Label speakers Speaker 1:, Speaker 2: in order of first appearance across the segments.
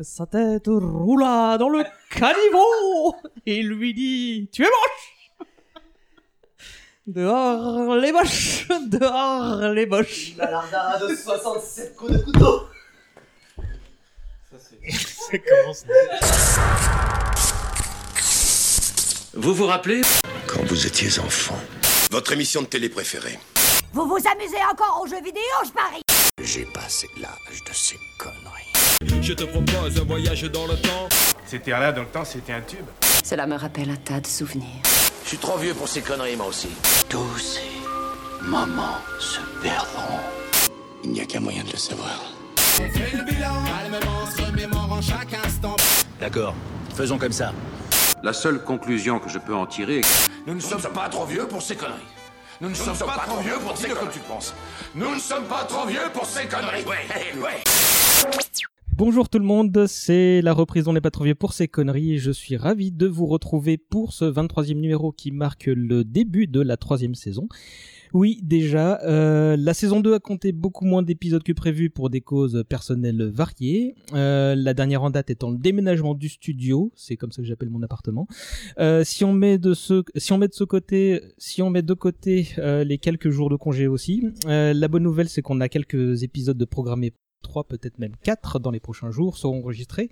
Speaker 1: Sa tête roula dans le caniveau et lui dit Tu es moche Dehors les moches Dehors les moches
Speaker 2: Malarda de 67 coups de couteau
Speaker 3: Ça commence.
Speaker 4: Vous vous rappelez
Speaker 5: Quand vous étiez enfant. Votre émission de télé préférée.
Speaker 6: Vous vous amusez encore aux jeux vidéo, je parie
Speaker 5: J'ai passé l'âge de ces conneries.
Speaker 7: Je te propose un voyage dans le temps.
Speaker 3: C'était là dans le temps, c'était un tube.
Speaker 8: Cela me rappelle un tas de souvenirs.
Speaker 5: Je suis trop vieux pour ces conneries, moi aussi. Tous ces moments se perdront. Il n'y a qu'un moyen de le savoir.
Speaker 4: D'accord, faisons comme ça.
Speaker 9: La seule conclusion que je peux en tirer est que
Speaker 5: Nous ne sommes pas trop vieux pour ces conneries. Nous ne sommes, pas, trop vieux pour ces conneries. Comme tu penses. Nous ne sommes pas trop vieux pour ces conneries. Ouais, ouais.
Speaker 1: Bonjour tout le monde, c'est la reprise On n'est pas trop vieux pour ces conneries. Je suis ravi de vous retrouver pour ce 23e numéro qui marque le début de la troisième saison. Oui, déjà, euh, la saison 2 a compté beaucoup moins d'épisodes que prévu pour des causes personnelles variées. Euh, la dernière en date étant le déménagement du studio, c'est comme ça que j'appelle mon appartement. Euh, si on met de ce, si on met de ce côté, si on met de côté euh, les quelques jours de congé aussi, euh, la bonne nouvelle c'est qu'on a quelques épisodes de programmés. 3, peut-être même 4 dans les prochains jours seront enregistrés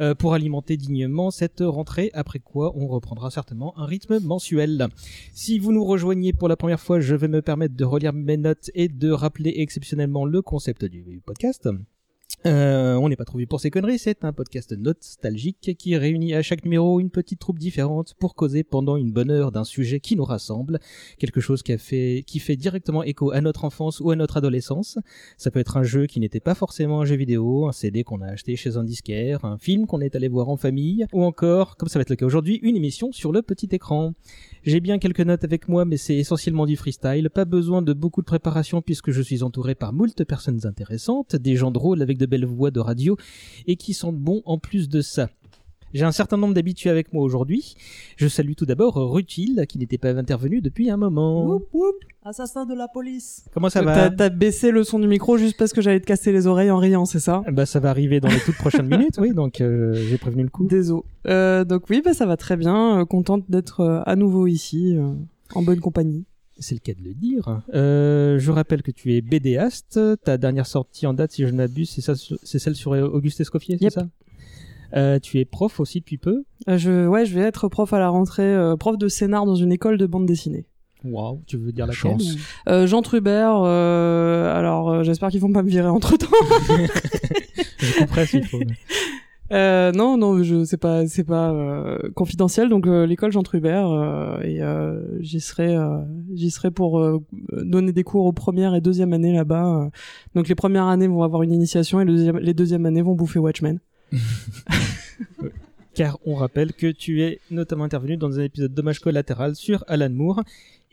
Speaker 1: euh, pour alimenter dignement cette rentrée, après quoi on reprendra certainement un rythme mensuel. Si vous nous rejoignez pour la première fois, je vais me permettre de relire mes notes et de rappeler exceptionnellement le concept du podcast. Euh, on n'est pas trouvé pour ces conneries, c'est un podcast nostalgique qui réunit à chaque numéro une petite troupe différente pour causer pendant une bonne heure d'un sujet qui nous rassemble, quelque chose qui, a fait, qui fait directement écho à notre enfance ou à notre adolescence. Ça peut être un jeu qui n'était pas forcément un jeu vidéo, un CD qu'on a acheté chez un disquaire, un film qu'on est allé voir en famille, ou encore, comme ça va être le cas aujourd'hui, une émission sur le petit écran. J'ai bien quelques notes avec moi, mais c'est essentiellement du freestyle. Pas besoin de beaucoup de préparation puisque je suis entouré par moult personnes intéressantes, des gens drôles avec de belles voix de radio et qui sentent bon en plus de ça. J'ai un certain nombre d'habitués avec moi aujourd'hui. Je salue tout d'abord Rutil, qui n'était pas intervenu depuis un moment.
Speaker 2: Woup woup Assassin de la police
Speaker 1: Comment ça va
Speaker 2: T'as t'as baissé le son du micro juste parce que j'allais te casser les oreilles en riant, c'est ça
Speaker 1: Bah ça va arriver dans les toutes prochaines minutes, oui, donc euh, j'ai prévenu le coup.
Speaker 2: Désolé. Euh, donc oui, bah, ça va très bien. Euh, contente d'être euh, à nouveau ici, euh, en bonne compagnie.
Speaker 1: C'est le cas de le dire. Euh, je rappelle que tu es BDaste. Ta dernière sortie en date, si je ne m'abuse, c'est ça- c'est celle sur Auguste Escoffier, c'est
Speaker 2: Yep.
Speaker 1: ça Euh, Tu es prof aussi depuis peu.
Speaker 2: Euh, je, ouais, je vais être prof à la rentrée, euh, prof de scénar dans une école de bande dessinée.
Speaker 1: Waouh, tu veux dire la
Speaker 3: Chance.
Speaker 1: chance
Speaker 2: Euh, Jean Trubert, euh, alors euh, j'espère qu'ils vont pas me virer entre temps.
Speaker 1: Je comprends s'il faut.
Speaker 2: euh, non, non, je c'est pas, c'est pas euh, confidentiel. Donc euh, l'école Jean Trubert euh, et euh, j'y serai, euh, j'y serai pour euh, donner des cours aux premières et deuxième années là-bas. euh. Donc les premières années vont avoir une initiation et le deuxième- les deuxièmes années vont bouffer Watchmen.
Speaker 1: Car on rappelle que tu es notamment intervenu dans un épisode Dommage collatéral sur Alan Moore.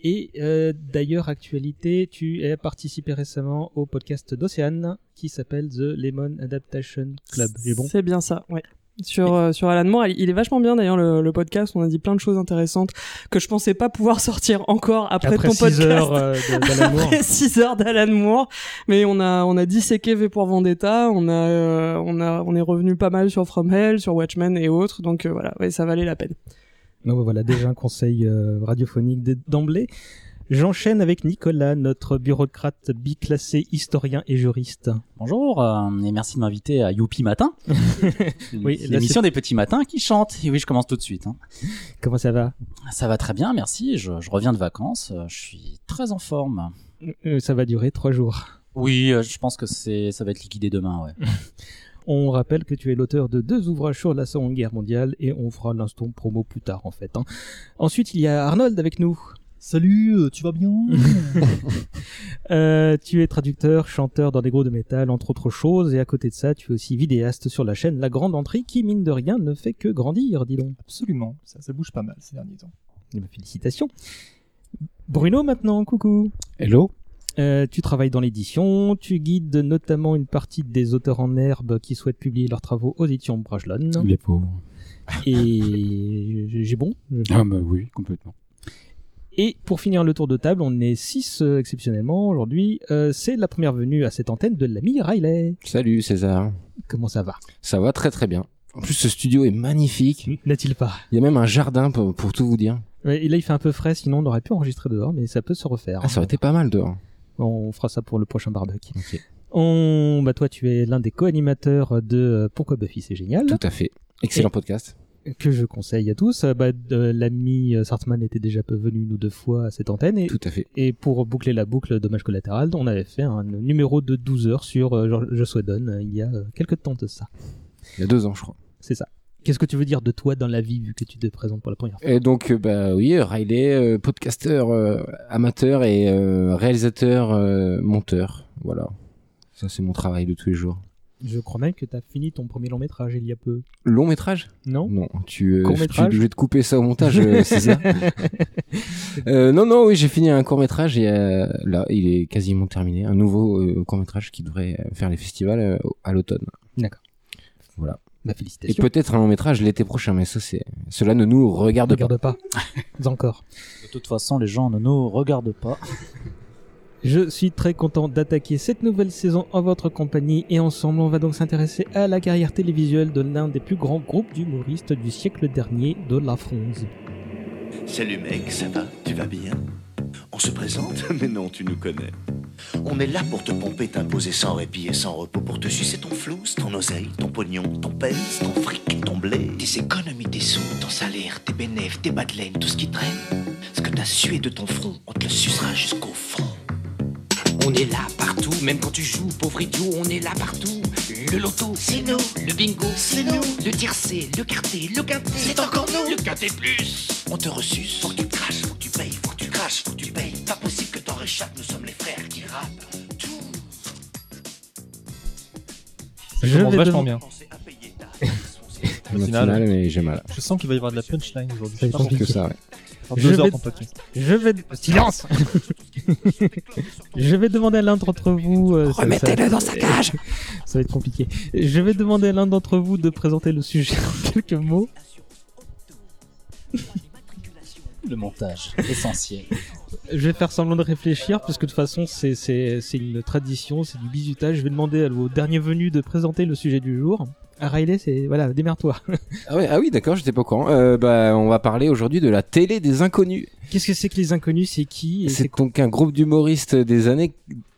Speaker 1: Et euh, d'ailleurs, actualité, tu as participé récemment au podcast d'Océane qui s'appelle The Lemon Adaptation Club. C'est bon
Speaker 2: C'est bien ça, ouais. Sur, euh, sur Alan Moore, il il est vachement bien d'ailleurs le, le podcast, on a dit plein de choses intéressantes que je pensais pas pouvoir sortir encore après,
Speaker 1: Après
Speaker 2: ton
Speaker 1: 6
Speaker 2: podcast.
Speaker 1: heures euh, de- d'Alan Moore.
Speaker 2: Après 6 heures d'Alan Moore, mais on a on a disséqué V pour Vendetta, on a euh, on a on est revenu pas mal sur From Hell, sur Watchmen et autres, donc euh, voilà, ouais, ça valait la peine.
Speaker 1: Donc voilà, déjà un conseil euh, radiophonique d- d'emblée. J'enchaîne avec Nicolas, notre bureaucrate biclassé, historien et juriste.
Speaker 10: Bonjour euh, et merci de m'inviter à Youpi Matin,
Speaker 1: Oui, là,
Speaker 10: l'émission des petits matins qui chante. Et oui, je commence tout de suite. hein.
Speaker 1: Comment ça va
Speaker 10: Ça va très bien, merci. Je, je reviens de vacances, euh, je suis très en forme.
Speaker 1: Euh, Ça va durer trois jours.
Speaker 10: Oui, euh, je pense que c'est ça va être liquidé demain. Ouais.
Speaker 1: On rappelle que tu es l'auteur de deux ouvrages sur la Seconde Guerre mondiale et on fera l'instant promo plus tard en fait. hein. Ensuite, il y a Arnold avec nous.
Speaker 3: Salut, euh, tu vas bien
Speaker 1: Euh, tu es traducteur, chanteur dans des groupes de métal, entre autres choses, et à côté de ça, tu es aussi vidéaste sur la chaîne La Grande Entrée qui, mine de rien, ne fait que grandir, dis donc.
Speaker 3: Absolument, ça, ça bouge pas mal ces derniers temps.
Speaker 1: Eh ben, félicitations. Bruno maintenant, coucou.
Speaker 3: Hello
Speaker 1: Euh, tu travailles dans l'édition, tu guides notamment une partie des auteurs en herbe qui souhaitent publier leurs travaux aux éditions Brajlon.
Speaker 10: Les pauvres.
Speaker 1: Et j'ai bon
Speaker 11: Ah bah oui, complètement.
Speaker 1: Et pour finir le tour de table, on est 6 exceptionnellement aujourd'hui. Euh, c'est la première venue à cette antenne de l'ami Riley.
Speaker 11: Salut César.
Speaker 1: Comment ça va
Speaker 11: Ça va très très bien. En plus, ce studio est magnifique.
Speaker 1: N'a-t-il pas
Speaker 11: Il y a même un jardin pour, pour tout vous dire.
Speaker 1: Ouais, Et là, il fait un peu frais, sinon on aurait pu enregistrer dehors, mais ça peut se refaire. hein.
Speaker 11: Ah, ça aurait été pas mal dehors.
Speaker 1: On fera ça pour le prochain barbecue.
Speaker 11: Ok.
Speaker 1: On... Bah, toi, tu es l'un des co-animateurs de euh, Pourquoi Buffy c'est génial,
Speaker 11: Tout à fait. Excellent podcast.
Speaker 1: que je conseille à tous. Euh, Bah, de- L'ami euh, Sartman était déjà peu venu une ou deux fois à cette antenne. Et,
Speaker 11: Tout à fait.
Speaker 1: et pour boucler la boucle Dommage collatéral, on avait fait un numéro de 12 heures sur euh, George Joss Whedon euh, il y a euh, quelques temps de ça.
Speaker 11: Il y a deux ans, je crois.
Speaker 1: C'est ça. Qu'est-ce que tu veux dire de toi dans la vie vu que tu te présentes pour la première fois
Speaker 11: Et donc, euh, bah oui, euh, Riley, euh, podcasteur euh, amateur et euh, réalisateur euh, monteur. Voilà. Ça, c'est mon travail de tous les jours.
Speaker 1: Je crois même que tu as fini ton premier long métrage il y a peu.
Speaker 11: Long métrage
Speaker 1: Non
Speaker 11: Non, tu, euh, tu,
Speaker 1: Court-métrage
Speaker 11: je vais te couper ça au montage, euh, c'est ça
Speaker 1: Hein
Speaker 11: Euh, Non, non, oui, j'ai fini un court métrage et euh, là, il est quasiment terminé. Un nouveau court métrage qui devrait euh, faire les festivals euh, à l'automne.
Speaker 1: Bah,
Speaker 11: Et
Speaker 1: félicitations.
Speaker 11: peut-être un long métrage l'été prochain, mais ça, c'est cela ne nous regarde pas.
Speaker 1: Regarde pas. Encore.
Speaker 10: De toute façon, les gens ne nous regardent pas.
Speaker 1: Je suis très content d'attaquer cette nouvelle saison en votre compagnie et ensemble on va donc s'intéresser à la carrière télévisuelle de l'un des plus grands groupes d'humoristes du siècle dernier de la France.
Speaker 5: Salut mec, ça va Tu vas bien On se présente Mais non, tu nous connais. On est là pour te pomper, t'imposer sans répit et sans repos, pour te sucer ton flouze, ton oseille, ton pognon, ton pèse, ton fric, ton blé, tes économies, tes sous, ton salaire, tes bénéfices, tes bas de laine, tout ce qui traîne. Ce que t'as sué de ton front, on te le sucera jusqu'au front. On est là partout, même quand tu joues, pauvre idiot, on est là partout. Le loto, c'est nous. Le bingo, c'est nous. Le tiercé, le quarté, le quinté, c'est encore nous. Le quinté plus. On te ressuce. Faut que tu craches, faut que tu payes, faut que tu craches, faut que tu payes. Pas possible que t'en réchappes, nous sommes les frères qui rappent. Tout.
Speaker 3: Ça
Speaker 1: Je
Speaker 3: commence
Speaker 1: vais
Speaker 3: vachement
Speaker 1: demander-
Speaker 3: bien.
Speaker 5: Pensez à payer ta
Speaker 11: Le matinal, mais j'ai mal.
Speaker 3: Je sens qu'il va y avoir de la punchline aujourd'hui.
Speaker 1: Ça
Speaker 3: Je
Speaker 1: y
Speaker 3: pense
Speaker 1: semble
Speaker 3: que
Speaker 11: Que ça, ouais.
Speaker 3: ça
Speaker 1: Je
Speaker 3: deux heures
Speaker 1: vais-
Speaker 3: ton podcast.
Speaker 1: Je vais silence. Je vais demander à l'un d'entre vous. euh, ça- ça-
Speaker 5: dans sa cage.
Speaker 1: Ça va être compliqué. Je vais demander à l'un d'entre vous de présenter le sujet en quelques mots.
Speaker 10: Le montage, essentiel.
Speaker 1: Je vais faire semblant de réfléchir, parce que de toute façon, c'est- c'est c'est une tradition, c'est du bizutage. Je vais demander au dernier venu de présenter le sujet du jour. À Riley, c'est. Voilà, démerde-toi.
Speaker 11: Ah, ouais, ah oui, d'accord, j'étais pas au courant. Euh, bah, on va parler aujourd'hui de la télé des inconnus.
Speaker 1: Qu'est-ce que c'est que les inconnus C'est qui et c'est
Speaker 11: C'est donc un groupe d'humoristes des années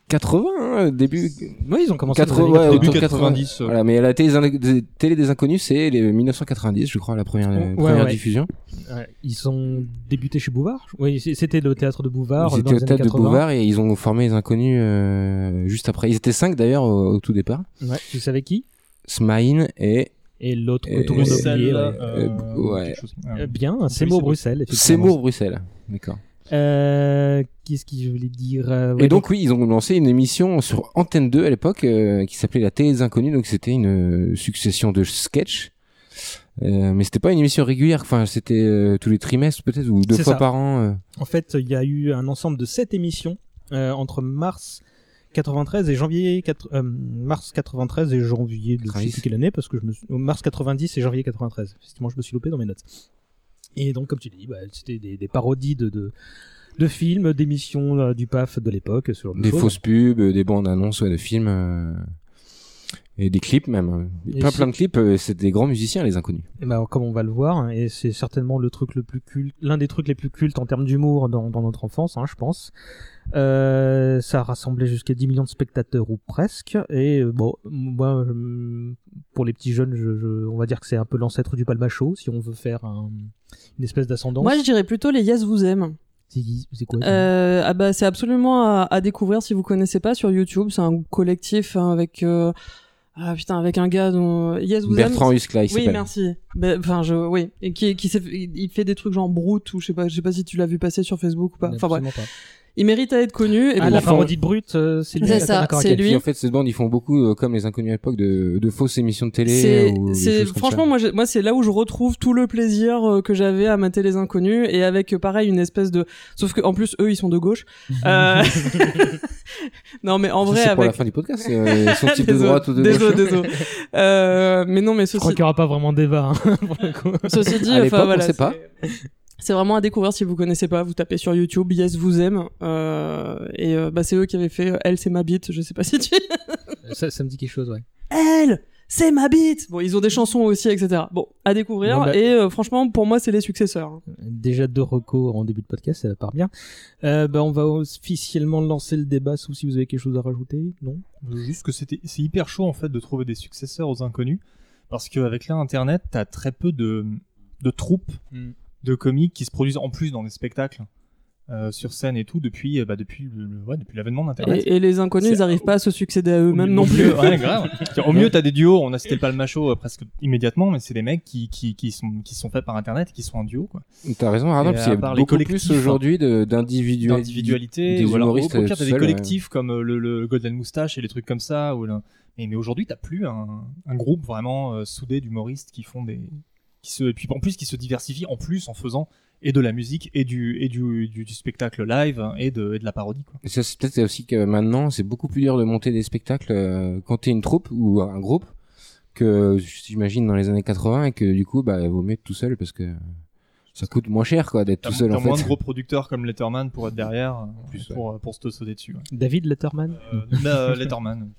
Speaker 11: 80, hein, début
Speaker 1: Ouais, ils ont commencé dans les
Speaker 11: 80,
Speaker 1: années
Speaker 11: ouais,
Speaker 3: Début
Speaker 11: autour de
Speaker 3: 90, euh.
Speaker 11: Voilà, mais la télé, des in- des- télé des inconnus, c'est les 1990, je crois, la première, la
Speaker 1: Ouais,
Speaker 11: première
Speaker 1: ouais.
Speaker 11: diffusion.
Speaker 1: Ouais, Ils ont débuté chez Bouvard. Oui, c- c'était le théâtre de Bouvard.
Speaker 11: ils
Speaker 1: dans
Speaker 11: étaient au
Speaker 1: les années
Speaker 11: théâtre de
Speaker 1: 80.
Speaker 11: Bouvard et ils ont formé les inconnus euh, juste après. Ils étaient cinq d'ailleurs au, au tout départ.
Speaker 1: Ouais, tu savais qui
Speaker 11: Smaïn et
Speaker 1: Et l'autre que
Speaker 11: Et-
Speaker 1: tout le monde a oublié,
Speaker 3: Bruxelles,
Speaker 1: ouais.
Speaker 3: euh,
Speaker 11: Euh, ouais.
Speaker 3: quelque chose. Ouais.
Speaker 1: Euh, Bien, Seymour Bruxelles, effectivement.
Speaker 11: Seymour Bruxelles. D'accord.
Speaker 1: Euh, Qu'est-ce que je voulais dire euh, ouais,
Speaker 11: et donc oui, ils ont lancé une émission sur Antenne 2 à l'époque euh, qui s'appelait La télé des inconnus. Donc c'était une euh, succession de sketchs. Euh, mais c'était pas une émission régulière, enfin c'était euh, tous les trimestres peut-être ou deux
Speaker 1: C'est
Speaker 11: fois
Speaker 1: ça.
Speaker 11: par an. euh.
Speaker 1: En fait, il y a eu un ensemble de sept émissions euh, entre mars 93 et janvier quatre- euh, mars 93 et janvier de je sais
Speaker 11: 90.
Speaker 1: plus quelle année parce que je me suis- mars 90 et janvier 93. Effectivement, je me suis loupé dans mes notes. Et donc, comme tu dis, bah, c'était des, des parodies de, de de films, d'émissions euh, du PAF de l'époque, ce genre de
Speaker 11: des
Speaker 1: choses.
Speaker 11: fausses pubs, euh, des bandes annonces ouais, de films euh, et des clips même. hein.
Speaker 1: Et
Speaker 11: plein
Speaker 1: c'est-
Speaker 11: plein de clips. euh, c'est des grands musiciens les inconnus.
Speaker 1: Et bah, comme on va le voir, hein, et c'est certainement le truc le plus culte, l'un des trucs les plus cultes en termes d'humour dans, dans notre enfance, hein, je pense. Euh, ça a rassemblé jusqu'à 10 millions de spectateurs ou presque. Et euh, bon, moi, je- pour les petits jeunes, je, je- on va dire que c'est un peu l'ancêtre du palmachot, si on veut faire un- une espèce d'ascendance.
Speaker 2: Moi, je dirais plutôt les Yes vous aime.
Speaker 1: c'est c'est quoi ça
Speaker 2: Euh, ah bah, c'est absolument à, à découvrir si vous connaissez pas sur YouTube. C'est un collectif hein, avec euh, ah putain avec un gars dont Yes vous aime.
Speaker 11: Bertrand Huskla, il
Speaker 2: Oui,
Speaker 11: s'appelle.
Speaker 2: merci. Ben, Enfin, je, oui, et qui, qui s'est- il il fait des trucs genre brut ou je sais pas, je sais pas si tu l'as vu passer sur Facebook ou pas. Enfin bref,
Speaker 1: Absolument pas.
Speaker 2: il mérite à être connu. Et
Speaker 1: Ah,
Speaker 2: puis,
Speaker 1: la
Speaker 2: enfin,
Speaker 1: parodie de Brut, euh, c'est lui.
Speaker 2: C'est
Speaker 1: d'accord,
Speaker 2: ça,
Speaker 1: d'accord,
Speaker 2: c'est
Speaker 1: ok.
Speaker 11: Et puis
Speaker 2: lui.
Speaker 11: en fait cette bande ils font beaucoup euh, comme les inconnus à l'époque de, de fausses émissions de télé.
Speaker 2: C'est,
Speaker 11: ou des
Speaker 2: c'est
Speaker 11: choses comme
Speaker 2: franchement
Speaker 11: ça.
Speaker 2: moi, j'ai- moi c'est là où je retrouve tout le plaisir euh, que j'avais à mater les inconnus et avec euh, pareil une espèce de, sauf que en plus eux ils sont de gauche. Euh, non mais en
Speaker 11: Ça,
Speaker 2: vrai
Speaker 11: c'est pour la
Speaker 2: avec.
Speaker 11: fin du podcast. euh, son type de
Speaker 2: Désolé,
Speaker 11: droite ou de
Speaker 2: désolé,
Speaker 11: gauche.
Speaker 2: désolé. Euh, mais non mais
Speaker 1: Je crois
Speaker 2: ceci,
Speaker 1: qu'il n'y aura pas vraiment de débat hein, pour le coup.
Speaker 2: ceci dit,
Speaker 11: À l'époque,
Speaker 2: enfin
Speaker 11: on
Speaker 2: voilà.
Speaker 11: sait pas.
Speaker 2: c'est- C'est vraiment à découvrir si vous connaissez pas. Vous tapez sur YouTube, Yes vous aime. euh, et euh, bah, c'est eux qui avaient fait euh, Elle c'est ma bite. Je sais pas si tu.
Speaker 1: ça, ça me dit quelque chose, ouais.
Speaker 2: Elle c'est ma bite. Bon, ils ont des chansons aussi, etc. Bon, à découvrir.
Speaker 1: Non, bah-
Speaker 2: Et euh, franchement, pour moi, c'est les successeurs. hein.
Speaker 1: Déjà deux recos en début de podcast, ça part bien. Euh, bah, on va officiellement lancer le débat, sauf si vous avez quelque chose à rajouter, non
Speaker 3: Juste que c'était, c'est hyper chaud en fait de trouver des successeurs aux inconnus, parce qu'avec l'internet, t'as très peu de, de troupes de comiques qui se produisent en plus dans des spectacles, euh, sur scène et tout depuis, euh, bah, depuis, le- le- ouais, depuis l'avènement d'internet.
Speaker 2: Et, et les inconnus,
Speaker 3: C'est-
Speaker 2: ils arrivent pas à se succéder à eux-mêmes
Speaker 3: Au
Speaker 2: non plus.
Speaker 3: mieux- ouais, grave. C'est-à-dire, Au mieux, t'as des duos. On a cité le Macho euh, presque immédiatement, mais c'est des mecs qui, qui, qui sont qui sont faits par internet, qui sont en duo quoi.
Speaker 11: T'as raison, Arnaud,
Speaker 3: Et
Speaker 11: parce
Speaker 3: à
Speaker 11: qu'il y a
Speaker 3: part les
Speaker 11: beaucoup
Speaker 3: collectifs,
Speaker 11: plus aujourd'hui de- d'individu-
Speaker 3: d'individualité
Speaker 11: des
Speaker 3: ou alors, au-
Speaker 11: humoristes.
Speaker 3: au pire, t'as des
Speaker 11: seuls,
Speaker 3: collectifs comme euh, le, le Golden Moustache et des trucs comme ça ou le- mais, mais aujourd'hui t'as plus un, un groupe vraiment euh, soudé d'humoristes qui font des qui se et puis en plus qui se diversifient en plus en faisant et de la musique et du et du, du, du spectacle live et de, et de la parodie quoi.
Speaker 11: Et Ça, c'est peut-être aussi que maintenant, c'est beaucoup plus dur de monter des spectacles euh, quand t'es une troupe ou un groupe que j'imagine dans les années 80 et que du coup, bah, vaut mieux être tout seul parce que ça coûte moins cher, quoi, d'être
Speaker 3: T'as
Speaker 11: tout seul,
Speaker 3: t'as
Speaker 11: en fait.
Speaker 3: moins de gros producteurs comme Letterman pour être derrière euh, pour, euh, pour se sauter dessus. ouais.
Speaker 1: David Letterman
Speaker 3: Euh, non, euh, Letterman.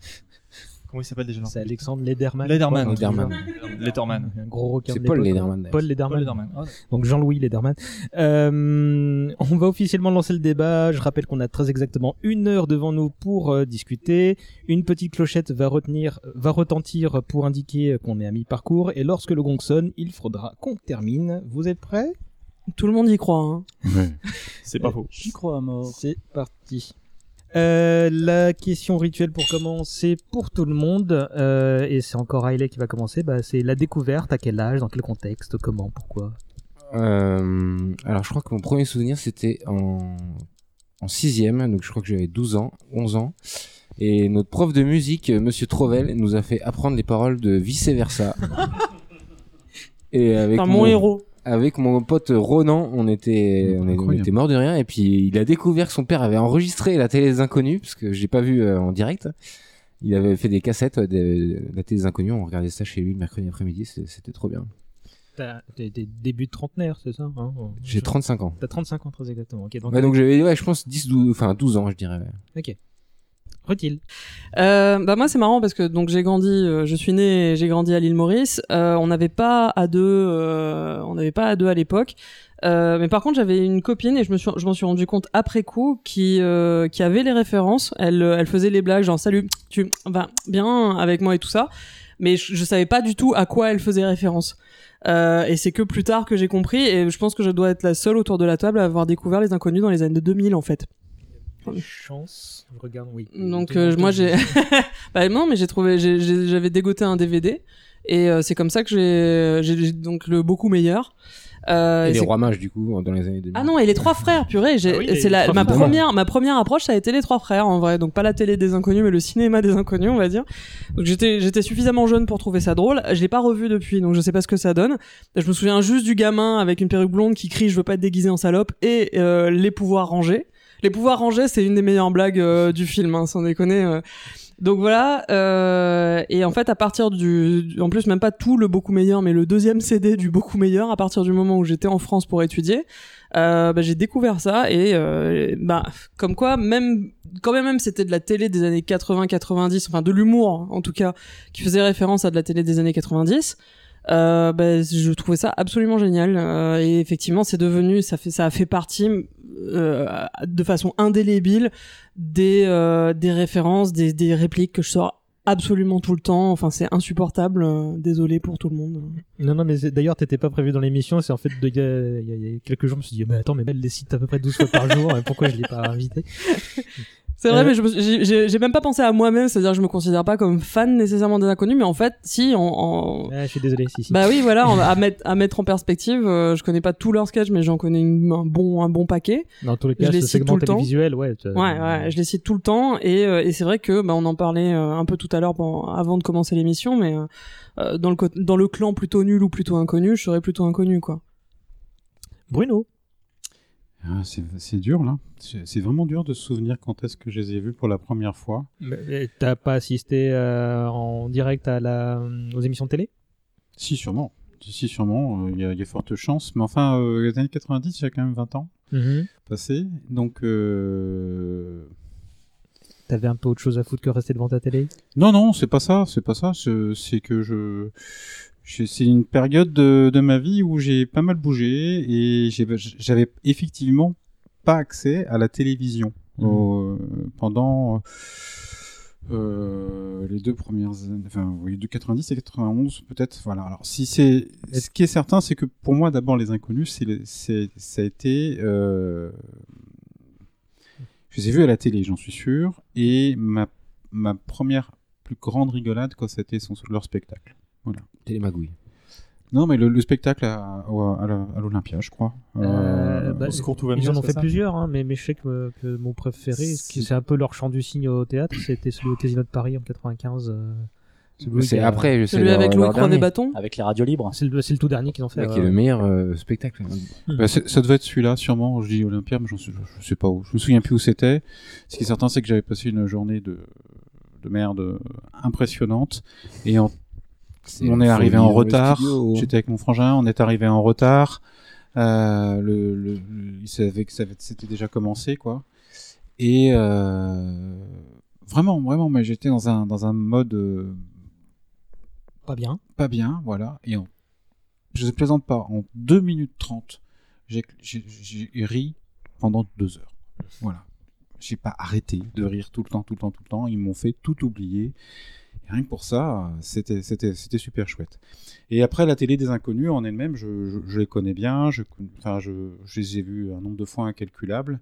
Speaker 3: Comment il s'appelle déjà leur
Speaker 1: C'est
Speaker 3: producteur
Speaker 1: Alexandre Lederman.
Speaker 3: Lederman.
Speaker 1: Ouais,
Speaker 3: Lederman. Lederman.
Speaker 1: Un gros requin
Speaker 11: C'est
Speaker 1: de
Speaker 11: Paul
Speaker 1: l'époque.
Speaker 11: Lederman, d'ailleurs.
Speaker 1: Paul Lederman.
Speaker 3: Paul Lederman. Ah,
Speaker 1: Donc Jean-Louis Lederman. Euh, on va officiellement lancer le débat. Je rappelle qu'on a très exactement une heure devant nous pour euh, discuter. Une petite clochette va, retenir, va retentir pour indiquer qu'on est à mi-parcours. Et lorsque le gong sonne, il faudra qu'on termine. Vous êtes prêts
Speaker 2: Tout le monde y croit. Hein.
Speaker 3: C'est pas faux.
Speaker 10: J'y crois à mort.
Speaker 1: C'est parti. Euh, la question rituelle pour commencer pour tout le monde, euh, et c'est encore Riley qui va commencer, bah, c'est la découverte, à quel âge, dans quel contexte, comment, pourquoi
Speaker 11: Euh, alors, je crois que mon premier souvenir, c'était en, en sixième, donc je crois que j'avais 12 ans, 11 ans. Et notre prof de musique, euh, Monsieur Trovel, nous a fait apprendre les paroles de Vice Versa. Et avec
Speaker 2: Enfin, mon, héros.
Speaker 11: avec mon pote Ronan, on était, on, est- on
Speaker 3: Incroyable.
Speaker 11: était mort de rien. Et puis il a découvert que son père avait enregistré la télé des inconnus, parce que je l'ai pas vu euh, en direct. Il avait fait des cassettes euh, de de la télé des inconnus. On regardait ça chez lui le mercredi après-midi. c'est- C'était trop bien.
Speaker 1: T'as des, des débuts de trentenaire, c'est ça hein
Speaker 11: J'ai 35 ans.
Speaker 1: T'as 35 ans, très exactement. Ok, donc,
Speaker 11: Ouais, donc j'avais, ouais, je pense 10, 12, enfin 12 ans, je dirais.
Speaker 1: Rutil.
Speaker 2: Euh, bah moi c'est marrant parce que donc j'ai grandi, euh, je suis né, et j'ai grandi à l'île Maurice. Euh, on n'avait pas à deux, euh, on n'avait pas à deux à l'époque. Euh, mais par contre j'avais une copine et je me suis, je m'en suis rendu compte après coup qui euh, qui avait les références. Elle euh, elle faisait les blagues genre salut tu vas bien avec moi et tout ça. Mais je, je savais pas du tout à quoi elle faisait référence. Euh, et c'est que plus tard que j'ai compris et je pense que je dois être la seule autour de la table à avoir découvert les inconnus dans les années 2000 en fait.
Speaker 1: Chance, je regarde, oui.
Speaker 2: Ah Donc euh, moi j'ai bah non mais j'ai trouvé j'ai- j'ai- j'avais dégoté un DVD et euh, c'est comme ça que j'ai- j'ai j'ai donc le beaucoup meilleur. Euh,
Speaker 11: Et
Speaker 2: et
Speaker 11: les
Speaker 2: c'est-
Speaker 11: rois mages, du coup, dans les années 2000.
Speaker 2: ah non et les trois frères purée j'ai-
Speaker 1: Ah oui,
Speaker 2: et
Speaker 1: les
Speaker 2: c'est la
Speaker 1: trois
Speaker 2: ma
Speaker 1: frères.
Speaker 2: première ma première approche ça a été les trois frères en vrai donc pas la télé des inconnus mais le cinéma des inconnus on va dire donc j'étais j'étais suffisamment jeune pour trouver ça drôle je l'ai pas revu depuis donc je sais pas ce que ça donne je me souviens juste du gamin avec une perruque blonde qui crie je veux pas être déguisé en salope et euh, les pouvoirs rangés les pouvoirs rangés c'est une des meilleures blagues euh, du film hein, sans déconner euh. Donc voilà, euh, et en fait à partir du, du- en plus même pas tout le beaucoup meilleur, mais le deuxième CD du beaucoup meilleur, à partir du moment où j'étais en France pour étudier, euh, bah, j'ai découvert ça et euh, bah comme quoi même quand même même c'était de la télé des années 80-90, enfin de l'humour hein, en tout cas qui faisait référence à de la télé des années 90. Euh, bah, je trouvais ça absolument génial Euh, et effectivement c'est devenu ça fait ça a fait partie euh, de façon indélébile des, euh, des références, des, des répliques que je sors absolument tout le temps. Enfin, c'est insupportable. Euh, Désolé pour tout le monde.
Speaker 1: Non, non, mais c'est- d'ailleurs, t'étais pas prévu dans l'émission. C'est en fait, de- il y, a- il y a- il y a quelques jours, je me suis dit, mais attends, mais elle les cite à peu près 12 fois par jour. Pourquoi je l'ai pas invité
Speaker 2: C'est vrai,
Speaker 1: Euh,
Speaker 2: mais je me suis- j'ai- j'ai j'ai même pas pensé à moi-même. C'est-à-dire, que je me considère pas comme fan nécessairement des inconnus, mais en fait, si, en, en-
Speaker 1: ah, Je suis désolé, si, si.
Speaker 2: Bah oui, voilà, on- à mettre, à mettre en perspective, euh, je connais pas tous leurs sketchs, mais j'en connais une- un, bon, un bon paquet.
Speaker 1: dans tous les
Speaker 2: je
Speaker 1: cas,
Speaker 2: les
Speaker 1: ce
Speaker 2: cite tout
Speaker 1: segment
Speaker 2: le temps.
Speaker 1: télévisuel, ouais.
Speaker 11: Euh.
Speaker 1: tu-
Speaker 2: Ouais, ouais, je les cite tout le temps, et, euh, et c'est vrai que, bah, on en parlait euh, un peu tout à l'heure bon, avant de commencer l'émission, mais euh, euh, dans, le, co- dans le clan plutôt nul ou plutôt inconnu, je serais plutôt inconnu, quoi.
Speaker 1: Bruno.
Speaker 12: Ah, c'est c'est dur là. C'est c'est vraiment dur de se souvenir quand est-ce que je les ai vus pour la première fois.
Speaker 1: Mais T'as pas assisté euh, en direct à la, euh, aux émissions de télé
Speaker 12: Si, sûrement. si, sûrement, euh, il y, a- il y a fortes chances. Mais enfin, euh, les années 90, il y a quand même 20 ans
Speaker 1: Mhm.
Speaker 12: passés. Donc. euh,
Speaker 1: T'avais un peu autre chose à foutre que rester devant ta télé
Speaker 12: Non, non, c'est pas ça, c'est pas ça. C'est c'est que je. je- C'est une période de, de ma vie où j'ai pas mal bougé et j'ai- j'avais effectivement pas accès à la télévision Au- pendant euh, les deux premières années, enfin oui, de 90 et 91 peut-être. Voilà. Alors si c'est, ce qui est certain, c'est que pour moi d'abord les inconnus, c'est, le- c'est, ça a été euh, je les ai vus à la télé, j'en suis sûr. Et ma, ma première plus grande rigolade, quand c'était son, leur spectacle. Voilà.
Speaker 11: Télémagouille.
Speaker 12: Non, mais le, le spectacle à, au- à la- à l'Olympia, je crois.
Speaker 1: Euh,
Speaker 12: Euh,
Speaker 1: bah,
Speaker 12: au secours, tout va
Speaker 1: Ils
Speaker 12: mieux,
Speaker 1: en ont
Speaker 12: c'est
Speaker 1: fait
Speaker 12: ça
Speaker 1: plusieurs, hein, mais, mais je sais que, que mon préféré, qui- c'est un peu leur chant du signe au théâtre, c'était celui au Casino de Paris en 95. euh, celui
Speaker 11: C'est
Speaker 1: qui a-
Speaker 11: après, je sais, Celui leur- avec leur Louis Croix des dernier. Bâtons
Speaker 10: Avec les radios libres.
Speaker 1: C'est le, c'est le tout dernier qu'ils ont fait.
Speaker 11: Là, qui
Speaker 1: ouais.
Speaker 11: est le meilleur euh, spectacle.
Speaker 12: Bah, c'est- ça devait être celui-là, sûrement. Je dis Olympia, mais j'en sais- je, je sais pas où. Je me souviens plus où c'était. Ce qui est certain, c'est que j'avais passé une journée de, de merde euh, impressionnante. Et en-
Speaker 11: C'est
Speaker 12: on
Speaker 11: une
Speaker 12: est arrivé
Speaker 11: folie
Speaker 12: en
Speaker 11: dans le
Speaker 12: retard.
Speaker 11: studio. hein.
Speaker 12: J'étais avec mon frangin, on est arrivé en retard. Euh, le, le- le- il savait que ça avait- c'était déjà commencé, quoi. Et euh, vraiment, vraiment, mais j'étais dans un, dans un mode. euh,
Speaker 1: Pas bien.
Speaker 12: pas bien, voilà. Et en, je ne plaisante pas, en 2 minutes 30, j'ai j'ai- j'ai ri pendant 2 heures. Voilà. J'ai pas arrêté de rire tout le temps, tout le temps, tout le temps. Ils m'ont fait tout oublier. Et rien que pour ça, euh, c'était c'était- c'était super chouette. Et après, la télé des inconnus en elle-même, je, je- je les connais bien. Je, con- enfin, je, je les ai vus un nombre de fois incalculable.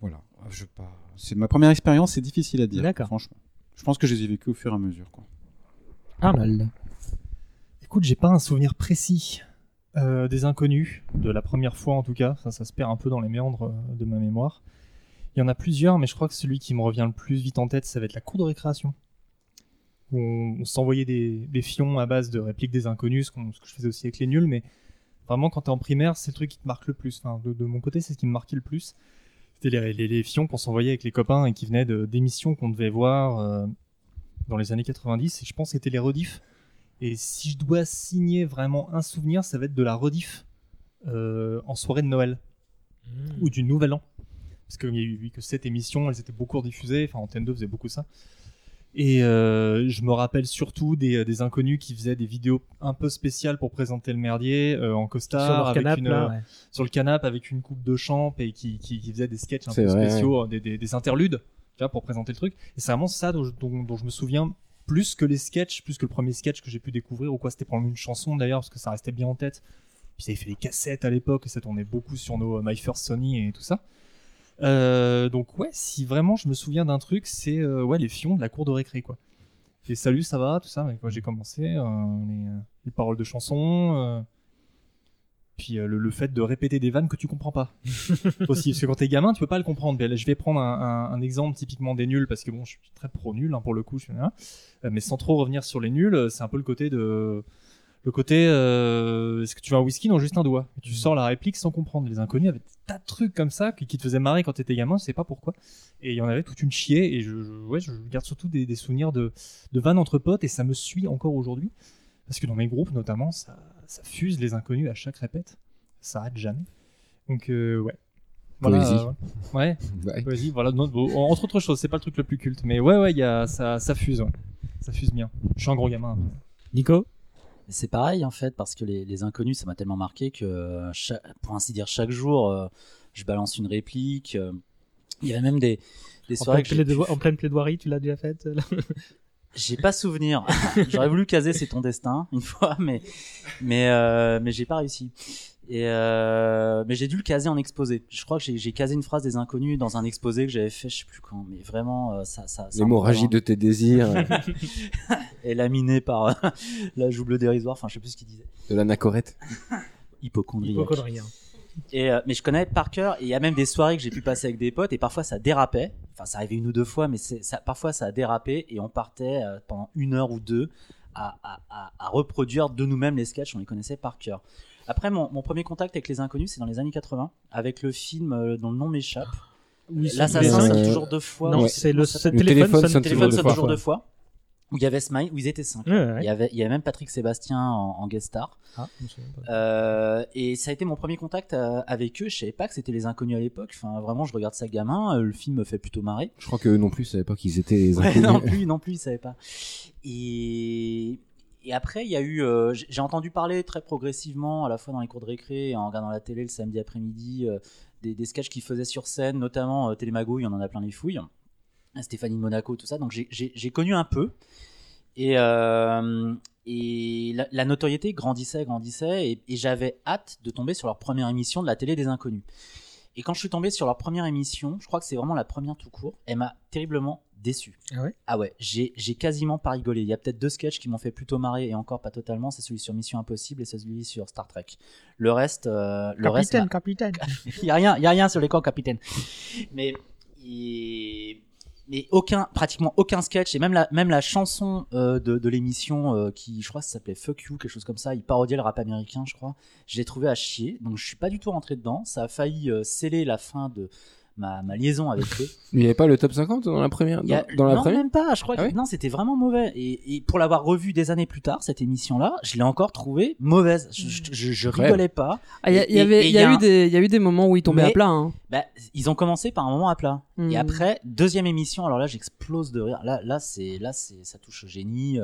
Speaker 12: Voilà. Je, sais pas. C'est ma première expérience, c'est difficile à dire. Franchement. Je pense que je les ai vécus au fur et à mesure. Quoi.
Speaker 10: Ah,
Speaker 1: Arnold.
Speaker 3: Écoute, j'ai pas un souvenir précis euh, des inconnus, de la première fois en tout cas, ça, ça se perd un peu dans les méandres euh, de ma mémoire. Il y en a plusieurs, mais je crois que celui qui me revient le plus vite en tête, ça va être la cour de récréation. Où on, on s'envoyait des, des fions à base de répliques des inconnus, ce, qu'on- ce que je faisais aussi avec les nuls, mais vraiment quand t'es en primaire, c'est le truc qui te marque le plus. Enfin, de, de mon côté, c'est ce qui me marquait le plus. C'était les, les- les fions qu'on s'envoyait avec les copains et qui venaient de- d'émissions qu'on devait voir euh, dans les années 90, et je pense que c'était les rediffs. Et si je dois signer vraiment un souvenir, ça va être de la rediff euh, en soirée de Noël
Speaker 1: Hmm.
Speaker 3: ou du Nouvel An. Parce qu'il y a eu eu que cette émission, elles étaient beaucoup rediffusées, enfin Antenne 2 faisait beaucoup ça. Et euh, je me rappelle surtout des, euh, des inconnus qui faisaient des vidéos un peu spéciales pour présenter le merdier euh, en costard
Speaker 1: Sur leur
Speaker 3: avec
Speaker 1: canapé,
Speaker 3: une-
Speaker 1: là, ouais.
Speaker 3: sur le canapé avec une coupe de champ et qui, qui, qui faisait des sketchs un
Speaker 11: C'est
Speaker 3: peu
Speaker 11: vrai,
Speaker 3: spéciaux, euh, des, des- des interludes tu vois, pour présenter le truc. Et c'est vraiment ça dont je, dont- dont je me souviens plus que les sketchs, plus que le premier sketch que j'ai pu découvrir ou quoi. C'était probablement une chanson d'ailleurs parce que ça restait bien en tête. Puis ça avait fait les cassettes à l'époque et ça tournait beaucoup sur nos euh, My First Sony et tout ça. Euh, donc ouais, si vraiment je me souviens d'un truc, c'est euh, ouais les fions de la cour de récré quoi. Et salut, ça va, tout ça. Avec moi j'ai commencé euh, les, euh, les paroles de chansons. euh, puis euh, le, le fait de répéter des vannes que tu comprends pas aussi parce que quand t'es gamin tu peux pas le comprendre Mais là, je vais prendre un, un- un exemple typiquement des nuls parce que bon je suis très pro nul hein, pour le coup je suis- hein. Euh, mais sans trop revenir sur les nuls euh, c'est un peu le côté de le côté euh, est-ce que tu veux un whisky non juste un doigt Et tu sors la réplique sans comprendre les inconnus avaient des tas de trucs comme ça qui, qui te faisaient marrer quand t'étais gamin je sais pas pourquoi et il y en avait toute une chier et je, je- ouais je garde surtout des, des souvenirs de de vannes entre potes et ça me suit encore aujourd'hui parce que dans mes groupes notamment ça ça fuse les inconnus à chaque répète ça arrête jamais donc euh, ouais
Speaker 11: Poésie.
Speaker 3: euh, ouais.
Speaker 11: Ouais.
Speaker 3: Poésie, voilà. Non, bon, entre autres choses, c'est pas le truc le plus culte, mais ouais, ouais, il y a, ça, ça fuse, ouais. ça fuse bien. Je suis un gros gamin.
Speaker 1: Nico
Speaker 10: C'est pareil en fait, parce que les, les inconnus, ça m'a tellement marqué que, euh, cha- pour ainsi dire, chaque jour, euh, je balance une réplique. euh. Il y avait même des, des
Speaker 1: En
Speaker 10: soirées
Speaker 1: pleine,
Speaker 10: que j'ai
Speaker 1: plaidoi- en pleine plaidoirie, tu l'as déjà faite là
Speaker 10: J'ai pas souvenir. J'aurais voulu caser C'est ton destin une fois, mais mais euh, mais j'ai pas réussi. Et euh, mais j'ai dû le caser en exposé. Je crois que j'ai- j'ai casé une phrase des inconnus dans un exposé que j'avais fait, je sais plus quand, mais vraiment euh, ça ça. ça me
Speaker 11: L'hémorragie
Speaker 10: revient.
Speaker 11: de tes désirs, euh,
Speaker 10: est laminé par euh, la joue bleue dérisoire. Enfin, je sais plus ce qu'il disait.
Speaker 11: de l'anachorète.
Speaker 10: Hypochondriaque.
Speaker 1: Hypochondriaque.
Speaker 10: Et, euh, mais je connais par cœur. Et il y a même des soirées que j'ai pu passer avec des potes. Et parfois, ça dérapait. Enfin, ça arrivait une ou deux fois, mais c'est- ça, parfois, ça a dérapé. Et on partait euh, pendant une heure ou deux à, à- à- à reproduire de nous-mêmes les sketchs. On les connaissait par cœur. Après, mon, mon premier contact avec les inconnus, c'est dans les années 80, avec le film euh, dont le nom m'échappe.
Speaker 1: Oui,
Speaker 10: L'assassin
Speaker 1: c'est-
Speaker 10: sonne toujours deux fois.
Speaker 1: Non,
Speaker 10: Je sais
Speaker 1: c'est
Speaker 10: plus
Speaker 1: le-
Speaker 10: comment ça
Speaker 1: le
Speaker 10: s'appelle.
Speaker 1: téléphone Le téléphone sonne
Speaker 10: téléphone sonne toujours deux fois. où il y avait Smile, où ils étaient 5.
Speaker 1: Ouais, ouais, ouais.
Speaker 10: Il, y avait, il y avait même Patrick Sébastien en, en guest star.
Speaker 1: Ah, je me souviens pas.
Speaker 10: Euh, et ça a été mon premier contact euh, avec eux. Je savais pas que c'était les inconnus à l'époque. Enfin, vraiment, je regarde ça gamin. euh, le film me fait plutôt marrer.
Speaker 11: Je crois que eux non plus savaient pas qu'ils étaient les
Speaker 10: Ouais,
Speaker 11: inconnus.
Speaker 10: non plus, non plus, ils savaient pas. Et, et après, il y a eu. euh, j- J'ai entendu parler très progressivement, à la fois dans les cours de récré et en regardant la télé le samedi après-midi, euh, des, des sketchs qu'ils faisaient sur scène, notamment euh, Télémago, il y en a plein les fouilles. Stéphanie de Monaco, tout ça. Donc j'ai- j'ai j'ai connu un peu. Et, euh, et la, la notoriété grandissait, grandissait. Et, et j'avais hâte de tomber sur leur première émission de la télé des inconnus. Et quand je suis tombé sur leur première émission, je crois que c'est vraiment la première tout court, elle m'a terriblement déçu.
Speaker 1: Ah ouais
Speaker 10: Ah ouais, j'ai j'ai quasiment pas rigolé. Il y a peut-être deux sketchs qui m'ont fait plutôt marrer, et encore pas totalement, c'est celui sur Mission Impossible et celui sur Star Trek. Le reste... euh, le reste m'a-
Speaker 1: capitaine.
Speaker 10: il y a rien, il y a rien sur les corps, capitaine. Mais, il- mais aucun, pratiquement aucun sketch et même la, même la chanson euh, de, de l'émission euh, qui, je crois, ça s'appelait Fuck You, quelque chose comme ça. Il parodiait le rap américain, je crois. Je l'ai trouvé à chier, donc je suis pas du tout rentré dedans. Ça a failli euh, sceller la fin de ma, ma liaison avec eux.
Speaker 11: Il n'y avait pas le top 50 dans la première
Speaker 10: Il y a-
Speaker 11: dans, dans la
Speaker 10: non,
Speaker 11: première
Speaker 10: même pas. Je crois que non, c'était vraiment mauvais. Et, et pour l'avoir revu des années plus tard, cette émission-là, je l'ai encore trouvée mauvaise. Je, je- je- je
Speaker 2: Ouais.
Speaker 10: rigolais pas.
Speaker 2: Ah, il y a-
Speaker 10: Et-
Speaker 2: il y avait-
Speaker 10: et- et
Speaker 2: il y a eu
Speaker 10: un-
Speaker 2: des- il y a eu des moments où ils tombaient à
Speaker 10: mais,
Speaker 2: plat, hein.
Speaker 10: bah, ils ont commencé par un moment à plat.
Speaker 2: Mm.
Speaker 10: Et après, deuxième émission, alors là, j'explose de rire. Là, là, c'est, là, c'est, ça touche au génie.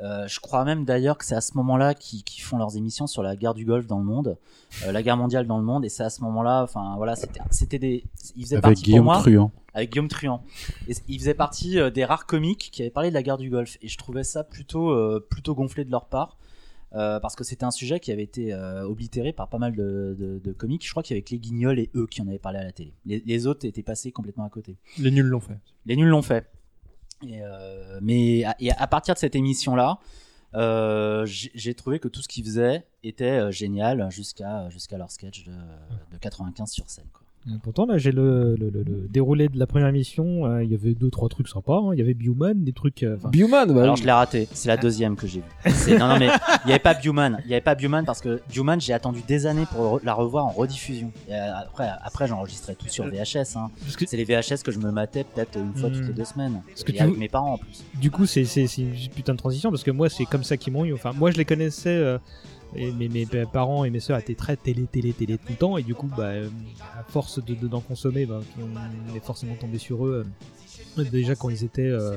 Speaker 10: Euh, je crois même d'ailleurs que c'est à ce moment-là qu'ils, qu'ils font leurs émissions sur la guerre du Golfe dans le monde, euh, la guerre mondiale dans le monde, et c'est à ce moment-là, enfin voilà, c'était, c'était des, ils faisaient
Speaker 12: Avec
Speaker 10: partie
Speaker 12: Guillaume
Speaker 10: pour moi,
Speaker 12: Truand.
Speaker 10: avec Guillaume Truand. Et c- ils faisaient partie euh, des rares comiques qui avaient parlé de la guerre du Golfe. Et je trouvais ça plutôt, euh, plutôt gonflé de leur part. euh, parce que c'était un sujet qui avait été euh, oblitéré par pas mal de, de, de comiques. Je crois qu'il y avait que les guignols et eux qui en avaient parlé à la télé. Les, les autres étaient passés complètement à côté.
Speaker 3: Les nuls l'ont fait.
Speaker 10: Les nuls l'ont fait. Et, euh, mais à, et à partir de cette émission-là, euh, j'ai j'ai trouvé que tout ce qu'ils faisaient était euh, génial jusqu'à jusqu'à leur sketch de, de 95 sur scène. quoi.
Speaker 1: Et Euh, Pourtant, là, j'ai le, le- le- le déroulé de la première émission. euh, Il y avait deux, trois trucs sympas. hein. Il y avait Bioman, des trucs. euh, enfin-
Speaker 11: Bah
Speaker 10: Alors je l'ai raté, c'est la deuxième que j'ai vue. C'est- Non, non, mais il n'y avait pas Bioman. Il n'y avait pas Bioman parce que Bioman, j'ai attendu des années pour re- la revoir en rediffusion. Et euh, après, après j'enregistrais tout sur VHS. hein. C'est les VHS que je me matais peut-être une fois
Speaker 1: Hmm.
Speaker 10: toutes les deux semaines.
Speaker 1: que
Speaker 10: Et
Speaker 1: tu
Speaker 10: avec
Speaker 1: vou-
Speaker 10: mes parents en plus.
Speaker 1: Du coup, c'est c'est- c'est une putain de transition parce que moi, c'est comme ça qu'ils m'ont eu. Enfin, moi, je les connaissais. euh, et mes, mes parents et mes soeurs étaient très télé, télé, télé tout le temps. Et du coup, bah, euh, à force de- de- d'en consommer, bah, on est forcément tombé sur eux. euh, déjà quand ils étaient. euh,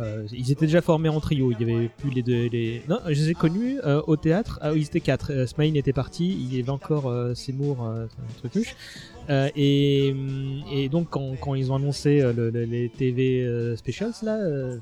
Speaker 1: euh, ils étaient déjà formés en trio. Il y avait plus les deux. Les... Non, je les ai connus euh, au théâtre. Ah, oui, ils étaient quatre. Euh, Smaïn était parti. Il y avait encore euh, Seymour, euh, trucuche. Euh, et, hum, et donc quand, quand ils ont annoncé euh, le- le- les TV euh, specials là, euh,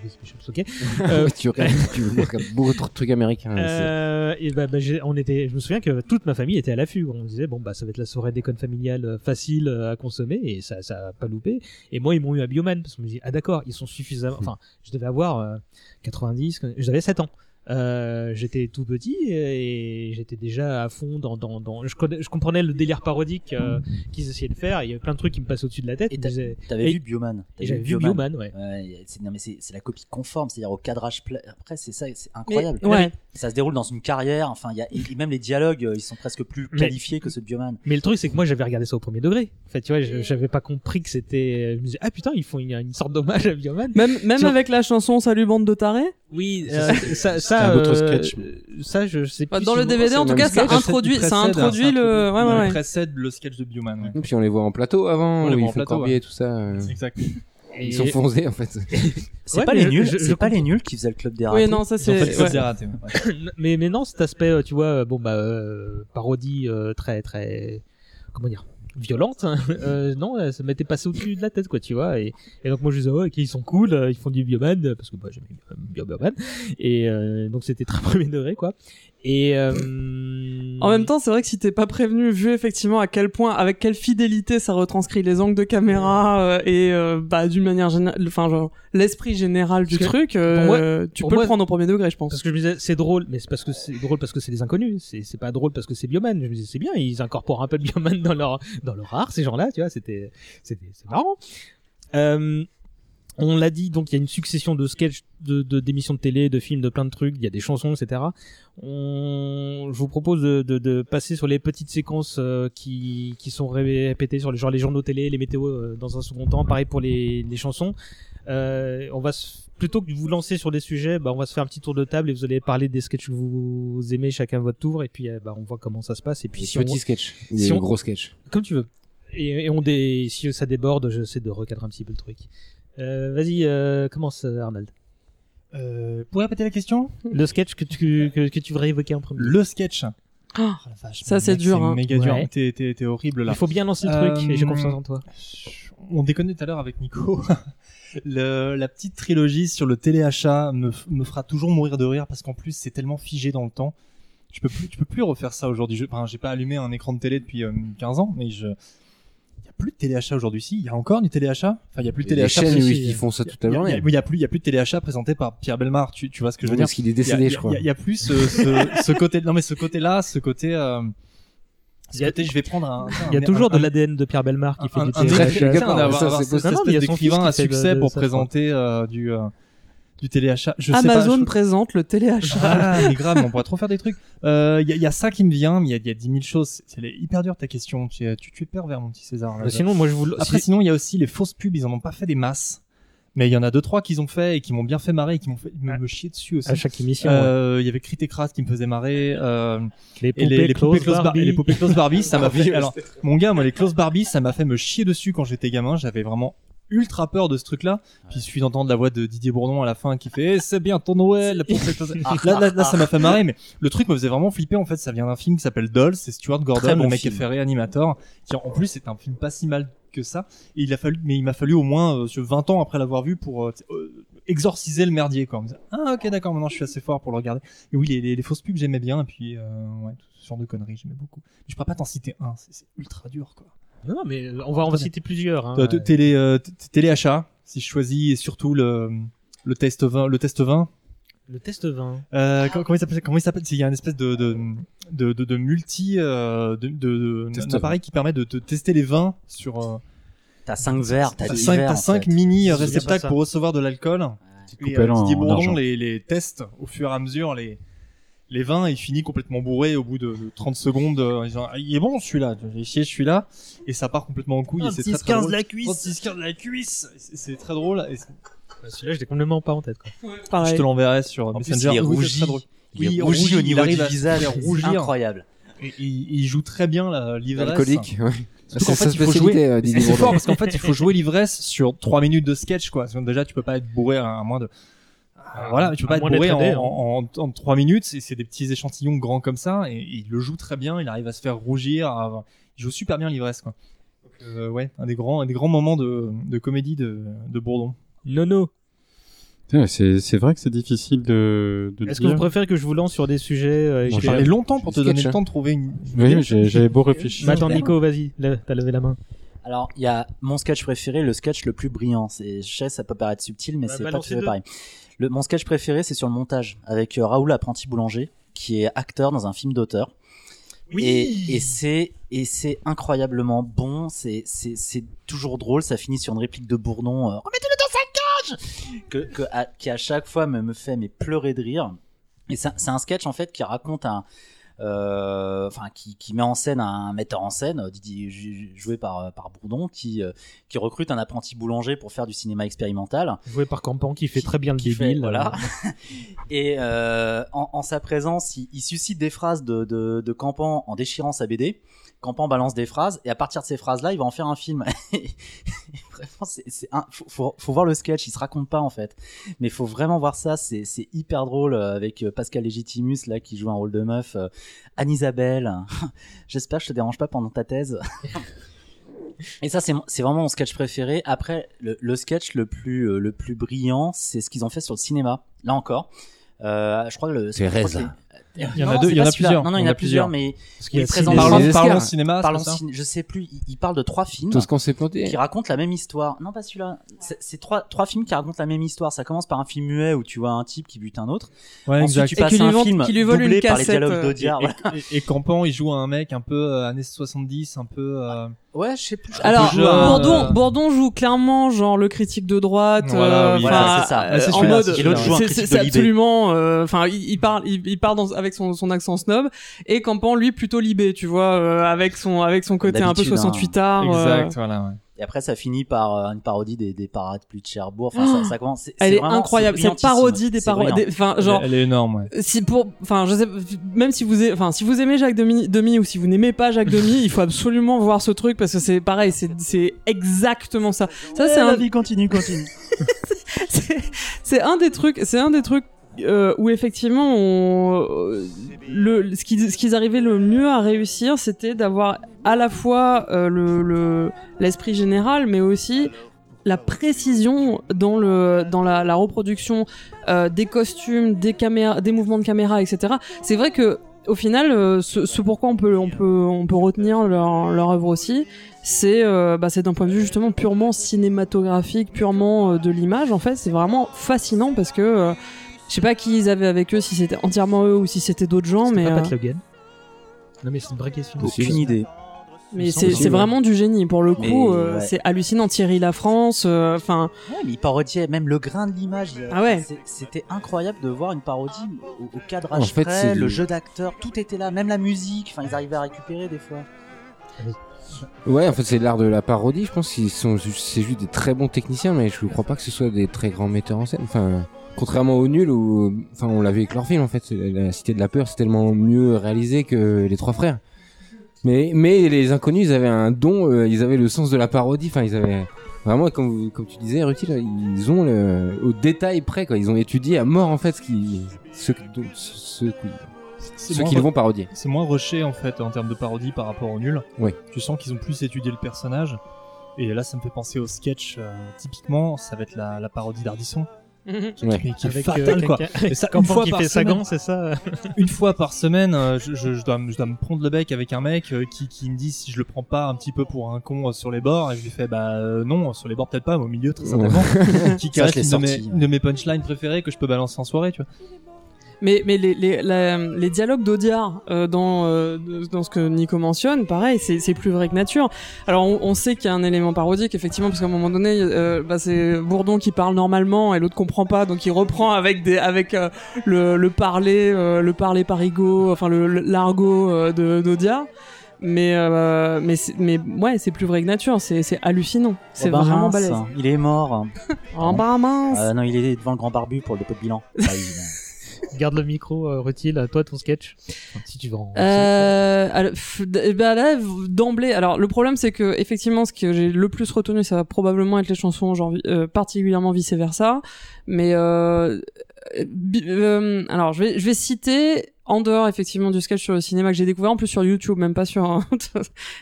Speaker 1: TV specials, ok. Euh,
Speaker 11: Ouais, tu regardes, tu regardes beaucoup de trucs américains. c'est-
Speaker 1: euh, et bah, bah, j'ai- on était, je me souviens que toute ma famille était à l'affût. On disait bon bah ça va être la soirée déconne familiale euh, facile euh, à consommer et ça ça a pas loupé. Et moi ils m'ont eu à Bioman parce que je me dis ah d'accord ils sont suffisamment.
Speaker 11: Hmm.
Speaker 1: Enfin je devais avoir euh, 90, j'avais 7 ans. Euh, j'étais tout petit et j'étais déjà à fond dans, dans, dans... Je, connais- je comprenais le délire parodique euh, qu'ils essayaient de faire. Il y avait plein de trucs qui me passaient au-dessus de la tête.
Speaker 10: Et
Speaker 1: je
Speaker 10: t'a-
Speaker 1: me disais-
Speaker 10: T'avais
Speaker 1: et-
Speaker 10: vu Bioman.
Speaker 1: et
Speaker 10: T'avais
Speaker 1: J'avais vu Bioman, ouais.
Speaker 10: Ouais, c'est- non, mais c'est c'est la copie conforme, c'est-à-dire au cadrage. pla- Après, c'est ça, c'est incroyable.
Speaker 1: Mais- ouais.
Speaker 10: Ça se déroule dans une carrière. Enfin, il y a, et même les dialogues, euh, ils sont presque plus
Speaker 1: Mais-
Speaker 10: qualifiés que ceux de Bioman.
Speaker 1: Mais le truc, c'est que moi, j'avais regardé ça au premier degré. En fait, tu vois, je- j'avais pas compris que c'était. Je me disais, ah putain, ils font une, une sorte d'hommage à Bioman.
Speaker 2: Même, même
Speaker 1: Sur-
Speaker 2: avec la chanson Salut bande de tarés
Speaker 1: Oui, euh, ça,
Speaker 2: C'est
Speaker 1: ça,
Speaker 2: un autre
Speaker 1: euh,
Speaker 2: sketch.
Speaker 1: ça, je sais
Speaker 2: Bah,
Speaker 1: plus.
Speaker 2: dans
Speaker 1: si
Speaker 2: le
Speaker 1: vous-
Speaker 2: DVD, en tout cas, ça
Speaker 1: Bah,
Speaker 2: introduit- ça introduit le- ouais, ouais, ouais.
Speaker 3: précède le sketch de Bioman. ouais.
Speaker 11: Et puis on les voit en plateau avant,
Speaker 3: On les
Speaker 11: où
Speaker 3: voit
Speaker 11: ils
Speaker 3: en
Speaker 11: font
Speaker 3: plateau,
Speaker 11: Corbier
Speaker 3: ouais.
Speaker 11: et tout ça. euh.
Speaker 3: Exact.
Speaker 11: Ils sont foncés en fait.
Speaker 10: C'est pas les nuls, c'est pas les nuls qui faisaient le club des ratés.
Speaker 2: Oui, non, ça,
Speaker 10: Ils ont
Speaker 2: c'est-
Speaker 10: fait le club
Speaker 2: ouais.
Speaker 10: des ratés, ouais.
Speaker 1: mais, mais non, cet aspect, euh, tu vois, euh, bon, bah, euh, parodie euh, très, très. Comment dire violente, hein, euh, non, euh, ça m'était passé au-dessus de la tête, quoi, tu vois. Et, et donc moi je disais, ouais, ok, ils sont cool, euh, ils font du bioman, euh, parce que bah, j'aimais bien bioman. Et euh, donc c'était très premier degré, quoi. Et euh,
Speaker 2: En même temps, c'est vrai que si t'es pas prévenu, vu effectivement à quel point, avec quelle fidélité ça retranscrit les angles de caméra euh, et euh, bah d'une manière générale, enfin genre l'esprit général du
Speaker 1: Parce que
Speaker 2: truc,
Speaker 1: pour
Speaker 2: euh,
Speaker 1: moi-
Speaker 2: tu
Speaker 1: pour
Speaker 2: peux
Speaker 1: moi-
Speaker 2: le prendre au premier degré, je pense.
Speaker 1: Parce que je me disais, c'est drôle, mais c'est parce que c'est drôle parce que c'est des inconnus. C'est, c'est pas drôle parce que c'est Bioman. Je me disais, c'est bien, ils incorporent un peu de Bioman dans leur, dans leur art, ces gens-là, tu vois, c'était, c'était, c'est marrant. Euh, on l'a dit, donc il y a une succession de sketchs, de, de- d'émissions de télé, de films, de plein de trucs, il y a des chansons, etc. On, je vous propose de, de, de passer sur les petites séquences euh, qui, qui sont ré- répétées sur les, genre les journaux télé, les météos euh, dans un second temps, pareil pour les, les chansons. Euh, on va se plutôt que de vous lancer sur des sujets, bah, on va se faire un petit tour de table et vous allez parler des sketchs que vous aimez chacun votre tour et puis euh, bah, on voit comment ça se passe et puis
Speaker 11: Des
Speaker 1: si on-
Speaker 11: petits sketchs, ou
Speaker 1: si
Speaker 11: des
Speaker 1: on-
Speaker 11: gros sketchs.
Speaker 1: comme tu veux. Et, et on dé... si ça déborde, j'essaie de recadrer un petit peu le truc. Euh, Vas-y, euh, commence euh, Arnold.
Speaker 3: Euh, pourrais répéter la question
Speaker 1: Le sketch que tu, que, que tu voudrais évoquer en premier.
Speaker 3: Le sketch.
Speaker 2: Oh,
Speaker 3: Oh
Speaker 2: ça c'est
Speaker 3: Mec,
Speaker 2: dur. hein.
Speaker 3: Méga dur.
Speaker 1: Ouais.
Speaker 3: T'es- T'es t'es horrible là.
Speaker 1: Il faut bien lancer le truc
Speaker 3: Euh,
Speaker 1: et j'ai confiance en toi.
Speaker 3: On déconnait tout à l'heure avec Nico. Le- la petite trilogie sur le téléachat me, f- me fera toujours mourir de rire parce qu'en plus c'est tellement figé dans le temps. Je peux plus, tu peux plus refaire ça aujourd'hui. Je- Enfin, j'ai pas allumé un écran de télé depuis euh, 15 ans, mais je. Il y a plus de téléachat aujourd'hui. Si, il y a encore du téléachat. Enfin, il y a plus de
Speaker 11: Il y a des
Speaker 3: téléachat.
Speaker 11: chaînes
Speaker 3: précis.
Speaker 11: oui, qui font ça toute la
Speaker 3: Il euh. y a-
Speaker 11: journée.
Speaker 3: il y a- oui, il y a plus, il y a plus de téléachat présenté par Pierre Belmar. Tu, tu vois ce que je veux
Speaker 11: Oui,
Speaker 3: dire
Speaker 11: parce qu'il est décédé,
Speaker 3: Il y a-
Speaker 11: je crois.
Speaker 3: Il y a- il y a plus ce, ce- ce côté. Non, mais ce côté-là, ce côté. euh, ce côté, je vais prendre un.
Speaker 1: Il y a
Speaker 3: un-
Speaker 1: toujours
Speaker 3: un-
Speaker 1: de l'ADN de Pierre Belmar qui fait
Speaker 3: un, hein.
Speaker 1: du
Speaker 3: un
Speaker 1: TRH.
Speaker 3: écrit- quelqu'un
Speaker 1: Non,
Speaker 3: d'avoir-
Speaker 1: ça,
Speaker 3: avoir
Speaker 1: c'est
Speaker 3: cette
Speaker 1: possible. Non, mais il y
Speaker 3: espèce
Speaker 1: a son
Speaker 3: d'écrivain à
Speaker 1: fils qui fait de-
Speaker 3: succès
Speaker 1: de
Speaker 3: pour
Speaker 1: ça, je
Speaker 3: présenter euh, du euh, du téléachat. Je
Speaker 2: Amazon
Speaker 3: sais pas, je-
Speaker 2: présente le téléachat.
Speaker 3: Ah, mais grave, mais on pourrait trop faire des trucs. Euh, Il y, a- il y a ça qui me vient, mais il y a- il y, a 10 000 choses. C'est elle est hyper dur ta question. Tu, es- tu, tu es pervers, mon petit César. là.
Speaker 1: Bah, sinon, moi, je vous le-
Speaker 3: Après,
Speaker 1: si-
Speaker 3: sinon, il y a aussi les fausses pubs. Ils en ont pas fait des masses. Mais il y en a deux trois qu'ils ont fait et qui m'ont bien fait marrer et qui m'ont fait me, me chier dessus aussi.
Speaker 1: À chaque émission,
Speaker 3: Euh, Il y avait Crit et Crasse qui me faisait marrer. euh,
Speaker 1: Les
Speaker 3: et
Speaker 1: poupées
Speaker 3: les
Speaker 1: Klaus
Speaker 3: poupées Klaus Bar-
Speaker 1: Barbie. Ah
Speaker 3: et les poupées Klaus Barbie, ça m'a fait.
Speaker 1: Barbie,
Speaker 3: Alors, mon gars, moi, les Klaus Barbie, ça m'a fait me chier dessus quand j'étais gamin. J'avais vraiment ultra peur de ce truc-là. Puis il suffit d'entendre la voix de Didier Bourdon à la fin qui fait Eh, c'est bien ton Noël pour cette chose.
Speaker 10: Ah,
Speaker 3: là, là, là, ça m'a fait marrer mais le truc me faisait vraiment flipper en fait ça vient d'un film qui s'appelle Doll c'est Stuart Gordon
Speaker 10: Très bon
Speaker 3: le mec qui a
Speaker 10: film.
Speaker 3: fait Reanimator qui en plus c'est un film pas si mal que ça et il a fallu mais il m'a fallu au moins euh, sur 20 ans après l'avoir vu pour euh, t- euh, exorciser le merdier quoi On me disait, ah ok d'accord maintenant je suis assez fort pour le regarder et oui les, les- les fausses pubs j'aimais bien et puis euh, ouais tout ce genre de conneries j'aimais beaucoup mais je pourrais pas t'en citer un c'est c'est ultra dur quoi
Speaker 1: Non, non, mais euh, on va, on va citer plusieurs. hein.
Speaker 3: euh, t- télé, euh, t- téléachat, si je choisis, et surtout le, le test 20. Le test 20.
Speaker 1: Le test 20.
Speaker 3: Euh, co- comment il s'appelle Comment il s'appelle Il y a une espèce de, de, de, de, de multi. euh, de, de,
Speaker 10: Test
Speaker 3: de, appareil qui permet de, de tester les vins sur. euh,
Speaker 10: T'as 5 verres, t'as
Speaker 3: T'as
Speaker 10: 10
Speaker 3: cinq-
Speaker 10: verres.
Speaker 3: t'as
Speaker 10: en
Speaker 3: cinq
Speaker 10: fait.
Speaker 3: mini
Speaker 10: Je me souviens pas de
Speaker 3: réceptacles
Speaker 10: ça.
Speaker 3: pour recevoir de l'alcool. Et
Speaker 12: coupelles
Speaker 3: euh,
Speaker 12: en-
Speaker 3: Didier
Speaker 12: en
Speaker 3: Bourdon
Speaker 12: argent.
Speaker 3: les, les tests au fur et à mesure, les, les vins, il finit complètement bourré au bout de, de 30 secondes. euh, en disant, Ah, il est bon celui-là, j'ai essayé celui-là. Et ça part complètement en couille. et c'est très,
Speaker 1: 36,
Speaker 3: très
Speaker 1: 15
Speaker 3: drôle.
Speaker 1: la cuisse.
Speaker 3: 36, 15 la cuisse. C'est c'est très drôle. et c'est-
Speaker 1: Celui-là, je l'ai complètement pas en tête. Quoi.
Speaker 3: Je te l'enverrai sur
Speaker 10: En plus,
Speaker 3: Messenger.
Speaker 10: il est
Speaker 3: Oui, c'est
Speaker 10: rougi.
Speaker 3: très drôle.
Speaker 10: Il est
Speaker 3: Oui,
Speaker 10: rougi au niveau
Speaker 3: arrive
Speaker 10: du
Speaker 3: à-
Speaker 10: visage,
Speaker 3: il est
Speaker 10: c'est
Speaker 3: rougir.
Speaker 10: incroyable.
Speaker 3: Et il, il joue très bien la- l'ivresse.
Speaker 11: Alcoolique, ouais.
Speaker 3: Surtout qu'en
Speaker 11: C'est sa
Speaker 3: fait, il faut
Speaker 11: spécialité,
Speaker 3: jouer.
Speaker 11: euh,
Speaker 3: C'est
Speaker 11: Didier
Speaker 3: c'est
Speaker 11: Bourdon.
Speaker 3: fort parce qu'en fait, il faut jouer l'ivresse sur 3 minutes de sketch, quoi. Parce que Déjà, tu peux pas être bourré à, à moins de. Euh, Voilà, tu peux
Speaker 1: Ah, À
Speaker 3: pas
Speaker 1: moins
Speaker 3: être
Speaker 1: d'être
Speaker 3: bourré en,
Speaker 1: aidé, hein.
Speaker 3: en, 3 minutes. Et c'est des petits échantillons grands comme ça. Et, et il le joue très bien. Il arrive à se faire rougir. à- Il joue super bien l'ivresse, quoi. Donc, euh, ouais, un des grands, un des grands moments de, de comédie de, de Bourdon.
Speaker 1: Nono,
Speaker 12: Putain, C'est c'est vrai que c'est difficile de, de
Speaker 1: est-ce que
Speaker 12: dire.
Speaker 1: vous préférez que je vous lance sur des sujets euh,
Speaker 3: J'ai
Speaker 1: je-
Speaker 3: parlé longtemps pour te
Speaker 11: sketch,
Speaker 3: donner le
Speaker 11: hein.
Speaker 3: temps de trouver une.
Speaker 12: Oui, j'ai- j'avais beau réfléchir.
Speaker 1: Bah, attends, Nico, vas-y, là, t'as levé la main.
Speaker 10: Alors, il y a mon sketch préféré, le sketch le plus brillant. C'est- Je sais, ça peut paraître subtil, mais
Speaker 1: Bah,
Speaker 10: c'est pas tout à
Speaker 1: balancez
Speaker 10: fait
Speaker 1: deux.
Speaker 10: pareil. Le, mon sketch préféré, c'est sur le montage, avec euh, Raoul Apprenti Boulanger, qui est acteur dans un film d'auteur.
Speaker 1: Oui.
Speaker 10: Et, et c'est et c'est incroyablement bon, c'est c'est- c'est toujours drôle, ça finit sur une réplique de Bourdon, euh, remettez-le dans sa cage que, que- à- Qui à chaque fois me, me fait mais pleurer de rire. Et c'est un- c'est un sketch en fait qui raconte un, euh, enfin qui, qui met en scène un metteur en scène euh, Didier, ju- joué par euh, par Bourdon qui euh, qui recrute un apprenti boulanger pour faire du cinéma expérimental
Speaker 1: Joué par Campan qui fait très bien le
Speaker 10: qui fait,
Speaker 1: débile.
Speaker 10: voilà. et euh, en, en sa présence, il, il suscite des phrases de, de, de Campan en déchirant sa BD. Campan balance des phrases et à partir de ces phrases-là, il va en faire un film. Et vraiment, c'est, c'est un- faut, faut, faut voir le sketch, il se raconte pas en fait, mais faut vraiment voir ça. C'est, c'est hyper drôle euh, avec euh, Pascal Legitimus là qui joue un rôle de meuf, euh, Anne-Isabelle. J'espère que je te dérange pas pendant ta thèse. Et ça, c'est mon- c'est vraiment mon sketch préféré. Après, le, le sketch le plus, euh, le plus brillant, c'est ce qu'ils ont fait sur le cinéma. Là encore. Euh, je crois que le. je crois que
Speaker 11: Thérèse.
Speaker 10: les-
Speaker 3: Il y en a
Speaker 10: Non,
Speaker 3: deux,
Speaker 10: c'est
Speaker 3: il y en
Speaker 10: pas
Speaker 3: a
Speaker 10: celui-là.
Speaker 3: plusieurs.
Speaker 10: Non, non, il y en a plusieurs, Ah, mais.
Speaker 1: Parce qu'il y a
Speaker 10: ils présentent-
Speaker 11: cinéma-
Speaker 10: parlons-
Speaker 11: Les
Speaker 10: parlons-
Speaker 11: Oscars.
Speaker 3: cinéma, c'est
Speaker 10: parlons
Speaker 3: ça
Speaker 10: ciné- je sais plus, il, il parle de trois films
Speaker 11: hein. Tout ce qu'on s'est planté.
Speaker 10: qui racontent la même histoire. Non, pas celui-là. C'est c'est trois, trois films qui racontent la même histoire. Ça commence par un film muet où tu vois un type qui bute un autre.
Speaker 3: Ouais,
Speaker 10: Ensuite, tu
Speaker 2: Et
Speaker 10: passes
Speaker 2: qui
Speaker 10: à
Speaker 2: lui
Speaker 10: un
Speaker 2: vend-
Speaker 10: film
Speaker 2: qui lui vole
Speaker 10: doublé
Speaker 2: une
Speaker 10: par les
Speaker 2: cassette,
Speaker 10: dialogues
Speaker 2: euh,
Speaker 10: d'Audiard.
Speaker 3: Et,
Speaker 10: voilà.
Speaker 3: et- et Campan, il joue un mec un peu euh, années 70, un peu. euh,
Speaker 10: Ouais, je sais plus.
Speaker 2: Alors,
Speaker 3: Toujours, euh,
Speaker 2: Bourdon, Bourdon joue clairement genre le critique de droite.
Speaker 3: Voilà,
Speaker 2: euh,
Speaker 3: oui,
Speaker 2: enfin,
Speaker 10: voilà, c'est ça.
Speaker 2: euh,
Speaker 3: Ah, c'est
Speaker 2: en
Speaker 3: celui-là,
Speaker 2: mode,
Speaker 3: c'est celui-là,
Speaker 2: c'est-
Speaker 10: ouais.
Speaker 2: c'est-
Speaker 10: critique de
Speaker 2: c'est
Speaker 10: Libé.
Speaker 2: absolument. euh, Enfin, il, il parle, il, il part dans, avec son, son accent snob et Campan lui plutôt libé, tu vois, euh, avec son avec son côté un peu
Speaker 10: D'habitude, hein.
Speaker 2: 68 art. euh,
Speaker 3: Exact, voilà. ouais.
Speaker 10: Et après, ça finit par euh, une parodie des, des parades plus de Cherbourg. Enfin, ça, ça commence. c'est-
Speaker 2: Elle
Speaker 10: c'est
Speaker 2: est,
Speaker 10: vraiment-
Speaker 2: incroyable.
Speaker 10: c'est
Speaker 2: Cette
Speaker 10: brillantissime.
Speaker 2: parodie des
Speaker 10: C'est
Speaker 2: parodies.
Speaker 10: brillant.
Speaker 2: Enfin, genre.
Speaker 3: Elle est énorme, ouais.
Speaker 2: Si pour, enfin, je sais, même si vous, aimez- enfin, si vous aimez Jacques Demi, Demi ou si vous n'aimez pas Jacques Demi, il faut absolument voir ce truc parce que c'est pareil, c'est, c'est exactement ça. Ça,
Speaker 10: Ouais,
Speaker 2: c'est
Speaker 10: la
Speaker 2: un,
Speaker 10: vie continue, continue.
Speaker 2: c'est- c'est un des trucs, c'est un des trucs euh, où effectivement, on, euh, le, ce qu'ils, ce qu'ils arrivaient le mieux à réussir, c'était d'avoir à la fois euh, le, le- l'esprit général, mais aussi la précision dans le dans la, la reproduction euh, des costumes, des caméras, des mouvements de caméra, etc. C'est vrai que au final, euh, ce, ce pourquoi on peut on peut on peut retenir leur leur œuvre aussi, c'est euh, bah, c'est d'un point de vue justement purement cinématographique, purement euh, de l'image. En fait, c'est vraiment fascinant parce que euh, je sais pas qui ils avaient avec eux, si c'était entièrement eux ou si c'était d'autres gens, mais
Speaker 1: Pas
Speaker 2: euh,
Speaker 1: Pat Logan. Non, mais c'est une vraie question.
Speaker 10: Aucune idée.
Speaker 2: mais
Speaker 1: Il
Speaker 2: c'est
Speaker 1: semble,
Speaker 2: c'est
Speaker 1: ouais.
Speaker 2: vraiment du génie pour le coup.
Speaker 10: Mais,
Speaker 2: euh,
Speaker 10: ouais.
Speaker 2: C'est hallucinant. Thierry La France, euh, enfin.
Speaker 10: Ouais, mais il parodiait même le grain de l'image. il-
Speaker 2: Ah ouais.
Speaker 10: c'est- C'était incroyable de voir une parodie au, au cadrage
Speaker 11: En fait,
Speaker 10: près,
Speaker 11: c'est
Speaker 10: le
Speaker 11: du-
Speaker 10: jeu d'acteur, tout était là, même la musique. Enfin, ils arrivaient à récupérer des fois.
Speaker 11: Ouais, en fait, c'est l'art de la parodie. Je pense qu'ils sont, ju- c'est juste des très bons techniciens, mais je crois pas que ce soit des très grands metteurs en scène. Enfin, contrairement au nul où, enfin, on l'avait avec leur film. En fait, c'est la la Cité de la peur, c'est tellement mieux réalisé que les Trois Frères. Mais, mais les inconnus, ils avaient un don. euh, ils avaient le sens de la parodie. Enfin, ils avaient vraiment, comme, vous- comme tu disais, Ruti, là, ils ont le, au détail près. Quoi, ils ont étudié à mort en fait ce qui, ce, dont- ce, ce-
Speaker 3: C'est
Speaker 11: ceux
Speaker 3: moins
Speaker 11: qui le
Speaker 3: re-
Speaker 11: vont parodier.
Speaker 3: C'est moins rushé en fait en termes de parodie par rapport au nul.
Speaker 11: Oui.
Speaker 3: Tu sens qu'ils ont plus étudié le personnage. Et là, ça me fait penser au sketch. euh, typiquement, ça va être la, la parodie d'Ardisson.
Speaker 11: Ouais.
Speaker 3: Mais qui est
Speaker 1: Avec,
Speaker 3: fatale,
Speaker 1: euh,
Speaker 3: quoi.
Speaker 1: quelqu'un-
Speaker 3: Et ça,
Speaker 1: Quand
Speaker 3: une
Speaker 1: Franck,
Speaker 3: fois
Speaker 1: il
Speaker 3: par
Speaker 1: fait sa
Speaker 3: semaine.
Speaker 1: gant, c'est ça euh,
Speaker 3: une fois par semaine, euh, je, je- je dois, me- je dois me prendre le bec avec un mec euh, qui, qui me dit si je le prends pas un petit peu pour un con euh, sur les bords. Et je lui fais bah euh, non, sur les bords peut-être pas, mais au milieu très certainement. qui
Speaker 10: Ça, je
Speaker 3: cache
Speaker 10: l'ai
Speaker 3: une, de mes-
Speaker 10: sorti, ouais.
Speaker 3: une de mes punchlines préférées que je peux balancer en soirée, tu vois.
Speaker 2: Mais, mais les, les, la- les dialogues d'Audiard euh, dans, euh, dans ce que Nico mentionne, pareil, c'est c'est plus vrai que nature. Alors on, on sait qu'il y a un élément parodique, effectivement, parce qu'à un moment donné, euh, bah, c'est Bourdon qui parle normalement et l'autre comprend pas, donc il reprend avec, des, avec euh, le, le parler, euh, le parler parigot, enfin le le- l'argot euh, de- d'Audiard. Mais, euh, mais, c'est- mais ouais, c'est plus vrai que nature, c'est c'est hallucinant. C'est
Speaker 10: Robin
Speaker 2: vraiment
Speaker 10: Oh, bah, Mince, hein.
Speaker 2: balèze.
Speaker 10: Il est mort.
Speaker 2: Oh bah mince
Speaker 10: Euh, non, il est devant le grand barbu pour le dépôt de bilan. Ah, il-
Speaker 1: Garde le micro, euh, Rutil, à toi ton sketch. Enfin, si tu veux en-
Speaker 2: Euh, alors, pff, d- eh ben là, v- d'emblée, alors le problème c'est que effectivement, ce que j'ai le plus retenu, ça va probablement être les chansons, genre euh, particulièrement vice versa. Mais euh, euh, bi- euh, alors, je vais, je vais citer en dehors effectivement du sketch sur le cinéma que j'ai découvert en plus sur YouTube, même pas sur.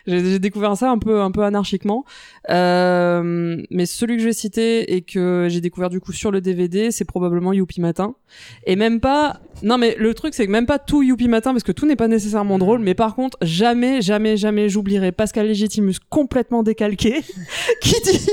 Speaker 2: j'ai j'ai découvert ça un peu, un peu anarchiquement. Euh, mais celui que je vais citer et que j'ai découvert du coup sur le DVD, c'est probablement Youpi Matin. Et même pas. Non, mais le truc, c'est que même pas tout Youpi Matin, parce que tout n'est pas nécessairement drôle. Mais par contre, jamais, jamais, jamais, j'oublierai Pascal Legitimus complètement décalqué, qui dit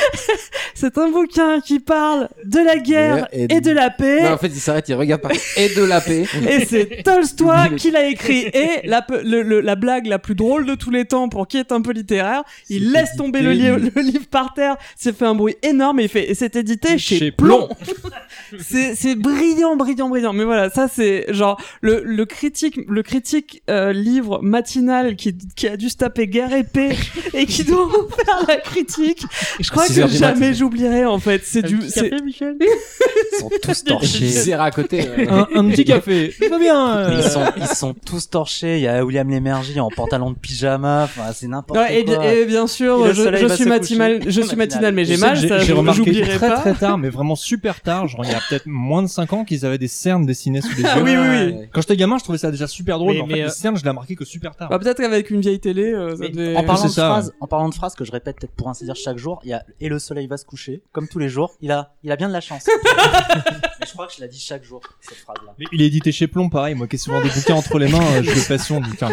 Speaker 2: C'est un bouquin qui parle de la guerre
Speaker 11: Et-
Speaker 2: et,
Speaker 11: et-
Speaker 2: de la paix.
Speaker 11: Non, en fait, ils s'arrêtent, ils regardent pas. Et de la paix.
Speaker 2: Et c'est Tolstoy qui l'a écrit. Et la, pe- le- le- la blague la plus drôle de tous les temps, pour qui est un peu littéraire, il
Speaker 3: C'est
Speaker 2: laisse tomber le,
Speaker 3: édité.
Speaker 2: li- le livre par terre. C'est fait un bruit énorme et il fait. et C'est édité chez,
Speaker 3: Chez
Speaker 2: Plomb. c'est c'est brillant, brillant, brillant. Mais voilà, ça c'est genre le, le critique, le critique euh, livre matinal qui, qui a dû se taper guerre et paix et qui doit faire la critique. Je crois
Speaker 11: Six heures
Speaker 2: que
Speaker 11: du matin.
Speaker 2: jamais j'oublierai en fait. C'est
Speaker 1: Un
Speaker 2: du.
Speaker 1: petit
Speaker 2: c'est-
Speaker 1: café, Michel
Speaker 10: Ils sont tous
Speaker 11: Ils
Speaker 10: torchés.
Speaker 11: serrent à côté. euh. ouais.
Speaker 3: Un, un petit café, ça va bien. euh.
Speaker 10: Ils sont, ils sont tous torchés. Il y a William Lémergie en pantalon de pyjama. Enfin, c'est n'importe
Speaker 2: Ouais, et,
Speaker 10: quoi.
Speaker 2: bien, et bien sûr,
Speaker 10: Et le
Speaker 2: je,
Speaker 10: soleil
Speaker 2: je
Speaker 10: va
Speaker 2: suis
Speaker 10: se
Speaker 2: matinal,
Speaker 10: coucher.
Speaker 2: je suis matinal, mais j'ai
Speaker 10: J'ai-
Speaker 2: mal, ça,
Speaker 3: J'ai
Speaker 2: je-
Speaker 3: j'ai remarqué
Speaker 2: j'oublierai
Speaker 3: très
Speaker 2: pas.
Speaker 3: très tard, mais vraiment super tard, genre il y a peut-être moins de 5 ans qu'ils avaient des cernes dessinées sous les yeux.
Speaker 2: Ah oui, oui, oui.
Speaker 11: Ouais.
Speaker 3: Quand j'étais gamin, je trouvais ça déjà super drôle,
Speaker 1: Mais-
Speaker 3: mais, en
Speaker 1: mais,
Speaker 3: fait,
Speaker 1: euh,
Speaker 3: les cernes, je l'ai marqué que super tard.
Speaker 2: Bah, peut-être qu'avec une vieille télé, euh, ça
Speaker 10: Mais
Speaker 2: devait-
Speaker 10: en, parlant
Speaker 3: C'est
Speaker 10: de
Speaker 3: ça,
Speaker 10: phrases, en parlant de phrases que je répète peut-être pour ainsi dire chaque jour, il y a et le soleil va se coucher, comme tous les jours. Il a, il a bien de la chance. Mais je crois que je la dis chaque jour, cette phrase-là.
Speaker 3: Mais il est édité chez Plomb, pareil, moi qui ai souvent des bouquins entre les mains, euh, je le passionne. Putain,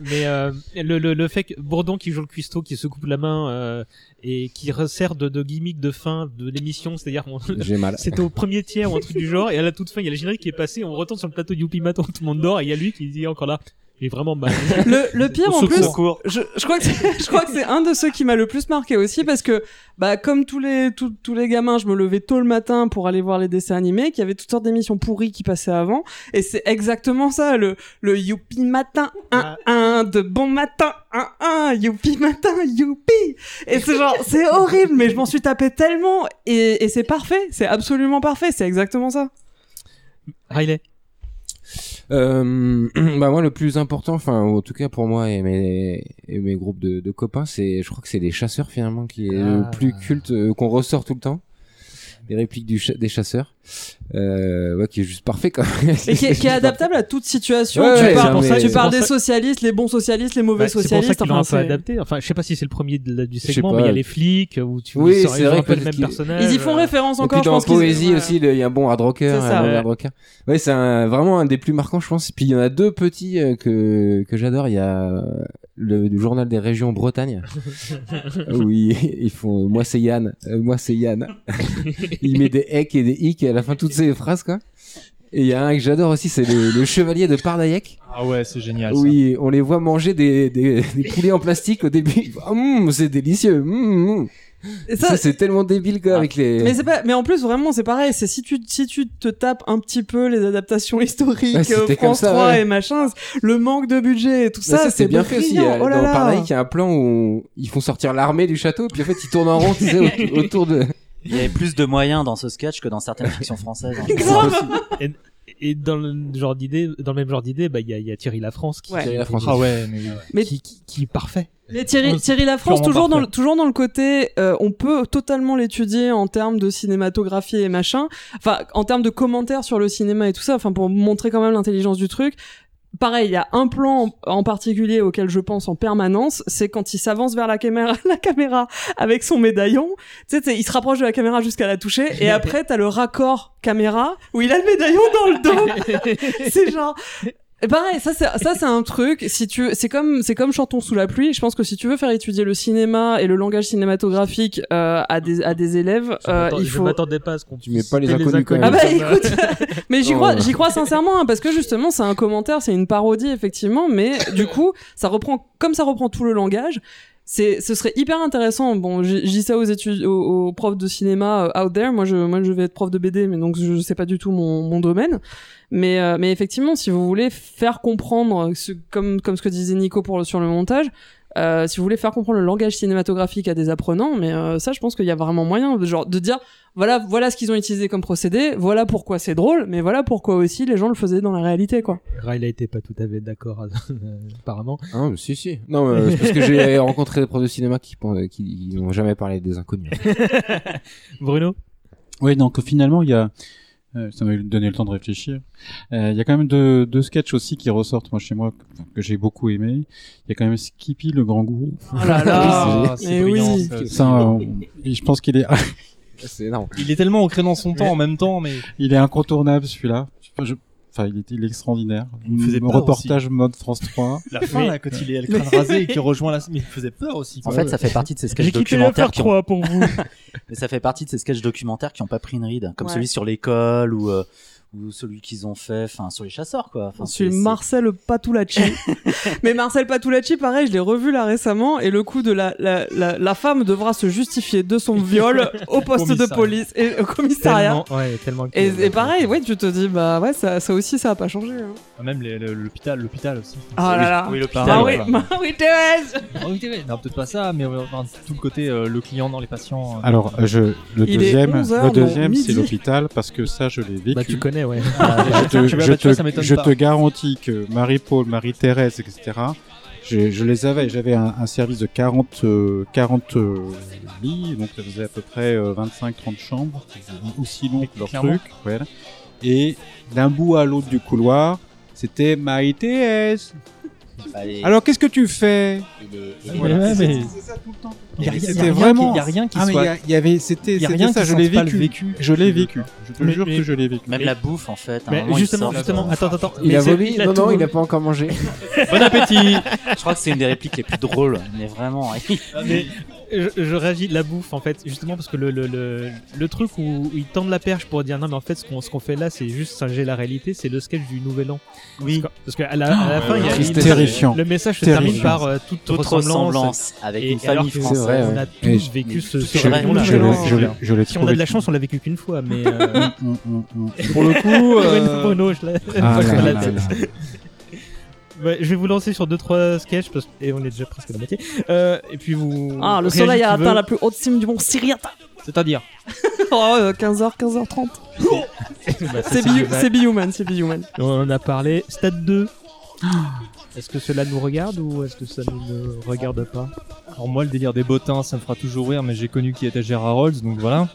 Speaker 1: Mais euh, le, le, le fait que Bourdon qui joue le cuistot, qui se coupe la main euh, et qui resserre de, de gimmick de fin de l'émission, c'est-à-dire on-
Speaker 11: J'ai mal.
Speaker 1: c'était au premier tiers ou un truc du genre, et à la toute fin il y a le générique qui est passé, on retourne sur le plateau de Youpi Maton, tout le monde dort, et il y a lui qui dit encore là, bah,
Speaker 13: J'ai vraiment mal.
Speaker 2: Le, le pire en plus, je, je crois que c'est- je crois que c'est un de ceux qui m'a le plus marqué aussi parce que bah comme tous les tous, tous les gamins, je me levais tôt le matin pour aller voir les dessins animés, qu'il y avait toutes sortes d'émissions pourries qui passaient avant et c'est exactement ça le le youpi matin un
Speaker 1: Ah.
Speaker 2: un de bon matin un un youpi matin youpi et c'est genre c'est horrible mais je m'en suis tapé tellement et, et c'est parfait, c'est absolument parfait, c'est exactement ça.
Speaker 1: Riley.
Speaker 11: Euh, bah moi le plus important, enfin en tout cas pour moi et mes, et mes groupes de, de copains, c'est je crois que c'est les chasseurs finalement qui est
Speaker 13: Ah.
Speaker 11: le plus culte euh, qu'on ressort tout le temps. Les répliques du cha- des chasseurs, euh, ouais, qui est juste parfait quand même.
Speaker 2: Et qui est, qui est adaptable à toute situation.
Speaker 11: Ouais,
Speaker 2: tu
Speaker 11: ouais,
Speaker 2: parles,
Speaker 11: c'est pour ça-
Speaker 2: tu
Speaker 11: c'est
Speaker 2: parles
Speaker 11: pour
Speaker 2: des
Speaker 11: ça-
Speaker 2: socialistes, les bons socialistes, les mauvais
Speaker 1: Bah, c'est pour ça
Speaker 2: socialistes.
Speaker 1: qu'ils l'ont
Speaker 2: enfin,
Speaker 1: un peu
Speaker 2: c'est-
Speaker 1: adapté. Enfin, je sais pas si c'est le premier de la- du
Speaker 11: sais
Speaker 1: segment,
Speaker 11: pas.
Speaker 1: mais il y a les flics où tu
Speaker 11: Oui,
Speaker 1: ils ont
Speaker 11: c'est vrai,
Speaker 1: un peu le
Speaker 11: peut-être
Speaker 1: même
Speaker 11: qu'ils-
Speaker 1: personnage.
Speaker 2: Ils y font référence encore,
Speaker 11: Et puis
Speaker 2: je
Speaker 11: dans
Speaker 2: pense. qu'ils-
Speaker 11: poésie
Speaker 2: ouais.
Speaker 11: aussi, le- il y a un bon hard rocker,
Speaker 2: C'est ça,
Speaker 11: un mauvais
Speaker 2: ouais.
Speaker 11: hard rocker. Ouais, c'est un- vraiment un des plus marquants, je pense. Puis il y en a deux petits euh, que que j'adore. Il y a euh, le, du journal des régions Bretagne. oui, ils font. euh, moi c'est Yann. euh, moi c'est Yann. il met des hecs et des hic à la fin de toutes ces phrases quoi. Et il y a un que j'adore aussi, c'est le, le chevalier de Pardaïek.
Speaker 3: Ah ouais, c'est génial. ça.
Speaker 11: Oui, on les voit manger des, des, des poulets en plastique au début. Ah, mm, c'est délicieux. mm, mm.
Speaker 2: Et ça- ah.
Speaker 11: Ça, c'est tellement débile quoi, avec les.
Speaker 2: Mais c'est pas, mais en plus vraiment c'est pareil, c'est si tu si tu te tapes un petit peu les adaptations historiques
Speaker 11: Ouais, c'était
Speaker 2: euh, France
Speaker 11: comme ça,
Speaker 2: 3
Speaker 11: ouais.
Speaker 2: et machin, le manque de budget et tout
Speaker 11: Bah,
Speaker 2: ça,
Speaker 11: c'est bien fait aussi. Il y a-
Speaker 2: brillant. Oh là
Speaker 11: dans
Speaker 2: là.
Speaker 11: Pareil, il y a un plan où ils font sortir l'armée du château, puis en fait ils tournent en rond tu sais, au- autour de.
Speaker 10: Il y avait plus de moyens dans ce sketch que dans certaines fictions françaises. hein.
Speaker 1: et, et dans le genre d'idée, dans le même genre d'idée, bah il y, a- il y a Thierry Lafrance qui
Speaker 2: Ouais. Thierry
Speaker 3: Lafrance. Ah ouais, mais oui.
Speaker 2: Mais-
Speaker 1: qui, qui- qui est parfait.
Speaker 2: Mais Thierry, Thierry Lafrance,
Speaker 1: Purement
Speaker 2: toujours dans, le,
Speaker 1: parfait.
Speaker 2: toujours dans le côté, euh, on peut totalement l'étudier en termes de cinématographie et machin, enfin en termes de commentaires sur le cinéma et tout ça, enfin pour montrer quand même l'intelligence du truc. Pareil, il y a un plan en- en particulier auquel je pense en permanence, c'est quand il s'avance vers la caméra, la caméra avec son médaillon. Tu sais, t'sais, il se rapproche de la caméra jusqu'à la toucher, et après t'as le raccord caméra où il a le médaillon dans le
Speaker 11: Euh,
Speaker 2: dos. c'est genre, et Pareil, ça c'est ça c'est un truc. Si tu c'est comme c'est comme chantons sous la pluie. Je pense que si tu veux faire étudier le cinéma et le langage cinématographique euh, à des à des élèves, euh,
Speaker 1: Attends,
Speaker 2: il
Speaker 1: je
Speaker 2: faut.
Speaker 1: m'attendais pas à ce qu'on
Speaker 11: mets pas les
Speaker 1: citer
Speaker 11: inconnus, quand même.
Speaker 2: Ah bah
Speaker 1: comme, euh,
Speaker 2: écoute, mais j'y
Speaker 11: Non,
Speaker 2: crois
Speaker 11: ouais.
Speaker 2: j'y crois sincèrement hein, parce que justement c'est un commentaire, c'est une parodie effectivement, mais du coup ça reprend comme ça reprend tout le langage. C'est, ce serait hyper intéressant. Bon, j- je dis ça aux études, aux, aux profs de cinéma euh, out there. Moi, je, moi, je vais être prof de BD, mais donc je sais pas du tout mon, mon domaine. Mais, euh, mais effectivement, si vous voulez faire comprendre, ce, comme, comme ce que disait Nico pour le, sur le montage, euh, si vous voulez faire comprendre le langage cinématographique à des apprenants, mais euh, ça, je pense qu'il y a vraiment moyen, de- genre, de dire, voilà, voilà ce qu'ils ont utilisé comme procédé, voilà pourquoi c'est drôle, mais voilà pourquoi aussi les gens le faisaient dans la réalité, quoi.
Speaker 1: Riley était pas tout à fait d'accord euh, apparemment.
Speaker 11: Ah, mais si, si. Non, mais c'est parce que j'ai rencontré des profs de cinéma qui pen- qui n'ont jamais parlé des inconnus.
Speaker 1: Bruno
Speaker 12: Oui, donc finalement, il y a. euh, Ça m'a donné le temps de réfléchir. Euh, Il y a quand même deux, deux sketchs aussi qui ressortent moi chez moi que, que j'ai beaucoup aimé. Il y a quand même Skippy le grand gourou.
Speaker 2: Oh là là,
Speaker 12: Ah,
Speaker 3: c'est mais brillant, Ah, oui. ça.
Speaker 12: Ça, euh, et je pense qu'il est.
Speaker 11: C'est énorme.
Speaker 3: Il est tellement ancré dans son temps
Speaker 12: Mais-
Speaker 3: en même temps, mais
Speaker 12: Il est incontournable celui-là. Je- je- Enfin, il est, il est extraordinaire.
Speaker 3: me faisait
Speaker 12: Mon
Speaker 3: peur
Speaker 12: reportage mode France 3.
Speaker 3: la fin
Speaker 12: Oui.
Speaker 3: là, quand il est le crâne rasé et qu'il rejoint la, mais il faisait peur aussi.
Speaker 10: En fait, ça fait partie de ces sketchs
Speaker 3: J'ai quitté
Speaker 10: documentaires
Speaker 3: l'affaire
Speaker 10: qui ont-
Speaker 3: trois
Speaker 10: Mais ça fait partie de ces sketchs documentaires qui n'ont pas pris une ride, comme
Speaker 2: Ouais.
Speaker 10: celui sur l'école ou euh, ou celui qu'ils ont fait, enfin sur les chasseurs quoi. Enfin,
Speaker 2: Sur
Speaker 10: c'est- c'est-
Speaker 2: Marcel Patulacci. Mais Marcel Patulacci, pareil, je l'ai revu là récemment, et le coup de la, la, la, la femme devra se justifier de son viol au poste de
Speaker 1: Commissariat.
Speaker 2: police et au commissariat.
Speaker 1: Tellement- ouais, tellement que-
Speaker 2: Et, et pareil, ouais, tu te dis, bah ouais, ça, ça aussi, ça a pas changé. hein.
Speaker 3: Même les- le- l'hôpital, l'hôpital aussi.
Speaker 2: Ah là là.
Speaker 3: Oui, l'hôpital.
Speaker 2: Ah oui,
Speaker 3: voilà.
Speaker 2: Marie Thérèse.
Speaker 3: Ah oui, t'es- Non, peut-être pas ça, mais euh, enfin, tout le côté euh, le client dans les patients. euh.
Speaker 12: Alors, euh, je, le
Speaker 3: Il est
Speaker 12: deuxième,
Speaker 3: 11 heures,
Speaker 12: le
Speaker 3: non,
Speaker 12: deuxième,
Speaker 3: midi.
Speaker 12: c'est l'hôpital parce que ça, je l'ai vécu.
Speaker 1: Bah, tu connais, ouais.
Speaker 12: Ah, je te,
Speaker 3: Tu vois,
Speaker 12: je
Speaker 3: bah, tu vois,
Speaker 12: te-
Speaker 3: ça m'étonne
Speaker 12: je
Speaker 3: pas.
Speaker 12: te garantis que Marie-Paul, Marie-Thérèse, etc. Je, je les avais. J'avais un, un service de 40, euh, 40 euh, lits, donc ça faisait à peu près euh, 25-30 chambres, aussi long que leur
Speaker 3: clairement.
Speaker 12: truc. voilà. Et d'un bout à l'autre du couloir, c'était Marie-Thérèse.
Speaker 10: Allez.
Speaker 12: Alors qu'est-ce que tu fais
Speaker 10: Et
Speaker 12: Voilà,
Speaker 10: voilà,
Speaker 12: c'est-
Speaker 10: c'est-
Speaker 12: c'est-
Speaker 10: c'est ça tout le temps.
Speaker 3: Y a rien- y a
Speaker 12: C'était
Speaker 3: rien
Speaker 12: vraiment.
Speaker 3: qui- y a rien qui
Speaker 12: Ah, mais
Speaker 3: soit-
Speaker 12: y a- y avait, c'était,
Speaker 3: y a
Speaker 12: c'était
Speaker 3: rien
Speaker 12: ça,
Speaker 3: qui
Speaker 12: je l'ai
Speaker 3: sente pas
Speaker 12: vécu.
Speaker 3: le vécu.
Speaker 12: Je l'ai vécu. Je te
Speaker 3: Mais-
Speaker 12: jure
Speaker 3: mais-
Speaker 12: que je l'ai vécu.
Speaker 10: Même la bouffe en fait. à un
Speaker 1: Mais
Speaker 10: moment, ils
Speaker 1: justement,
Speaker 10: sortent,
Speaker 1: justement,
Speaker 10: euh,
Speaker 1: attends, attends,
Speaker 11: Il
Speaker 1: Mais
Speaker 11: a
Speaker 1: c'est-
Speaker 11: vomi
Speaker 1: il a
Speaker 11: Non,
Speaker 1: tout
Speaker 11: non, il
Speaker 1: vomi.
Speaker 11: a pas encore mangé.
Speaker 3: Bon appétit
Speaker 10: Je crois que c'est une des répliques les plus drôles, mais vraiment.
Speaker 3: Mais
Speaker 1: je, je réagis de la bouffe en fait, justement parce que le, le, le, le truc où ils tendent la perche pour dire non mais en fait ce qu'on ce qu'on fait là c'est juste singer la réalité, c'est le sketch du Nouvel An.
Speaker 10: Oui.
Speaker 1: Parce qu'à la, à la
Speaker 10: Oh,
Speaker 1: fin il y a
Speaker 10: triste,
Speaker 1: il-
Speaker 10: terrifiant.
Speaker 1: le message se
Speaker 10: Terrifiant.
Speaker 1: termine par euh, toute,
Speaker 10: Toute ressemblance avec
Speaker 1: Et-
Speaker 10: une
Speaker 1: et alors
Speaker 10: famille
Speaker 1: que
Speaker 10: française. C'est vrai,
Speaker 1: On a
Speaker 10: ouais.
Speaker 1: tous
Speaker 10: Et je-
Speaker 1: vécu ce,
Speaker 10: je-
Speaker 1: ce
Speaker 10: je l'ai-
Speaker 1: réveillon-là.
Speaker 10: je l'ai- je l'ai-
Speaker 12: hein.
Speaker 10: je l'ai
Speaker 1: Si on a de
Speaker 10: trouvé-
Speaker 1: la chance, on l'a vécu qu'une fois, mais euh,
Speaker 12: Pour le coup,
Speaker 1: Pour une
Speaker 12: euh,
Speaker 1: fois, non, je l'ai-
Speaker 12: Ah
Speaker 1: je
Speaker 12: là
Speaker 1: l'ai
Speaker 12: là
Speaker 1: tête.
Speaker 12: là.
Speaker 1: Ouais, Bah, je vais vous lancer sur deux trois sketchs parce et on est déjà presque à la moitié. Euh, et puis vous.
Speaker 2: Ah, le
Speaker 1: réagissez
Speaker 2: soleil a
Speaker 1: qui veut.
Speaker 2: atteint la plus haute cime du mont Syriac.
Speaker 1: C'est-à-dire.
Speaker 2: oh, 15h, 15h30.
Speaker 1: Bah, ça,
Speaker 2: c'est Be You-
Speaker 1: du-
Speaker 2: c'est Be Human, c'est Be Human.
Speaker 1: On en a parlé. Stade 2.
Speaker 2: Ah.
Speaker 1: Est-ce que cela nous regarde ou est-ce que ça nous ne regarde pas
Speaker 3: Alors moi, le délire des bottins, ça me fera toujours rire, mais j'ai connu qui était Gérard Rolls, donc voilà.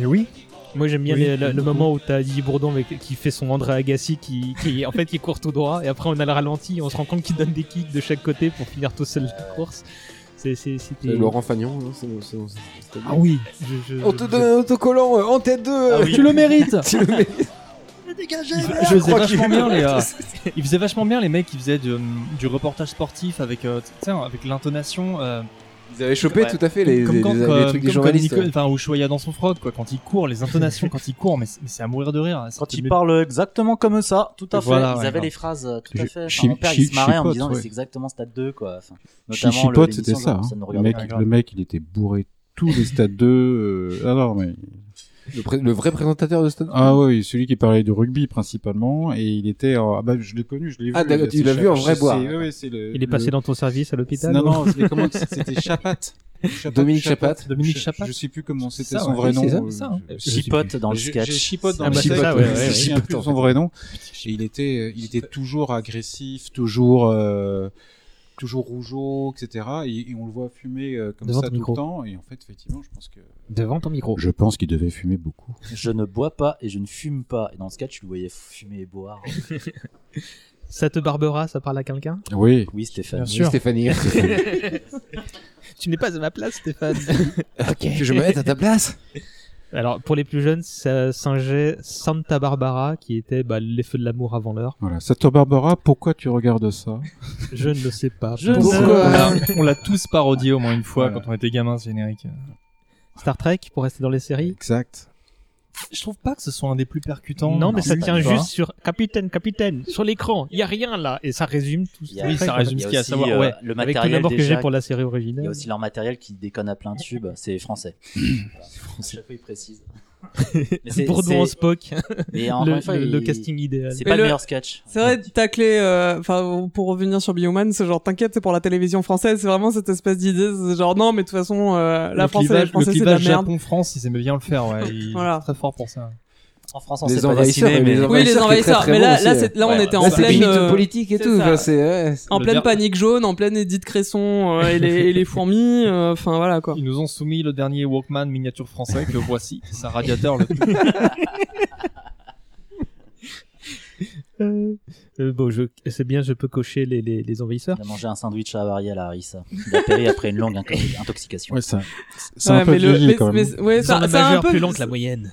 Speaker 3: Et oui.
Speaker 1: Moi j'aime bien
Speaker 3: Oui,
Speaker 1: les- le, le
Speaker 3: beaucoup.
Speaker 1: moment où t'as Didier Bourdon avec- qui fait son André Agassi qui, qui en fait qui court tout droit et après on a le ralenti et on se rend compte qu'il donne des kicks de chaque côté pour finir tout seul la course. C'est c'est- c'était-
Speaker 11: C'est Laurent Fagnon, non C'est- c'est- c'est- c'est-
Speaker 1: Ah oui. Je- je-
Speaker 11: On te donne un autocollant euh, en tête de. euh,
Speaker 3: Ah oui. Tu le mérites.
Speaker 11: Tu le mérites.
Speaker 3: Je faisais
Speaker 11: crois
Speaker 3: vachement
Speaker 11: qu'il-
Speaker 3: bien les. euh, ils faisaient vachement bien les mecs qui faisaient du, du reportage sportif avec, euh, tu sais, avec l'intonation. euh,
Speaker 11: Ils avaient chopé tout à fait les-
Speaker 3: Comme
Speaker 11: les-
Speaker 3: quand- euh,
Speaker 11: les- les
Speaker 3: comme-
Speaker 11: trucs des
Speaker 3: comme quand
Speaker 11: journalistes,
Speaker 3: Nico-
Speaker 11: ouais.
Speaker 3: Enfin, Ushuaïa dans son froc, quoi. Quand il court, les intonations, quand il court, mais c'est mais c'est à mourir de rire.
Speaker 10: Quand ils parlent exactement comme ça, tout à fait.
Speaker 3: Voilà,
Speaker 10: ils
Speaker 3: ouais,
Speaker 10: avaient
Speaker 3: non.
Speaker 10: les phrases euh, tout à
Speaker 3: Je-
Speaker 10: fait. Enfin,
Speaker 3: chi-
Speaker 10: mon père,
Speaker 3: chi-
Speaker 10: il se marrait en me
Speaker 3: chipote,
Speaker 10: disant,
Speaker 3: ouais.
Speaker 10: mais c'est exactement Stade 2, quoi. Enfin, notamment le-
Speaker 12: Chichipote,
Speaker 10: l'émission,
Speaker 12: c'était ça.
Speaker 10: genre,
Speaker 12: hein.
Speaker 10: ne
Speaker 12: Le
Speaker 10: regarde
Speaker 12: mec,
Speaker 10: pas.
Speaker 12: le mec, il était bourré tous les stades 2. euh, Alors, mais.
Speaker 11: Le, pré- le vrai présentateur de Stade
Speaker 12: Ah oui, celui qui parlait de rugby principalement, et il était. en- Ah bah, je l'ai connu, je l'ai vu.
Speaker 11: Ah, d'accord, tu
Speaker 12: C'est
Speaker 11: l'as
Speaker 12: Cha-
Speaker 11: vu en
Speaker 12: je
Speaker 11: vrai
Speaker 12: sais,
Speaker 11: boire.
Speaker 12: ouais, ouais, c'est le-
Speaker 1: Il est passé
Speaker 12: le-
Speaker 1: dans ton service à l'hôpital
Speaker 12: Non,
Speaker 1: ou-
Speaker 12: non, c'était comment C'était Chapat. Chapat,
Speaker 11: Dominique
Speaker 12: Chapat.
Speaker 11: Chapat.
Speaker 3: Dominique
Speaker 12: Je-
Speaker 3: Chapat.
Speaker 12: Je sais plus comment
Speaker 3: C'est
Speaker 12: c'était
Speaker 3: ça,
Speaker 12: son
Speaker 3: ouais.
Speaker 12: vrai
Speaker 3: Oui,
Speaker 12: nom.
Speaker 3: c'est ça,
Speaker 12: euh,
Speaker 3: c'est ça, hein.
Speaker 12: je- je-
Speaker 10: Chipote
Speaker 12: je-
Speaker 10: dans le
Speaker 12: j'ai-
Speaker 10: sketch.
Speaker 12: J'ai chipote dans
Speaker 10: Ah,
Speaker 12: le
Speaker 10: bah, c'est
Speaker 12: sketch.
Speaker 10: ça, ouais, ouais,
Speaker 12: Je me
Speaker 10: ouais.
Speaker 12: souviens plus de son vrai nom. Et il était, euh, il était toujours agressif, toujours, euh, toujours rougeau, etc. Et, et on le voit fumer euh, comme
Speaker 1: Devant
Speaker 12: ça
Speaker 1: ton
Speaker 12: tout
Speaker 1: micro.
Speaker 12: le temps. Et en fait, effectivement, je pense que.
Speaker 1: Devant ton micro.
Speaker 12: Je pense qu'il devait fumer beaucoup.
Speaker 10: Je ne bois pas et je ne fume pas. Et dans le sketch, tu le voyais fumer et boire.
Speaker 1: Ça te barbera, ça parle à quelqu'un
Speaker 12: Oui.
Speaker 10: Oui, Stéphane.
Speaker 11: sûr. Stéphanie.
Speaker 1: tu n'es pas à ma place, Stéphane.
Speaker 11: Ok. Que je me mette à ta place.
Speaker 1: Alors, pour les plus jeunes, ça singeait Santa Barbara, qui était bah, les feux de l'amour avant l'heure.
Speaker 12: Voilà. Sato Barbara, pourquoi tu regardes ça
Speaker 1: Je ne le sais pas.
Speaker 3: Je
Speaker 1: Pourquoi
Speaker 3: sais pas. On l'a- on l'a tous parodié au moins une fois
Speaker 12: Voilà.
Speaker 3: quand on était gamin, ce générique.
Speaker 1: Star Trek, pour rester dans les séries
Speaker 12: Exact.
Speaker 3: Je trouve pas que ce soit un des plus percutants.
Speaker 1: non, mais ça tient
Speaker 3: Tu vois.
Speaker 1: juste sur Capitaine, Capitaine, sur l'écran, il y a rien là, et ça résume tout.
Speaker 10: Il y a-
Speaker 3: Oui, ça
Speaker 1: Trek,
Speaker 3: résume
Speaker 1: en
Speaker 10: il y
Speaker 3: ce
Speaker 10: a
Speaker 3: qu'il y a à
Speaker 10: aussi,
Speaker 3: savoir.
Speaker 10: euh,
Speaker 3: Ouais.
Speaker 10: le
Speaker 1: fait. Avec
Speaker 10: matériel
Speaker 1: tout l'amour que
Speaker 10: déjà
Speaker 1: j'ai pour la série
Speaker 10: Il y a
Speaker 1: originale.
Speaker 10: aussi leur matériel qui déconne à plein tube, c'est français. Voilà. Chaque fois, ils précisent. Mais c'est-
Speaker 1: Bourdon en
Speaker 10: c'est-
Speaker 1: Spock,
Speaker 10: Mais encore
Speaker 1: Le-
Speaker 10: une fois,
Speaker 1: le- le
Speaker 10: il-
Speaker 1: casting idéal.
Speaker 2: Mais
Speaker 10: C'est pas le
Speaker 2: le-
Speaker 10: meilleur sketch.
Speaker 2: C'est vrai, tacler, euh, enfin, pour revenir sur Be Human, c'est genre, t'inquiète, c'est pour la télévision française, c'est vraiment cette espèce d'idée, c'est genre, non, mais de toute façon, euh, la
Speaker 3: le
Speaker 2: France,
Speaker 3: clivage,
Speaker 2: la française,
Speaker 3: le
Speaker 2: c'est de la
Speaker 3: clivage
Speaker 2: merde.
Speaker 3: Japon-France, ils aimaient bien le faire. Ouais. Ils
Speaker 2: Voilà.
Speaker 3: sont très forts pour ça.
Speaker 10: En France, on
Speaker 11: Les
Speaker 10: sait pas
Speaker 11: envahisseurs,
Speaker 10: dessiner,
Speaker 11: mais
Speaker 10: mais
Speaker 11: les
Speaker 2: Oui, les
Speaker 11: Envahisseur qui est très,
Speaker 2: envahisseurs,
Speaker 11: très
Speaker 2: mais
Speaker 11: bon
Speaker 2: là,
Speaker 11: aussi, euh.
Speaker 2: là,
Speaker 11: ouais.
Speaker 2: c'est- là, on
Speaker 10: Ouais,
Speaker 2: était
Speaker 10: ouais.
Speaker 2: en
Speaker 11: Là, c'est
Speaker 2: pleine,
Speaker 11: limite
Speaker 2: euh,
Speaker 11: politique et
Speaker 2: c'est
Speaker 11: tout.
Speaker 2: ça.
Speaker 11: quoi, c'est- ouais, c'est-
Speaker 2: en
Speaker 3: Le
Speaker 2: pleine
Speaker 3: Jap-
Speaker 2: panique jaune, en pleine Edith Cresson, euh, et les, et les fourmis, euh, enfin, voilà, quoi.
Speaker 3: Ils nous ont soumis le dernier Walkman miniature français que voici. C'est un radiateur. Le...
Speaker 1: Euh, euh, bon, je- c'est bien, je peux cocher les, les, les envahisseurs.
Speaker 10: Il a mangé un sandwich à Avariel à Harissa. Il a péri après une longue inco- intoxication.
Speaker 12: Ouais, ça. C'est un
Speaker 2: Ouais,
Speaker 12: peu
Speaker 2: mais le-
Speaker 12: vieilli
Speaker 2: mais-
Speaker 12: quand même.
Speaker 2: mais- ouais,
Speaker 1: Ils ont
Speaker 2: ça,
Speaker 1: un
Speaker 2: ça a un
Speaker 1: majeur
Speaker 2: peu,
Speaker 1: plus lent que la moyenne.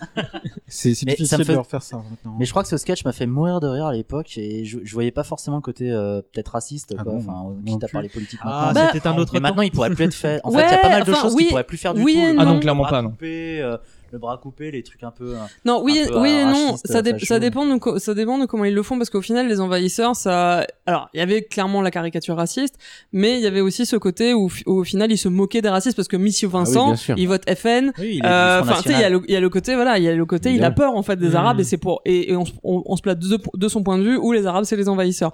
Speaker 12: C'est c'est
Speaker 10: Mais ça
Speaker 12: difficile
Speaker 10: me fait-
Speaker 12: de refaire ça maintenant.
Speaker 10: Mais je crois que ce sketch m'a fait mourir de rire à l'époque et je, je voyais pas forcément le côté euh, peut-être raciste,
Speaker 12: Ah
Speaker 10: quoi.
Speaker 12: bon,
Speaker 10: enfin, euh,
Speaker 12: non
Speaker 10: quitte à
Speaker 12: plus.
Speaker 10: parler politique.
Speaker 1: Ah,
Speaker 10: maintenant.
Speaker 2: Bah,
Speaker 1: c'était un autre
Speaker 10: mais
Speaker 1: temps.
Speaker 10: maintenant, il pourrait plus être fait. En
Speaker 2: Ouais,
Speaker 10: fait, il y a pas mal de
Speaker 2: enfin,
Speaker 10: choses
Speaker 2: oui
Speaker 10: qu'il
Speaker 2: et-
Speaker 10: pourrait plus faire du
Speaker 2: oui
Speaker 10: tout.
Speaker 2: et
Speaker 10: Le
Speaker 2: Ah non,
Speaker 10: bras
Speaker 3: clairement pas, non.
Speaker 10: Coupé, euh, le bras coupé, les trucs un peu. hein.
Speaker 2: Non, oui,
Speaker 10: un
Speaker 2: et-
Speaker 10: peu
Speaker 2: oui et non,
Speaker 10: raciste,
Speaker 2: ça, dé-
Speaker 10: facho.
Speaker 2: ça dépend de co- ça dépend de comment ils le font parce qu'au final les envahisseurs ça alors il y avait clairement la caricature raciste mais il y avait aussi ce côté où, fi- où au final ils se moquaient des racistes parce que
Speaker 10: Ah
Speaker 2: Monsieur
Speaker 11: oui,
Speaker 2: Vincent
Speaker 11: bien sûr.
Speaker 2: il vote FN
Speaker 10: Oui, il est
Speaker 2: euh,
Speaker 10: du Front
Speaker 2: enfin tu sais il y a
Speaker 10: National.
Speaker 2: le il y a le côté voilà il y a le côté il a
Speaker 11: Évidemment.
Speaker 2: peur en fait des
Speaker 1: Mm.
Speaker 2: arabes et c'est pour et, et on, se- on- on se place de, de son point de vue où les arabes c'est les envahisseurs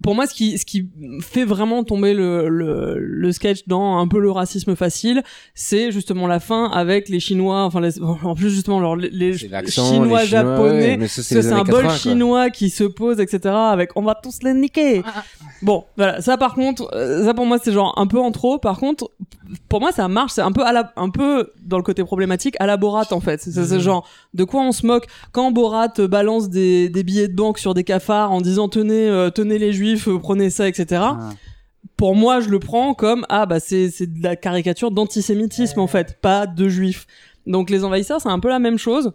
Speaker 2: pour moi, ce qui, ce qui fait vraiment tomber le, le, le sketch dans un peu le racisme facile, c'est justement la fin avec les Chinois, enfin les- en plus justement leur, les, les
Speaker 11: C'est l'accent, les
Speaker 2: Chinois, japonais,
Speaker 11: ouais, mais ça, c'est
Speaker 2: ce
Speaker 11: les années
Speaker 2: symbole
Speaker 11: 80, quoi.
Speaker 2: chinois qui se pose, etc. Avec on va tous les niquer. Bon, voilà, ça par contre, euh, ça pour moi c'est genre un peu en trop. Par contre, pour moi ça marche, c'est un peu à la, un peu dans le côté problématique à la Borat en fait. C'est
Speaker 11: Mhm.
Speaker 2: c'est genre de quoi on se moque quand Borat euh, balance des, des billets de banque sur des cafards en disant tenez, euh, tenez les juifs, euh, prenez ça, etc.
Speaker 12: Ah.
Speaker 2: Pour moi, je le prends comme ah bah c'est c'est de la caricature d'antisémitisme en fait, pas de juifs. Donc les envahisseurs, c'est un peu la même chose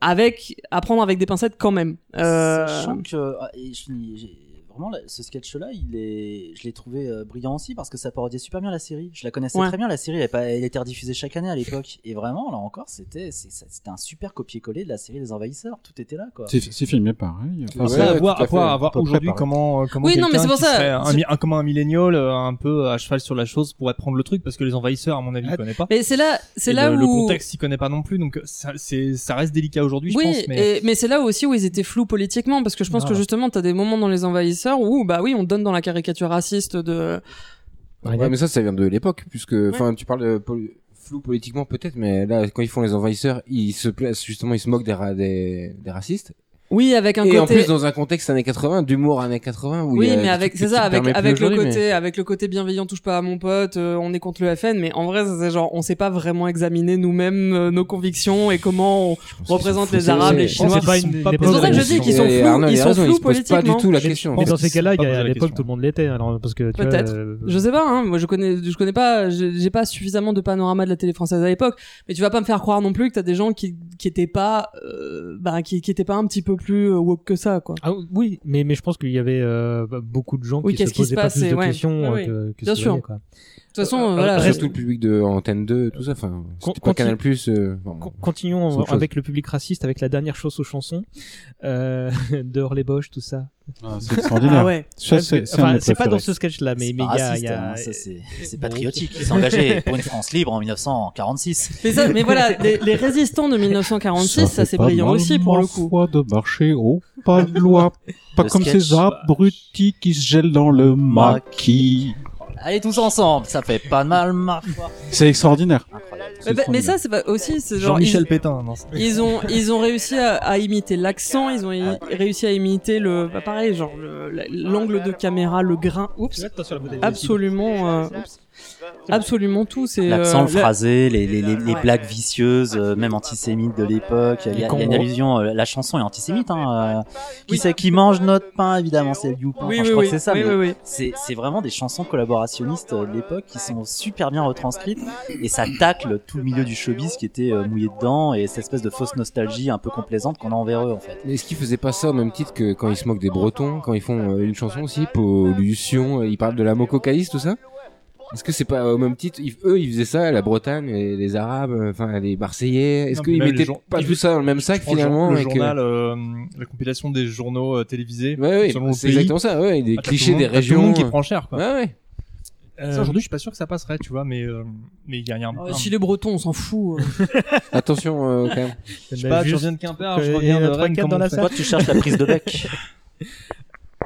Speaker 2: avec à prendre avec des pincettes quand même. Euh,
Speaker 10: Sachant que. ah, et je finis- j'ai- vraiment, là, ce sketch-là, il est, je l'ai trouvé euh, brillant aussi parce que ça parodiait super bien la série. Je la connaissais
Speaker 2: Ouais.
Speaker 10: très bien, la série. Elle, est pas- elle était rediffusée chaque année à l'époque. Et vraiment, là encore, c'était, c'est- ça- c'était un super copier-coller de la série Les Envahisseurs. Tout était là, quoi.
Speaker 12: C'est c'est filmé hein, pareil.
Speaker 3: Après, à voir, à voir- à voir aujourd'hui comment, euh, comment
Speaker 10: Oui, non,
Speaker 3: quelqu'un
Speaker 10: mais c'est pour
Speaker 3: qui
Speaker 10: ça.
Speaker 3: serait un,
Speaker 10: C'est-
Speaker 3: mi- un- comment un millénial euh, un peu à cheval sur la chose pourrait prendre le truc parce que les envahisseurs à mon
Speaker 11: Ah,
Speaker 3: avis ne connaît pas.
Speaker 2: mais c'est là- c'est
Speaker 3: Et
Speaker 2: là
Speaker 3: le,
Speaker 2: où-
Speaker 3: le contexte s'y connaît pas non plus donc ça, c'est- ça reste délicat aujourd'hui
Speaker 2: oui,
Speaker 3: je pense mais
Speaker 2: et- mais c'est là aussi où ils étaient flous politiquement, parce que je pense
Speaker 3: Ah.
Speaker 2: que justement, t'as des moments dans Les Envahisseurs où, bah oui, on donne dans la caricature raciste de.
Speaker 11: Ouais, mais ça, ça vient de l'époque, puisque, enfin, tu parles de pol- flou politiquement peut-être, mais là, quand ils font les envahisseurs, ils se placent justement, ils se moquent des, ra- des, des racistes.
Speaker 2: Oui, avec un
Speaker 11: et
Speaker 2: côté.
Speaker 11: en plus, dans un contexte années 80, d'humour années 80, où il
Speaker 2: oui,
Speaker 11: y a
Speaker 2: mais
Speaker 11: des
Speaker 2: avec
Speaker 11: trucs
Speaker 2: c'est
Speaker 11: qui
Speaker 2: ça,
Speaker 11: te
Speaker 2: avec
Speaker 11: permettent
Speaker 2: avec le
Speaker 11: aujourd'hui,
Speaker 2: côté,
Speaker 11: mais-
Speaker 2: avec le côté bienveillant, touche pas à mon pote, euh, on est contre le FN, mais en vrai, ça, c'est genre, on s'est pas vraiment examiné nous-mêmes euh, nos convictions et comment on représente les Arabes, les Chinois.
Speaker 1: C'est pas une- pas
Speaker 2: pour ça que je dis qu'ils sont
Speaker 11: Et
Speaker 2: flous,
Speaker 11: Arnaud, il
Speaker 2: ils
Speaker 11: a
Speaker 2: sont
Speaker 11: raison,
Speaker 2: flous
Speaker 11: se posent
Speaker 2: politiquement.
Speaker 11: pas du tout la question.
Speaker 1: Mais dans ces cas-là, il y a- à l'époque,
Speaker 11: question.
Speaker 1: tout le monde l'était. Alors, parce que tu vois,
Speaker 2: Peut-être.
Speaker 1: euh,
Speaker 2: Je sais pas, hein. Moi, je connais, je connais pas, j'ai j'ai pas suffisamment de panorama de la télé française à l'époque. Mais tu vas pas me faire croire non plus que t'as des gens qui, qui étaient pas, euh, bah, qui, qui étaient pas un petit peu plus euh, woke que ça, quoi.
Speaker 1: Ah oui, mais, mais je pense qu'il y avait euh, beaucoup de gens
Speaker 2: Oui,
Speaker 1: qui se
Speaker 2: qu'est-ce qui se
Speaker 1: posaient pas
Speaker 2: passe,
Speaker 1: plus de
Speaker 2: ouais.
Speaker 1: questions
Speaker 2: Oui,
Speaker 1: euh, que, que
Speaker 2: bien
Speaker 1: ce
Speaker 2: sûr.
Speaker 1: voyait, quoi.
Speaker 2: De toute façon,
Speaker 1: Euh,
Speaker 2: euh, voilà.
Speaker 1: reste-
Speaker 11: Surtout le public de Antenne 2, tout ça, enfin, c'était
Speaker 1: Con-
Speaker 11: pas Canal Plus, euh,
Speaker 1: Con- Continuons
Speaker 11: autre chose.
Speaker 1: avec le public raciste, avec la dernière chose aux chansons, euh, dehors les boches, tout ça.
Speaker 12: Ah, c'est extraordinaire. Ah ouais. Ça,
Speaker 1: Ouais,
Speaker 12: c'est-
Speaker 1: parce que-
Speaker 12: c'est un de
Speaker 1: enfin,
Speaker 12: mes
Speaker 1: c'est pas
Speaker 12: préférés.
Speaker 1: dans ce sketch-là, mais
Speaker 10: C'est
Speaker 1: mais
Speaker 10: pas
Speaker 1: il y a-
Speaker 10: raciste,
Speaker 1: il y a. euh,
Speaker 10: hein, ça, c'est- c'est
Speaker 1: Bon.
Speaker 10: patriotique. Ils s'engageaient pour une France libre en 1946.
Speaker 2: Mais, ça- mais voilà, les, les résistants de 1946, ça, c'est brillant aussi pour le coup.
Speaker 12: de marcher au pas de loi. Pas
Speaker 10: Le
Speaker 12: comme
Speaker 10: sketch,
Speaker 12: ces abrutis qui se gèlent dans le maquis.
Speaker 10: Allez tous ensemble, ça fait pas mal marre.
Speaker 12: C'est extraordinaire.
Speaker 2: Mais, bah- mais ça, c'est pas aussi, c'est genre.
Speaker 3: Jean-Michel
Speaker 2: ils-
Speaker 3: Pétain non, c'est-
Speaker 2: Ils ont, ils ont réussi à, à imiter l'accent, ils ont i- réussi à imiter le, bah, pareil, genre le- la- l'angle de caméra, le grain, oups, absolument, euh, oups. absolument tout, c'est euh,
Speaker 10: L'accent, le
Speaker 2: la-
Speaker 10: phrasé, les, les, les, les blagues vicieuses, euh, même antisémites de l'époque. Il y, a- il y a une allusion, euh, la chanson est antisémite. Hein, euh, qui c'est qui mange notre pain Évidemment, c'est le Youpin.
Speaker 2: Oui,
Speaker 10: Enfin,
Speaker 2: oui,
Speaker 10: je crois
Speaker 2: oui.
Speaker 10: que c'est ça.
Speaker 2: Oui,
Speaker 10: mais
Speaker 2: oui, oui.
Speaker 10: C'est, c'est vraiment des chansons collaborationnistes euh, de l'époque qui sont super bien retranscrites et ça tacle tout le milieu du showbiz qui était euh, mouillé dedans et cette espèce de fausse nostalgie un peu complaisante qu'on a envers eux en fait.
Speaker 11: Mais est-ce qu'ils faisaient pas ça au même titre que quand ils se moquent des Bretons, quand ils font euh, une chanson aussi, pollution, euh, ils parlent de la mococaïse, tout ça Est-ce que c'est pas au même titre Ils- Eux, ils faisaient ça, la Bretagne, les, les Arabes, euh, enfin les Marseillais. Est-ce
Speaker 3: Non, mais
Speaker 11: qu'ils
Speaker 3: même les
Speaker 11: mettaient
Speaker 3: gens-
Speaker 11: pas
Speaker 3: ils-
Speaker 11: tout ça dans le même sac
Speaker 3: je prends le
Speaker 11: finalement
Speaker 3: jour- Le
Speaker 11: et que-
Speaker 3: journal, euh, la compilation des journaux euh, télévisés.
Speaker 11: Ouais, ouais,
Speaker 3: selon le
Speaker 11: c'est
Speaker 3: pays.
Speaker 11: exactement ça, ouais, des
Speaker 3: Ah, t'as
Speaker 11: clichés
Speaker 3: tout le
Speaker 11: des
Speaker 3: monde- t'as Tout le monde qui
Speaker 11: régions. euh.
Speaker 3: prend cher, quoi.
Speaker 11: Ouais, ouais.
Speaker 1: euh,
Speaker 3: Ça, aujourd'hui, je suis pas sûr que ça passerait, tu vois, mais euh, mais il y a, il y a un.
Speaker 10: Ah.
Speaker 2: Euh,
Speaker 3: un-
Speaker 2: Si les Bretons, on s'en fout. euh.
Speaker 11: Attention euh, quand même.
Speaker 3: Je sais pas, Bah, tu
Speaker 1: Juste
Speaker 3: reviens de Quimper, je
Speaker 1: que-
Speaker 3: reviens de
Speaker 1: et un trois
Speaker 3: Rennes.
Speaker 1: quarts
Speaker 3: comment
Speaker 1: dans la
Speaker 3: on fait
Speaker 1: salle.
Speaker 10: Toi, tu cherches la prise de bec.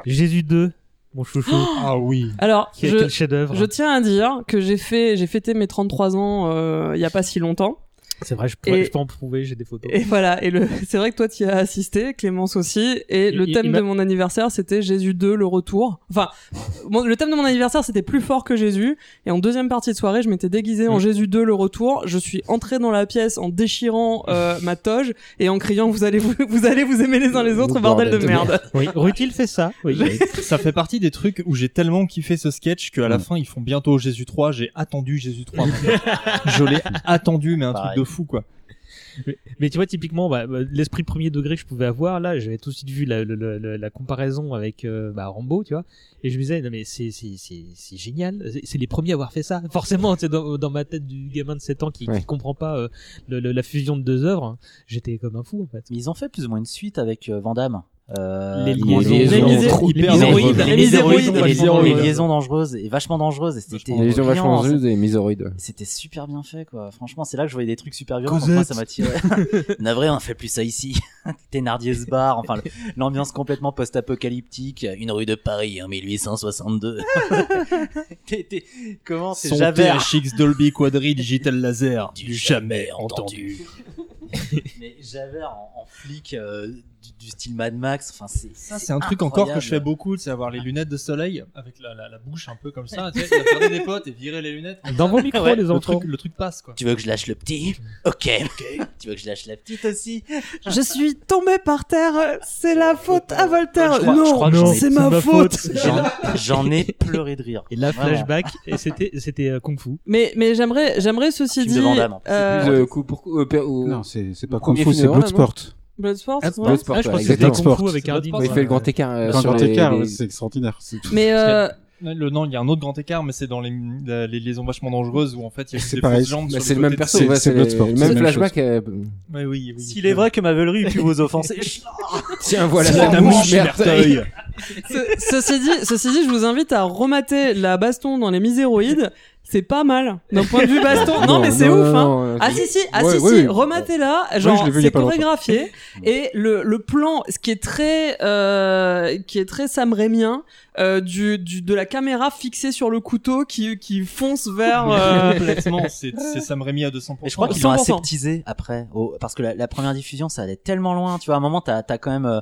Speaker 1: Jésus 2, mon chouchou.
Speaker 3: Ah oui.
Speaker 2: Alors,
Speaker 1: Quel-
Speaker 2: je,
Speaker 1: quel chef-d'œuvre.
Speaker 2: je tiens à dire que j'ai fait, j'ai fêté mes 33 ans euh, il y a pas si longtemps.
Speaker 1: C'est vrai, je, pourrais-
Speaker 2: Et-
Speaker 1: je peux en prouver, j'ai des photos.
Speaker 2: Et voilà, et le, c'est vrai que toi tu y as assisté, Clémence aussi, et le
Speaker 1: Il-
Speaker 2: thème
Speaker 1: il m'a-
Speaker 2: de mon anniversaire c'était Jésus 2, le retour. Enfin, mon- le thème de mon anniversaire c'était plus fort que Jésus, et en deuxième partie de soirée je m'étais déguisé en Jésus 2, le retour, je suis entré dans la pièce en déchirant euh, ma toge et en criant vous allez vous, vous allez vous aimer les uns les autres, bordel, de merde.
Speaker 1: Oui, Rutil fait ça. Oui.
Speaker 3: ça fait partie des trucs où j'ai tellement kiffé ce sketch qu'à
Speaker 1: Mm.
Speaker 3: la fin ils font bientôt Jésus 3, j'ai attendu Jésus 3. je l'ai attendu mais un truc
Speaker 1: Pareil.
Speaker 3: de fou quoi.
Speaker 1: Mais, mais tu vois, typiquement, bah, bah, l'esprit premier degré que je pouvais avoir, là, j'avais tout de suite vu la, le- le- le- la comparaison avec euh, bah, Rambo, tu vois, et je me disais, non mais c'est c'est- c'est- c'est génial, c'est- c'est les premiers à avoir fait ça. Forcément, c'est dans, dans ma tête du gamin de 7 ans qui, qui
Speaker 10: Ouais.
Speaker 1: comprend pas euh, le- le- la fusion de deux œuvres, hein, j'étais comme un fou en fait.
Speaker 10: Mais ils ont fait plus ou moins une suite avec euh, Van Damme. Euh,
Speaker 1: Les liaisons. Les
Speaker 10: Les
Speaker 1: misé-
Speaker 10: trop-
Speaker 1: les
Speaker 10: hyper
Speaker 1: miséroïdes.
Speaker 10: dangereuses.
Speaker 1: Les
Speaker 10: Les miséroïdes.
Speaker 1: miséroïdes.
Speaker 10: Les
Speaker 3: euh,
Speaker 10: liaisons-
Speaker 1: Les
Speaker 10: les
Speaker 1: liaisons
Speaker 10: liaisons dangereuses et vachement dangereuses. Et c'était
Speaker 11: Les gens vachement
Speaker 10: brillant, ça.
Speaker 11: dangereux, des misoroïdes.
Speaker 10: C'était super bien fait, quoi. Franchement, c'est là que je voyais des trucs super violents. donc moi, ça m'a tiré. Navré, on fait plus ça ici. Thénardier se barre. Enfin, le- l'ambiance complètement post-apocalyptique. Une rue de Paris hein, en 1862. T'es- t'es- Comment c'est
Speaker 3: Son
Speaker 10: Javert
Speaker 3: THX Dolby Quadri Digital Laser du jamais entendu.
Speaker 10: Mais Javert en, en flic euh, du, du style Mad Max. Enfin, c'est
Speaker 3: Ça c'est un truc encore que je fais beaucoup, c'est avoir
Speaker 1: Ah.
Speaker 3: les lunettes de soleil avec la, la- la bouche un peu comme ça, tu sais, regarder des potes et virer les lunettes. comme ça. Ouais, le truc- le truc passe quoi.
Speaker 10: Tu veux que je lâche le petit Ok. tu veux que je lâche la petite aussi
Speaker 2: Je suis tombé par terre, c'est la faute à Voltaire.
Speaker 10: Je crois- je
Speaker 2: non,
Speaker 10: crois que j'en ai-
Speaker 2: c'est ma, faute.
Speaker 10: J'en- J'en ai pleuré de rire.
Speaker 1: Et là,
Speaker 10: Vraiment.
Speaker 1: flashback, et c'était c'était euh, Kung Fu.
Speaker 2: Mais, mais j'aimerais, j'aimerais ceci
Speaker 10: Film de
Speaker 2: dit.
Speaker 10: Van Damme, en plus.
Speaker 2: euh,
Speaker 11: Plus, euh, coup pour coup, euh, per- ou-
Speaker 12: Non, c'est c'est pas
Speaker 11: Le premier
Speaker 12: Kung Fu,
Speaker 11: film
Speaker 12: c'est
Speaker 11: de Van Damme,
Speaker 12: Bloodsport.
Speaker 2: Bloodsport,
Speaker 11: Ah,
Speaker 2: c'est ça
Speaker 11: Bloodsport,
Speaker 2: Ah, je
Speaker 11: ouais,
Speaker 2: pensais que
Speaker 11: exactement.
Speaker 2: c'était Kung Fu
Speaker 11: Bloodsport,
Speaker 2: avec
Speaker 11: ouais.
Speaker 2: Hardy.
Speaker 11: Ouais, il fait le grand écart, euh,
Speaker 3: Le
Speaker 11: sur
Speaker 3: grand
Speaker 11: les-
Speaker 3: écart,
Speaker 11: les-
Speaker 3: ouais, c'est extraordinaire. c'est tout.
Speaker 2: Mais,
Speaker 3: Parce qu'il y a-
Speaker 2: euh,
Speaker 3: Le, non, il y a un autre grand écart, mais c'est dans les, la- les liaisons vachement dangereuses où en fait il y a juste
Speaker 11: C'est
Speaker 3: des
Speaker 11: pareil.
Speaker 3: fausses jambes.
Speaker 11: Bah,
Speaker 3: sur
Speaker 11: c'est
Speaker 3: côté
Speaker 11: le même
Speaker 3: de-
Speaker 11: perso, ouais, c'est le- le même flashback, euh,
Speaker 3: Ouais, oui, oui.
Speaker 10: S'il est vrai que ma veulerie eût pu vous offenser.
Speaker 11: Tiens, voilà
Speaker 10: C'est
Speaker 11: la
Speaker 10: la
Speaker 11: mouche,
Speaker 10: mouche,
Speaker 11: merteuil.
Speaker 10: merteuil.
Speaker 2: Ce- ceci, dit, ceci dit, je vous invite à remater la baston dans les Miséroïdes. C'est pas mal. D'un point de vue baston. Non,
Speaker 11: Non,
Speaker 2: mais c'est
Speaker 11: non,
Speaker 2: ouf,
Speaker 11: non,
Speaker 2: hein.
Speaker 11: non,
Speaker 2: ah
Speaker 11: c'est-
Speaker 2: si, si, ah
Speaker 11: Ouais,
Speaker 2: si,
Speaker 11: oui,
Speaker 2: si.
Speaker 11: oui.
Speaker 2: Rematez-la.
Speaker 11: Oui,
Speaker 2: Genre,
Speaker 11: je l'ai vu il y a
Speaker 2: c'est
Speaker 11: pas longtemps.
Speaker 2: chorégraphié. Et le, le plan, ce qui est très, euh, qui est très Sam Raimien, euh, du, du, de la caméra fixée sur le couteau qui, qui fonce vers, euh,
Speaker 3: Complètement, c'est c'est Sam Raimi à 200%.
Speaker 10: Et je crois qu'ils l'ont aseptisé après, au- parce que la, la première diffusion, ça allait tellement loin. Tu vois, à un moment, t'as as quand même euh,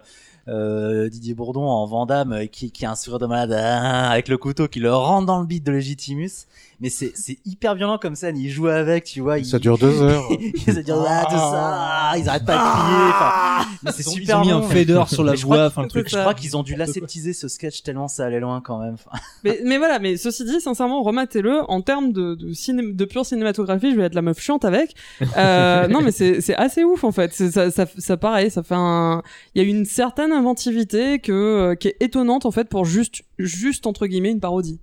Speaker 10: euh, Didier Bourdon en Vandame euh, qui, qui a un sourire de malade ah, avec le couteau qui le rentre dans le beat de Legitimus. Mais c'est c'est hyper violent comme scène. Ils jouent avec, tu vois.
Speaker 12: Ça
Speaker 10: ils-
Speaker 12: dure deux heures.
Speaker 10: ça dure ah, tout ça. Ils arrêtent pas de crier. enfin, mais c'est
Speaker 3: Ils ont-
Speaker 10: super
Speaker 3: ils ont mis
Speaker 10: long.
Speaker 3: un fader sur la
Speaker 10: Mais je crois
Speaker 3: voix,
Speaker 10: que-
Speaker 3: enfin, le truc.
Speaker 10: Je crois qu'ils ont dû l'aseptiser ce sketch tellement ça allait loin quand même. Enfin,
Speaker 2: mais, mais voilà, mais ceci dit, sincèrement, rematez-le. En termes de, de, ciné- de pure cinématographie, je vais être la meuf chiante avec. Euh, non, mais c'est c'est assez ouf en fait. C'est- Ça, ça, ça, pareil, ça fait un. Il y a une certaine inventivité que, euh, qui est étonnante en fait pour juste, juste entre guillemets, une parodie.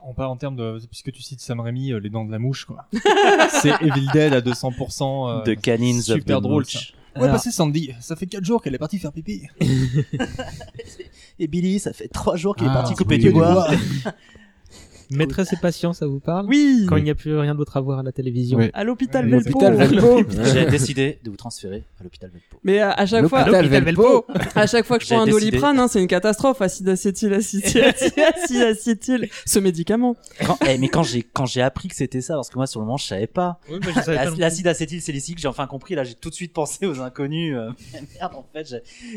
Speaker 3: En, par- en termes de. Puisque tu cites Sam Raimi, euh, les dents de la mouche, quoi. c'est Evil Dead à 200%.
Speaker 1: Ah,
Speaker 3: euh,
Speaker 10: The Canines of
Speaker 3: Super
Speaker 10: the
Speaker 3: drôle, ça.
Speaker 10: Mouch.
Speaker 3: Ouais,
Speaker 10: Alors-
Speaker 3: bah c'est Sandy. Ça fait 4 jours qu'elle est partie faire pipi.
Speaker 10: Et Billy, ça fait trois jours qu'il est
Speaker 1: Ah,
Speaker 10: parti couper
Speaker 1: oui.
Speaker 10: du bois.
Speaker 1: Maîtresse et patience, ça vous parle
Speaker 2: Oui.
Speaker 1: Quand il n'y a plus rien d'autre à voir à la télévision.
Speaker 11: Oui.
Speaker 2: À l'hôpital
Speaker 1: À l'hôpital
Speaker 2: Velpo.
Speaker 1: Velpo.
Speaker 10: J'ai décidé de vous transférer à l'hôpital Velpo.
Speaker 2: Mais à, à chaque fois,
Speaker 1: L'hôpital Velpo.
Speaker 2: à chaque fois que je
Speaker 10: J'ai
Speaker 2: prends un
Speaker 10: décidé.
Speaker 2: doliprane, hein, c'est une catastrophe. Acide acétyl, acide acétyl, acide acétyl. Ce médicament.
Speaker 10: Quand- eh, mais quand j'ai quand j'ai appris que c'était ça, parce que moi sur le moment je savais pas.
Speaker 1: Oui, mais je savais pas non plus.
Speaker 10: L'acide acétylsélicique, j'ai enfin compris. Là, j'ai tout de suite pensé aux inconnus. euh, merde, en fait,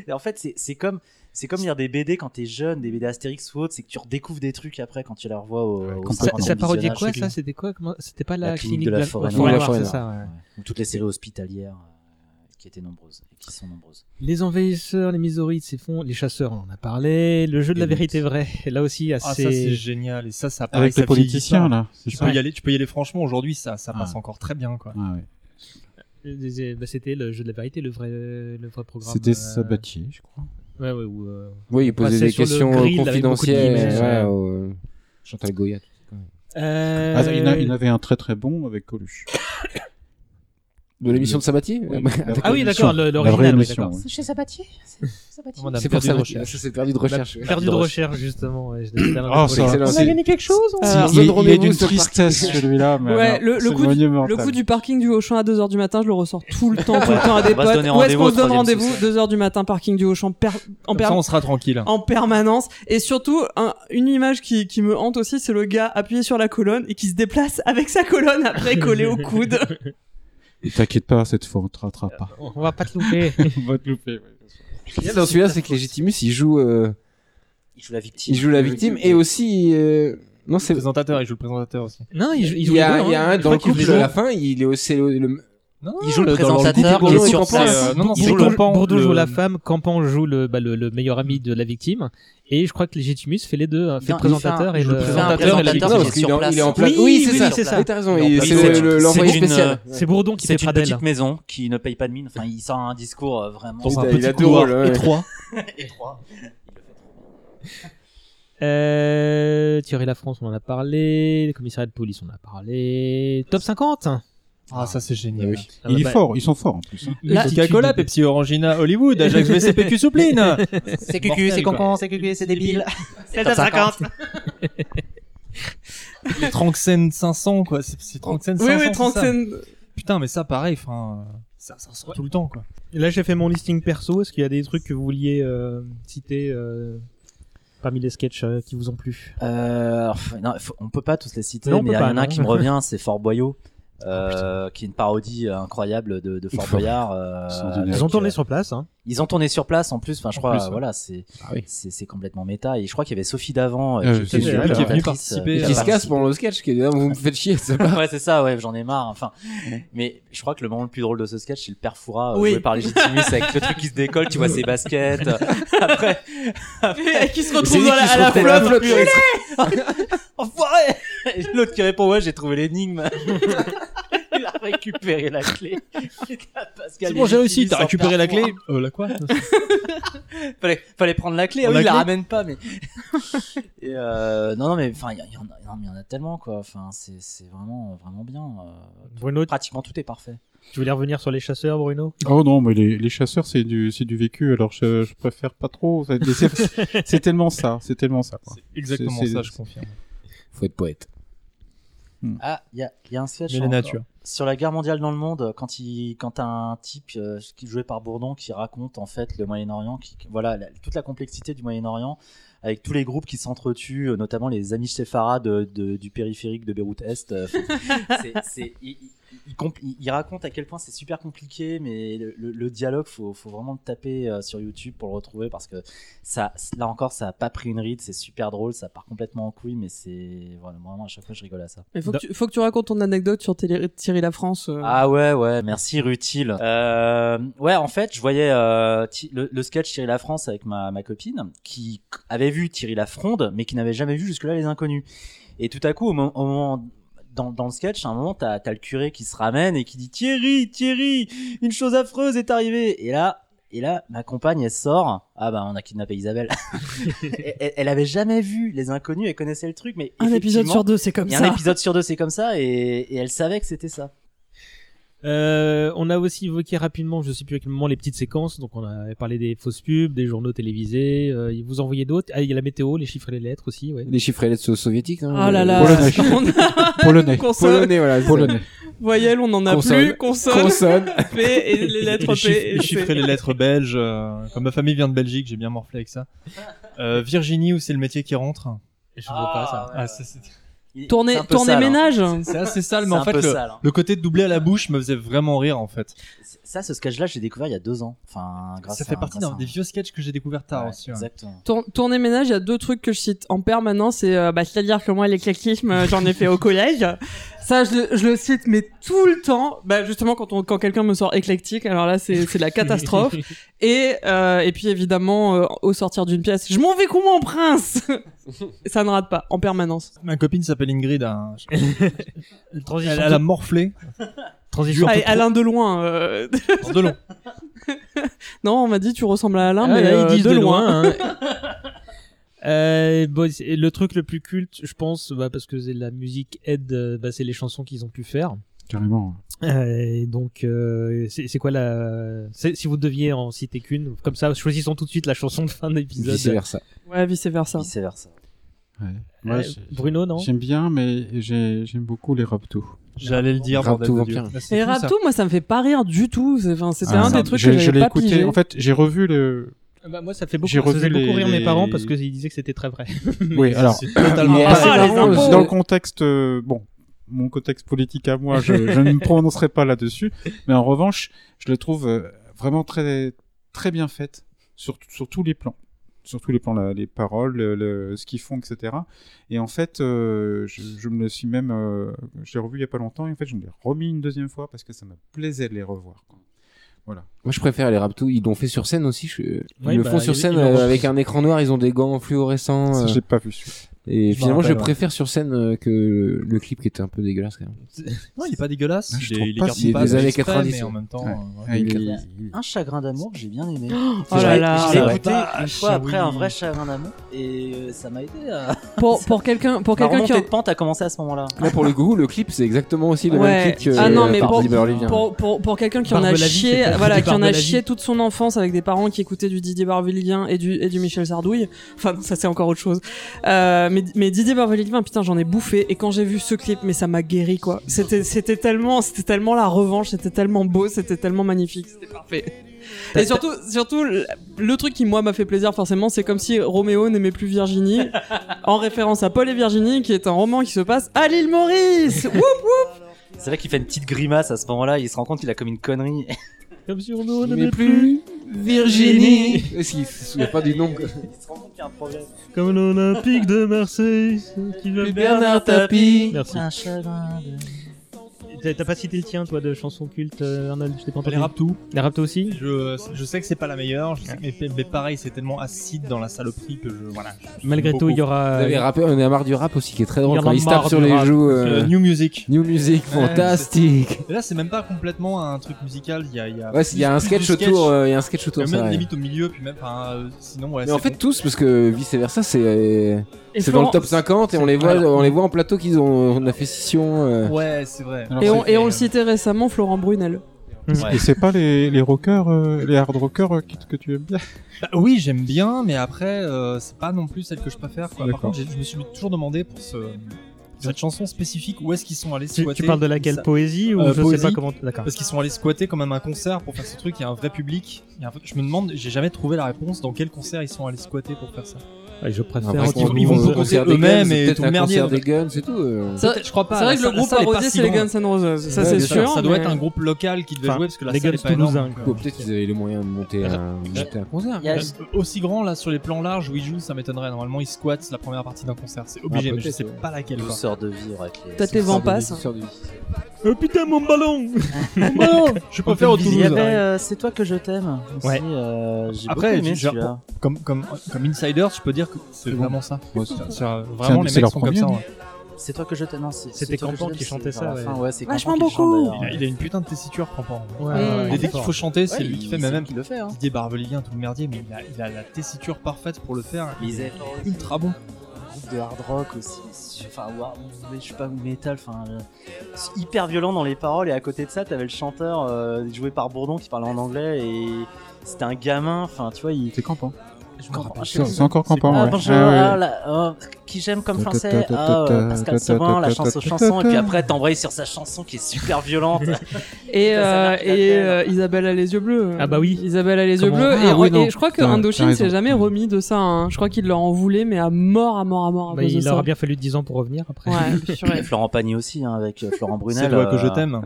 Speaker 10: j'ai- en fait, c'est- c'est comme c'est comme lire des BD quand t'es jeune, des BD Astérix ou autre, c'est que tu redécouvres des trucs après quand tu les revois au. au
Speaker 1: Ça,
Speaker 10: 50 ans
Speaker 1: ça
Speaker 10: de
Speaker 1: parodiait
Speaker 10: visionnage.
Speaker 1: quoi ça C'était quoi comment- C'était pas la,
Speaker 10: La clinique de la forêt
Speaker 1: forêt
Speaker 10: noire.
Speaker 1: noire, c'est ça. ouais.
Speaker 10: Ou Toutes les séries hospitalières euh, qui étaient nombreuses et qui sont nombreuses.
Speaker 1: Les envahisseurs, les misories, c'est fond, les chasseurs, on en a parlé. Le jeu de la vérité vraie, là aussi assez.
Speaker 3: Ah, ça c'est génial. Et ça, ça paraît
Speaker 12: Avec
Speaker 3: que
Speaker 12: les
Speaker 3: ça vieillit
Speaker 12: politiciens,
Speaker 3: pas.
Speaker 12: là, c'est
Speaker 3: Tu
Speaker 12: ça.
Speaker 3: peux, y aller, tu peux y aller franchement. Aujourd'hui, ça, ça passe
Speaker 12: Ah.
Speaker 3: encore très bien, quoi.
Speaker 12: Ah, ouais.
Speaker 1: Euh, bah, C'était le jeu de la vérité, le vrai, le vrai programme.
Speaker 12: C'était
Speaker 1: euh,
Speaker 12: Sabatier, je crois.
Speaker 1: Ouais, ouais, ou, euh,
Speaker 11: Oui, il
Speaker 1: on
Speaker 11: posait
Speaker 1: passait
Speaker 11: des
Speaker 1: sur le
Speaker 11: questions
Speaker 1: grill avec beaucoup de
Speaker 11: confidentielles.
Speaker 1: guillemets,
Speaker 11: ouais,
Speaker 1: euh,
Speaker 11: au, euh, Chantal Goya.
Speaker 1: Euh,
Speaker 12: Ah, il, y en a- il y en avait un très très bon avec Coluche.
Speaker 11: De l'émission de Sabatier
Speaker 12: Oui,
Speaker 11: Ah,
Speaker 12: la vraie
Speaker 1: Ah oui,
Speaker 12: émission.
Speaker 1: d'accord, le-
Speaker 12: La
Speaker 1: l'original,
Speaker 12: vraie
Speaker 1: oui,
Speaker 12: émission,
Speaker 1: d'accord.
Speaker 12: oui.
Speaker 1: C'est
Speaker 8: chez Sabatier
Speaker 1: on a perdu
Speaker 11: C'est pour ça,
Speaker 1: de
Speaker 11: ouais,
Speaker 1: recherche.
Speaker 11: ça, c'est perdu de
Speaker 1: On a
Speaker 11: recherche, ouais.
Speaker 1: Perdu de recherche, justement. ouais, je l'ai perdu de
Speaker 12: Ah, ça,
Speaker 1: recherche.
Speaker 12: c'est-
Speaker 8: quelque chose on-
Speaker 12: c'est-
Speaker 2: Alors,
Speaker 12: il,
Speaker 2: zone
Speaker 12: il est
Speaker 11: rendez-vous
Speaker 12: d'une
Speaker 11: sur le parking.
Speaker 12: tristesse celui-là. mais
Speaker 2: Ouais,
Speaker 12: alors,
Speaker 2: le, le
Speaker 12: c'est
Speaker 2: coup du,
Speaker 12: monumental.
Speaker 2: le coup du parking du Auchan à 2h du matin, je le ressors tout le temps, tout
Speaker 10: Ouais,
Speaker 2: le temps à des
Speaker 10: on va se
Speaker 2: potes.
Speaker 10: donner
Speaker 2: Où est-ce
Speaker 10: rendez-vous
Speaker 2: qu'on
Speaker 10: au
Speaker 2: se donne
Speaker 10: troisième
Speaker 2: rendez-vous 2h
Speaker 10: sous-sol.
Speaker 2: du matin, parking du Auchan per- en,
Speaker 3: Comme ça,
Speaker 2: per-
Speaker 3: on sera tranquille.
Speaker 2: en permanence. Et surtout, un- une image qui, qui me hante aussi, c'est le gars appuyé sur la colonne et qui se déplace avec sa colonne après collée au coude.
Speaker 12: Et T'inquiète pas, cette fois on te rattrape pas.
Speaker 1: On va pas te louper.
Speaker 12: on va te louper. ouais.
Speaker 11: Ce qu'il y a Dans celui-là, c'est que Legitimus, il joue, euh,
Speaker 10: Il joue la victime.
Speaker 11: il joue la victime et aussi. euh, Non, c'est.
Speaker 3: Le présentateur, il joue le présentateur aussi.
Speaker 1: Non, il joue,
Speaker 11: Il
Speaker 1: il joue
Speaker 11: y
Speaker 1: les
Speaker 11: a,
Speaker 1: deux,
Speaker 11: il y a
Speaker 1: hein.
Speaker 11: un
Speaker 1: Je
Speaker 11: dans
Speaker 1: crois
Speaker 11: le
Speaker 1: qu'il
Speaker 11: couple
Speaker 1: joue
Speaker 11: à
Speaker 1: les
Speaker 11: la
Speaker 1: deux.
Speaker 11: fin, il est aussi le, le-
Speaker 10: Il joue
Speaker 3: dans-
Speaker 10: le
Speaker 3: dans
Speaker 10: présentateur
Speaker 11: couple,
Speaker 10: qui
Speaker 11: il
Speaker 10: est
Speaker 11: joue
Speaker 10: sur
Speaker 11: en
Speaker 10: scène.
Speaker 11: place.
Speaker 10: euh,
Speaker 3: Non, non,
Speaker 1: Il
Speaker 3: c'est
Speaker 1: joue
Speaker 3: Campan,
Speaker 1: le- Bourdeau
Speaker 3: le-
Speaker 1: joue la femme, Campan joue le, bah, le, le meilleur ami de la victime, et je crois que Legitimus fait les deux, hein, fait
Speaker 10: Non,
Speaker 1: le présentateur
Speaker 10: il
Speaker 1: et
Speaker 10: fait
Speaker 1: le
Speaker 10: un- il fait un
Speaker 1: présentateur et la
Speaker 10: présentateur
Speaker 1: victime.
Speaker 10: qui
Speaker 11: Non,
Speaker 10: est
Speaker 11: parce qu'il
Speaker 10: sur
Speaker 11: est en-
Speaker 10: place.
Speaker 11: il est
Speaker 1: Oui,
Speaker 11: en place. Oui,
Speaker 1: oui,
Speaker 11: c'est
Speaker 1: oui,
Speaker 11: ça.
Speaker 1: Ah. c'est ça.
Speaker 11: Oui, t'as raison.
Speaker 10: Non,
Speaker 11: il-
Speaker 10: oui,
Speaker 11: C'est
Speaker 10: c'est-
Speaker 11: le- l'envoyé
Speaker 10: c'est une, euh,
Speaker 11: spécial.
Speaker 1: C'est Bourdon qui fait
Speaker 10: C'est une
Speaker 1: Pradel.
Speaker 10: petite maison qui ne paye pas de mine. Enfin, il sort un discours euh, vraiment.
Speaker 3: Dans un
Speaker 11: Il a- il a
Speaker 3: petit
Speaker 11: deux
Speaker 3: couloir
Speaker 11: rôles, ouais.
Speaker 3: étroit.
Speaker 10: étroit.
Speaker 1: Euh, Thierry La France, on en a parlé. Le commissariat de police, on en a parlé. Top 50
Speaker 3: Ah, ça c'est
Speaker 11: Ah
Speaker 3: génial.
Speaker 11: oui.
Speaker 1: Ah,
Speaker 12: Il
Speaker 1: bah,
Speaker 12: est fort, ils sont forts en plus. hein.
Speaker 1: Là-
Speaker 3: Coca-Cola, Pepsi Orangina, Hollywood, Ajax VCPQ Soupline.
Speaker 10: C'est
Speaker 3: cucu, c'est
Speaker 10: concon, c'est cucu, c'est débile. C'est le
Speaker 1: 50.
Speaker 3: Les Tranxen 500, quoi. C'est c'est Tranxen 500.
Speaker 2: oui, oui,
Speaker 3: c'est ça.
Speaker 2: trentaine.
Speaker 3: Putain, mais ça, pareil, enfin, euh, ça, ça ressort tout le temps, quoi.
Speaker 1: Là, j'ai fait mon listing perso. Est-ce qu'il y a des trucs que vous vouliez euh, citer euh, parmi les sketchs euh, qui vous ont plu
Speaker 10: Euh, enfin, non, faut- on peut pas tous les citer,
Speaker 1: Non, on
Speaker 10: mais il y
Speaker 1: peut pas,
Speaker 10: en a un
Speaker 1: non.
Speaker 10: qui me revient, c'est Fort Boyau, euh, qui est une parodie euh, incroyable de, de Fort
Speaker 12: Fort-
Speaker 10: Boyard. euh,
Speaker 12: extraordinaire.
Speaker 1: Ils
Speaker 10: avec,
Speaker 1: ont tourné
Speaker 10: euh,
Speaker 1: sur place. Hein.
Speaker 10: ils ont tourné sur place en plus. Enfin, je
Speaker 3: En
Speaker 10: crois,
Speaker 3: plus,
Speaker 10: euh,
Speaker 3: ouais.
Speaker 10: voilà, c'est
Speaker 11: Ah oui.
Speaker 10: c'est c'est complètement méta. Et je crois qu'il y avait Sophie Davant, euh,
Speaker 12: Euh,
Speaker 10: qui, était
Speaker 12: c'est
Speaker 10: une
Speaker 12: elle qui est
Speaker 3: venue
Speaker 10: présentatrice, euh,
Speaker 3: participer
Speaker 11: Et
Speaker 3: à-
Speaker 10: qui
Speaker 11: qui se casse pendant le sketch, qui est là, vous me faites chier, ça part.
Speaker 10: ouais, c'est ça, ouais, j'en ai marre. Enfin, mais je crois que le moment le plus drôle de ce sketch, c'est le père Foura euh,
Speaker 2: Oui.
Speaker 10: joué par Legitimus avec le truc qui se décolle, tu vois ses baskets. Après,
Speaker 2: Et qui se
Speaker 11: C'est
Speaker 2: retrouve
Speaker 11: lui
Speaker 2: dans la,
Speaker 11: qui se
Speaker 2: à la
Speaker 11: retrouve dans la
Speaker 2: flotte.
Speaker 11: flotte.
Speaker 10: enfoiré Et L'autre qui répond, ouais, j'ai trouvé l'énigme. Il il a récupéré la clé. Pascal,
Speaker 3: C'est bon,
Speaker 10: il
Speaker 3: j'ai réussi,
Speaker 10: utilise
Speaker 3: t'as
Speaker 10: son
Speaker 3: récupéré la clé.
Speaker 10: perfoir.
Speaker 3: Euh, la quoi
Speaker 10: fallait, fallait prendre la clé.
Speaker 3: On
Speaker 10: Ah oui,
Speaker 3: a
Speaker 10: il la
Speaker 3: clé
Speaker 10: ramène pas, mais. Et, euh, non, non, mais enfin, il y, en a- non, mais il y en a tellement quoi. Enfin, c'est c'est vraiment, vraiment bien. euh, tout-
Speaker 1: Bruno,
Speaker 10: pratiquement tout est parfait.
Speaker 1: Tu voulais revenir sur les chasseurs, Bruno
Speaker 12: Oh non, mais les, les chasseurs, c'est du, c'est du vécu, alors je, je préfère pas trop. C'est- c'est- C'est tellement ça, c'est tellement ça. quoi.
Speaker 3: Exactement
Speaker 12: C'est- c'est-
Speaker 3: ça, je confirme.
Speaker 11: Faut être poète.
Speaker 10: Ah, il y a, il y a un sketch
Speaker 3: Mais la
Speaker 10: encore.
Speaker 3: nature.
Speaker 10: sur la guerre mondiale dans le monde quand il quand t'as un type euh, qui joué par Bourdon qui raconte en fait le Moyen-Orient qui voilà la- toute la complexité du Moyen-Orient avec tous les groupes qui s'entretuent euh, notamment les amis séfarades de- de- du périphérique de Beyrouth Est euh, c'est- c'est- il, il- il compl- il- il raconte à quel point c'est super compliqué mais le, le- le dialogue faut, faut vraiment le taper euh, sur YouTube pour le retrouver parce que ça là encore ça a pas pris une ride c'est super drôle ça part complètement en couille mais c'est voilà, vraiment à chaque fois je rigole à ça
Speaker 2: Il faut, que tu- faut que tu racontes ton anecdote sur Télé- Thierry La France. euh.
Speaker 10: ah ouais, ouais, merci Rutile. Euh, ouais, en fait, je voyais euh, Thi- le, le sketch Thierry La France avec ma, ma copine qui c- avait vu Thierry La Fronde, mais qui n'avait jamais vu jusque-là Les Inconnus. Et tout à coup, au, mo- au moment. Dans, dans le sketch, à un moment, t'as as le curé qui se ramène et qui dit Thierry, Thierry, une chose affreuse est arrivée. Et là, et là, ma compagne, elle sort. Ah bah, on a kidnappé Isabelle. elle, elle avait jamais vu les inconnus, elle connaissait le truc, mais
Speaker 2: Un épisode
Speaker 10: effectivement,
Speaker 2: sur deux, c'est comme
Speaker 10: il y a
Speaker 2: ça.
Speaker 10: Un épisode sur deux, c'est comme ça, et, et elle savait que c'était ça.
Speaker 1: Euh, on a aussi évoqué rapidement, je sais plus à quel moment, les petites séquences. Donc, on a parlé des fausses pubs, des journaux télévisés. euh, il vous envoyez d'autres. Ah, il y a la météo, les chiffres et les lettres aussi. Ouais.
Speaker 11: Les chiffres et lettres so- soviétiques. Hein,
Speaker 2: Ah là
Speaker 11: euh,
Speaker 2: là,
Speaker 11: Polonais.
Speaker 2: on a-
Speaker 11: Polonais.
Speaker 2: consonne.
Speaker 11: Polonais, voilà. c'est ça.
Speaker 12: Polonais.
Speaker 2: Voyelle, on en a
Speaker 11: Consonne.
Speaker 2: plus. Consonne.
Speaker 11: Consonne.
Speaker 2: P et les lettres P.
Speaker 3: Les chiffres,
Speaker 2: et
Speaker 3: les
Speaker 2: C.
Speaker 3: chiffres et les lettres belges. euh, comme ma famille vient de Belgique, j'ai bien morflé avec ça. Euh, Virginie, où c'est le métier qui rentre Je vois pas ça. Ah, c'est- c'est-
Speaker 2: Tournez,
Speaker 10: C'est un peu
Speaker 2: tournez
Speaker 10: sale, hein.
Speaker 2: ménage.
Speaker 3: C'est assez sale, mais
Speaker 10: C'est
Speaker 3: en
Speaker 10: un
Speaker 3: fait,
Speaker 10: peu
Speaker 3: le,
Speaker 10: sale, hein.
Speaker 3: le côté de doubler à la bouche me faisait vraiment rire, en fait.
Speaker 10: Ça, ce sketch-là, j'ai découvert il y a deux ans. Enfin, grâce
Speaker 3: ça fait
Speaker 10: à-
Speaker 3: partie
Speaker 10: grâce
Speaker 3: d'un
Speaker 10: à-
Speaker 3: des vieux sketchs que j'ai découvert tard
Speaker 10: Ouais,
Speaker 3: aussi. ouais.
Speaker 10: Exactement.
Speaker 2: Tour- Tournée ménage, il y a deux trucs que je cite en permanence. Et, euh, bah, C'est-à-dire que moi, l'éclectisme, euh, j'en ai fait au collège. Ça, je, le- je le cite, mais tout le temps. Bah, justement, quand, on- quand quelqu'un me sort éclectique, alors là, c'est c'est la catastrophe. et, euh, et puis, évidemment, euh, au sortir d'une pièce, je m'en vais comme mon prince Ça ne rate pas, en permanence.
Speaker 3: Ma copine s'appelle Ingrid. hein.
Speaker 1: Transition
Speaker 3: Elle, elle a morflé.
Speaker 1: Transition.
Speaker 2: Euh, Ah, et
Speaker 1: toute
Speaker 2: Alain de loin. euh,
Speaker 3: de long.
Speaker 2: non, on m'a dit, tu ressembles à Alain,
Speaker 1: Ah,
Speaker 2: mais
Speaker 1: là, ils
Speaker 2: euh,
Speaker 1: disent
Speaker 2: de,
Speaker 1: de
Speaker 2: loin.
Speaker 1: loin, hein. Euh, bon, c'est- le truc le plus culte, je pense, bah, parce que c'est la musique aide, euh, bah, c'est les chansons qu'ils ont pu faire.
Speaker 12: Carrément.
Speaker 1: Euh, et donc, euh, c'est c'est quoi la. c'est- Si vous deviez en citer qu'une, comme ça, choisissons tout de suite la chanson de fin d'épisode.
Speaker 11: Vice versa.
Speaker 2: Ouais, vice versa.
Speaker 10: Vice versa.
Speaker 12: Ouais. Ouais,
Speaker 1: Euh,
Speaker 12: j'ai-
Speaker 1: Bruno, non
Speaker 12: J'aime bien, mais j'ai- j'aime beaucoup les raptos.
Speaker 3: J'allais le dire.
Speaker 11: Grave
Speaker 3: bordel
Speaker 11: tout
Speaker 3: de Dieu.
Speaker 11: vampire.
Speaker 3: Ah, c'est
Speaker 2: Et
Speaker 3: fou, ça.
Speaker 2: Rapto, moi, ça me fait pas rire du tout. C'est- Enfin, c'était
Speaker 12: Ah,
Speaker 2: un
Speaker 12: ça,
Speaker 2: des trucs
Speaker 12: je-
Speaker 2: que
Speaker 12: je
Speaker 2: j'avais
Speaker 12: l'ai
Speaker 2: pas
Speaker 12: écouté.
Speaker 2: pigé.
Speaker 12: En fait, j'ai revu le.
Speaker 1: Bah, moi, ça fait beaucoup,
Speaker 12: J'ai
Speaker 1: ça
Speaker 12: revu
Speaker 1: faisait beaucoup
Speaker 12: les-
Speaker 1: rire mes parents
Speaker 12: les-
Speaker 1: parce qu'ils disaient que c'était très vrai.
Speaker 12: Oui, alors.
Speaker 3: C'est totalement
Speaker 11: Mais
Speaker 3: pas-
Speaker 11: assez
Speaker 2: ah, les
Speaker 12: Dans-
Speaker 2: impôts.
Speaker 12: dans le contexte, euh, bon, mon contexte politique à moi, je, je ne me prononcerai pas là-dessus. Mais en revanche, je le trouve euh, vraiment très, très bien faite sur, sur tous les plans. Sur tous les plans, la- les paroles, le- le- ce qu'ils font, etc. Et en fait, euh, je, je me le suis même. euh, je l'ai revu il n'y a pas longtemps et en fait, je me l'ai remis une deuxième fois parce que ça me plaisait de les revoir. quoi.
Speaker 11: Moi, je préfère les raptous. Ils l'ont fait sur scène aussi. je- Ils
Speaker 1: Oui,
Speaker 11: le
Speaker 1: bah,
Speaker 11: font sur
Speaker 1: ils-
Speaker 11: scène
Speaker 1: ils l'ont
Speaker 11: euh,
Speaker 1: refait.
Speaker 11: avec un écran noir. Ils ont des gants fluorescents.
Speaker 12: Ça,
Speaker 11: euh,
Speaker 12: j'ai pas vu celui
Speaker 3: Je
Speaker 11: Et
Speaker 3: m'en
Speaker 11: finalement, je
Speaker 3: rappelle, ouais.
Speaker 11: préfère sur scène euh, que le clip qui était un peu dégueulasse quand même.
Speaker 3: Non, il est pas dégueulasse.
Speaker 12: Ah, je
Speaker 3: il est,
Speaker 12: trouve
Speaker 3: il est
Speaker 12: pas
Speaker 3: carton
Speaker 12: si-
Speaker 3: pâte,
Speaker 12: des
Speaker 3: c'est
Speaker 11: années
Speaker 3: exprès,
Speaker 11: 90,
Speaker 3: Mais en
Speaker 11: ouais.
Speaker 3: même temps, euh, ouais.
Speaker 12: Ah, il-
Speaker 11: Il-
Speaker 12: il-
Speaker 10: Un chagrin d'amour que j'ai bien aimé.
Speaker 2: Oh là
Speaker 10: Je l'ai-
Speaker 2: là.
Speaker 10: Je l'ai
Speaker 3: Ah,
Speaker 10: écouté
Speaker 3: vache,
Speaker 10: une fois après
Speaker 3: oui.
Speaker 10: un vrai chagrin d'amour et euh, ça m'a aidé à.
Speaker 2: pour pour quelqu'un pour
Speaker 10: Ma
Speaker 2: quelqu'un qui
Speaker 10: remontée
Speaker 2: en-
Speaker 10: de pente a commencé à ce moment-là.
Speaker 11: Là, pour le coup, le clip, c'est exactement aussi le
Speaker 2: Ouais.
Speaker 11: même clip que
Speaker 2: Ah non,
Speaker 11: euh,
Speaker 2: mais
Speaker 11: par
Speaker 2: pour-
Speaker 11: Oliver Olivien.
Speaker 2: pour, pour, pour quelqu'un qui en a
Speaker 1: Barbelavie, c'est
Speaker 2: chié
Speaker 1: pas-
Speaker 2: voilà
Speaker 1: c'est
Speaker 2: qui en a
Speaker 1: Barbelavie.
Speaker 2: chié toute son enfance avec des parents qui écoutaient du Didier Barbelivien et du et du Michel Sardouille enfin non, ça c'est encore autre chose euh, mais mais Didier Barbelivien putain j'en ai bouffé et quand j'ai vu ce clip mais ça m'a guéri quoi c'était c'était tellement c'était tellement la revanche c'était tellement beau c'était tellement magnifique c'était parfait et surtout, surtout, le- le truc qui moi m'a fait plaisir forcément, c'est comme si Roméo n'aimait plus Virginie, en référence à Paul et Virginie, qui est un roman qui se passe à l'île Maurice. Wouh
Speaker 10: C'est vrai qu'il fait une petite grimace à ce moment-là, il se rend compte qu'il a commis une connerie.
Speaker 1: Comme si on ne
Speaker 11: Mais
Speaker 1: n'aimait plus.
Speaker 11: plus Virginie Est-ce qu'il se souvient pas du nom quoi
Speaker 10: il se rend compte qu'il y a un problème.
Speaker 1: Comme l'Olympique de Marseille. qui va- ben,
Speaker 11: Bernard Tapie
Speaker 1: Merci.
Speaker 10: Un chagrin d'amour.
Speaker 1: T'as t'as pas cité le tien, toi, de chansons cultes, euh, Arnold Je t'ai pas entendu.
Speaker 3: Les Raptou.
Speaker 1: Les Raptou aussi
Speaker 3: Je, je sais que c'est pas la meilleure, je sais- mais, mais pareil, c'est tellement acide dans la saloperie que je. Voilà. je-
Speaker 1: Malgré
Speaker 3: j'aime
Speaker 1: tout, il y
Speaker 3: beaucoup.
Speaker 1: aura. euh,
Speaker 11: Vous avez rappé, on est à marre du rap aussi, qui est très
Speaker 1: Il y
Speaker 11: drôle
Speaker 1: en
Speaker 11: quand
Speaker 1: a
Speaker 11: il se
Speaker 1: marre
Speaker 11: tape sur
Speaker 1: du
Speaker 11: les
Speaker 1: rap.
Speaker 11: joues.
Speaker 3: Euh,
Speaker 11: euh,
Speaker 3: new music.
Speaker 11: New music, fantastique.
Speaker 3: Et là, c'est même pas complètement un truc musical. Il y a, il y a
Speaker 11: Ouais, il y a
Speaker 3: plus-
Speaker 11: un
Speaker 3: plus
Speaker 11: sketch
Speaker 3: de
Speaker 11: autour, euh, il y a un sketch autour,
Speaker 3: Et
Speaker 11: c'est
Speaker 3: Même
Speaker 11: vrai.
Speaker 3: limite au milieu, puis même. enfin, euh, sinon, ouais.
Speaker 11: Mais en
Speaker 3: c'est
Speaker 11: fait
Speaker 3: bon.
Speaker 11: tous parce que vice versa c'est euh,
Speaker 2: Et
Speaker 11: c'est dans le
Speaker 2: Florent-
Speaker 11: top 50 et on les voit
Speaker 3: Voilà.
Speaker 11: on les voit en plateau qu'ils ont on a fait scission. euh.
Speaker 3: Ouais, c'est vrai.
Speaker 2: Et on, et on le citait récemment, Florent Brunel.
Speaker 3: Ouais.
Speaker 12: Et c'est pas les, les rockers, euh, les hard rockers euh, qui- que tu aimes bien
Speaker 3: Bah oui, j'aime bien, mais après, euh, c'est pas non plus celle que je préfère. Quoi. Par
Speaker 12: D'accord.
Speaker 3: contre, j'ai- je me suis toujours demandé pour ce, cette chanson spécifique où est-ce qu'ils sont allés
Speaker 1: Tu-
Speaker 3: squatter.
Speaker 1: tu parles de laquelle, Euh, Poésie ou je sais pas comment- d'accord.
Speaker 3: Parce qu'ils sont allés squatter quand même un concert pour faire ce truc. Il y a un vrai public. Il y a un- Je me demande, j'ai jamais trouvé la réponse dans quel concert ils sont allés squatter pour faire ça.
Speaker 1: Ouais, Ah, je préfère.
Speaker 11: Après,
Speaker 3: ils
Speaker 11: qu'on-
Speaker 3: vont- ils vont
Speaker 11: qu'on-
Speaker 3: se
Speaker 11: qu'on
Speaker 3: concentrer
Speaker 11: concert des
Speaker 3: eux-mêmes
Speaker 11: Guns,
Speaker 3: et
Speaker 11: peut-être
Speaker 3: tout
Speaker 11: un
Speaker 3: merdier,
Speaker 11: concert
Speaker 3: donc-
Speaker 11: des Guns et tout. euh.
Speaker 2: Ça-
Speaker 3: Je crois pas.
Speaker 2: C'est vrai
Speaker 3: la
Speaker 2: que le
Speaker 3: salle- la
Speaker 2: groupe
Speaker 3: salle est
Speaker 2: a
Speaker 3: pas
Speaker 2: rosé,
Speaker 3: si
Speaker 2: c'est les Guns
Speaker 3: grande.
Speaker 2: N' Roses. Ça,
Speaker 11: Ouais,
Speaker 2: c'est
Speaker 11: bien
Speaker 2: sûr.
Speaker 11: sûr.
Speaker 3: Ça doit
Speaker 2: mais-
Speaker 3: être un groupe local qui devait
Speaker 1: Enfin,
Speaker 3: jouer parce que la
Speaker 1: les
Speaker 3: salle
Speaker 1: Guns
Speaker 3: est pas énorme,
Speaker 1: Toulousains,
Speaker 3: donc,
Speaker 1: quoi.
Speaker 3: euh,
Speaker 11: Ou peut-être qu'ils avaient les moyens de monter un, monter un concert.
Speaker 10: Il y a-
Speaker 3: Euh, Aussi grand là sur les plans larges où ils jouent, ça m'étonnerait. Normalement, ils squattent la première partie d'un concert. C'est obligé,
Speaker 11: Ah,
Speaker 3: mais je
Speaker 11: peut-être,
Speaker 3: sais
Speaker 11: ouais.
Speaker 3: pas laquelle. quoi.
Speaker 10: douceur de vivre avec les.
Speaker 2: T'as tes vents passent.
Speaker 3: hein.
Speaker 11: Douceur de vie.
Speaker 1: Oh putain, mon ballon
Speaker 3: je préfère au
Speaker 10: Il y
Speaker 3: Toulouse.
Speaker 10: avait euh, C'est toi que je t'aime. aussi,
Speaker 3: Ouais.
Speaker 10: euh, j'ai
Speaker 3: Après,
Speaker 10: beaucoup aimé
Speaker 3: genre,
Speaker 10: celui-là.
Speaker 3: Comme, comme, comme Insiders, je peux dire que c'est
Speaker 12: bon.
Speaker 3: vraiment ça.
Speaker 12: Ouais, c'est-
Speaker 3: C'est, euh,
Speaker 12: C'est un-
Speaker 3: Vraiment, les
Speaker 12: c'est
Speaker 3: mecs
Speaker 12: leur
Speaker 3: sont comme
Speaker 12: premier,
Speaker 3: ça.
Speaker 12: non
Speaker 3: ouais.
Speaker 10: C'est toi que je t'aime. non, c'est-
Speaker 1: C'était
Speaker 10: C'est toi que je
Speaker 1: Campan
Speaker 10: t'aime,
Speaker 1: qui
Speaker 10: c'est
Speaker 1: chantait
Speaker 10: vers la
Speaker 1: ça,
Speaker 10: fin,
Speaker 1: ouais.
Speaker 10: ouais, c'est
Speaker 2: Vachement
Speaker 10: Campan qui le chante,
Speaker 2: beaucoup.
Speaker 10: d'ailleurs,
Speaker 3: Il a, il a une putain de tessiture, Campan.
Speaker 1: Ouais,
Speaker 2: ouais,
Speaker 3: Et
Speaker 1: ouais.
Speaker 3: dès qu'il faut chanter, c'est
Speaker 10: Ouais,
Speaker 3: lui qui
Speaker 10: il-
Speaker 3: fait,
Speaker 10: c'est
Speaker 3: mais
Speaker 10: lui
Speaker 3: même
Speaker 10: qui le fait. hein.
Speaker 3: Didier Barbelivien, tout le merdier, mais il a, il a la tessiture parfaite pour le faire.
Speaker 10: Mais ils aiment
Speaker 3: Il est ultra bon.
Speaker 10: un groupe de hard rock aussi, mais- enfin, war- mais je sais pas, ou metal, enfin, euh, c'est hyper violent dans les paroles. Et à côté de ça, t'avais le chanteur euh, joué par Bourdon qui parlait en anglais et c'était un gamin, enfin, tu vois, il.
Speaker 12: C'est Campant.
Speaker 10: Je comprends- je sais plus.
Speaker 12: C'est encore Campant,
Speaker 10: Ah
Speaker 12: ouais.
Speaker 10: bonjour,
Speaker 12: Ah, ouais.
Speaker 10: ah, la- oh, qui j'aime comme français, ah, euh, Pascal Sevran, la chanson chanson, et puis après t'embrayes sur sa chanson qui est super violente.
Speaker 2: Et,
Speaker 10: Ça, ça
Speaker 2: euh,
Speaker 10: marque la
Speaker 2: et
Speaker 10: peine.
Speaker 2: euh, Isabelle a les yeux bleus.
Speaker 1: Ah bah oui.
Speaker 2: Isabelle a les
Speaker 12: Comment-
Speaker 2: yeux bleus.
Speaker 12: Ah
Speaker 2: et,
Speaker 12: oui,
Speaker 2: et
Speaker 12: non,
Speaker 2: je crois que
Speaker 12: putain,
Speaker 2: Indochine
Speaker 12: t'as
Speaker 2: s'est
Speaker 12: raison.
Speaker 2: jamais remis de ça. hein. Je crois qu'il leur en voulait, mais à mort, à mort, à mort à
Speaker 1: Bah,
Speaker 2: cause de
Speaker 1: il
Speaker 2: ça.
Speaker 1: aura bien fallu 10 ans pour revenir après.
Speaker 2: Ouais,
Speaker 10: Et
Speaker 2: purée.
Speaker 10: Florent Pagny aussi hein, avec euh, Florent Brunel.
Speaker 3: c'est toi que
Speaker 10: euh,
Speaker 3: je t'aime.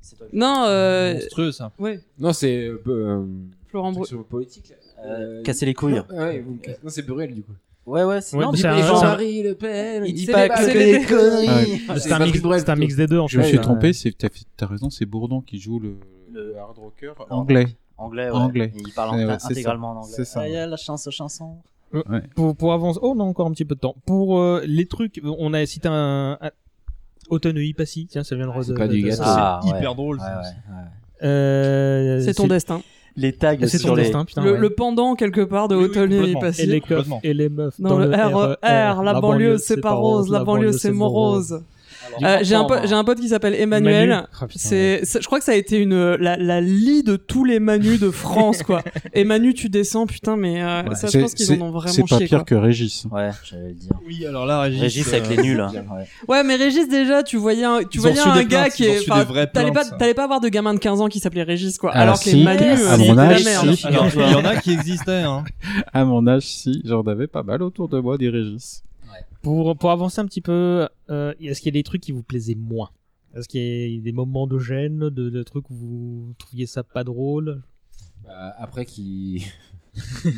Speaker 10: c'est toi que-
Speaker 2: Non, euh,
Speaker 3: Monstrueux ça.
Speaker 2: ouais,
Speaker 11: Non c'est euh, euh,
Speaker 2: Florent Brunel.
Speaker 11: sur le politique. là.
Speaker 10: Euh, Casser les couilles.
Speaker 11: Ah ouais, vous me cassez- Non c'est Burel du coup.
Speaker 10: Ouais ouais. C'est...
Speaker 1: Ouais,
Speaker 10: non,
Speaker 1: mais
Speaker 10: mais
Speaker 1: c'est
Speaker 10: les
Speaker 1: un-
Speaker 10: gens-
Speaker 1: c'est un-
Speaker 11: Marie Le Pen,
Speaker 2: il
Speaker 11: il
Speaker 2: dit
Speaker 11: pas
Speaker 2: pas
Speaker 11: que
Speaker 2: que
Speaker 11: des
Speaker 2: des
Speaker 11: conneries.
Speaker 1: Ah, C'est un, mix- c'est un mix des deux en
Speaker 12: Je me
Speaker 1: fait.
Speaker 12: suis
Speaker 1: Euh,
Speaker 12: trompé, c'est t'as t'as raison, c'est Bourdon qui joue le,
Speaker 10: Le
Speaker 12: hard rocker
Speaker 10: anglais. Anglais, ouais.
Speaker 12: Anglais.
Speaker 10: Il parle
Speaker 12: Ouais,
Speaker 10: en-
Speaker 12: ouais, c'est
Speaker 10: intégralement
Speaker 12: ça.
Speaker 10: en anglais.
Speaker 12: C'est ça,
Speaker 10: Ah, il y
Speaker 12: ouais.
Speaker 10: a la chance aux chansons.
Speaker 1: Pour, pour avancer. Oh, on a encore un petit peu de temps. Pour euh, les trucs, on a cité un. un- Automne Passy, tiens, ça vient de Rose.
Speaker 11: pas du
Speaker 1: de-
Speaker 11: gâteau.
Speaker 1: ça.
Speaker 10: Ah,
Speaker 3: c'est
Speaker 10: ouais.
Speaker 3: hyper drôle.
Speaker 10: Ouais,
Speaker 3: ça.
Speaker 10: ouais, ouais.
Speaker 1: Euh,
Speaker 2: c'est ton destin.
Speaker 10: Les tags
Speaker 1: C'est
Speaker 10: sur
Speaker 1: ton
Speaker 10: les.
Speaker 1: destin, putain.
Speaker 2: le,
Speaker 1: ouais.
Speaker 2: le pendant quelque part de
Speaker 3: Oui, oui,
Speaker 2: Hôtel Nuit
Speaker 3: complètement.
Speaker 1: Et
Speaker 2: Passy.
Speaker 1: les coffres
Speaker 3: Complètement.
Speaker 1: et les meufs.
Speaker 2: Dans le
Speaker 1: E
Speaker 2: RER, la banlieue c'est pas rose, la banlieue c'est morose. Euh, J'ai un, po- j'ai un pote qui s'appelle Emmanuel.
Speaker 1: Manu. Ah, putain,
Speaker 2: C'est, c'est- je crois que ça a été une la, la lie de tous les Manus de France quoi. Et Manu tu descends putain mais euh,
Speaker 12: Ouais.
Speaker 2: ça je
Speaker 12: C'est-
Speaker 2: pense qu'ils
Speaker 12: c'est-
Speaker 2: en ont vraiment
Speaker 12: C'est pas
Speaker 2: chié,
Speaker 12: pire
Speaker 2: quoi.
Speaker 12: que Régis.
Speaker 10: Ouais, j'allais le dire.
Speaker 3: Oui, alors là, Régis.
Speaker 10: Régis avec
Speaker 3: euh,
Speaker 10: les nuls. hein. Ouais.
Speaker 2: Ouais mais Régis déjà tu voyais un, tu
Speaker 3: Ils ont
Speaker 2: voyais
Speaker 3: reçu
Speaker 2: un
Speaker 3: des
Speaker 2: gars
Speaker 3: plaintes,
Speaker 2: qui
Speaker 3: ils ont
Speaker 2: est
Speaker 3: reçu
Speaker 2: enfin,
Speaker 3: des vraies
Speaker 2: t'allais pas
Speaker 3: plaintes, ça.
Speaker 2: t'allais pas avoir de gamin de 15 ans qui s'appelait Régis quoi.
Speaker 12: Ah,
Speaker 2: alors que
Speaker 12: si.
Speaker 2: les Manus
Speaker 12: À
Speaker 2: euh,
Speaker 12: mon
Speaker 2: c'était la
Speaker 12: âge,
Speaker 2: merde.
Speaker 12: si.
Speaker 3: Alors, il y en a qui existaient. Hein.
Speaker 12: À mon âge, si, j'en avais pas mal autour de moi des Régis.
Speaker 1: Pour, pour avancer un petit peu, euh, est-ce qu'il y a des trucs qui vous plaisaient moins Est-ce qu'il y a des moments de gêne, de, de trucs où vous trouviez ça pas drôle
Speaker 11: Bah, après qui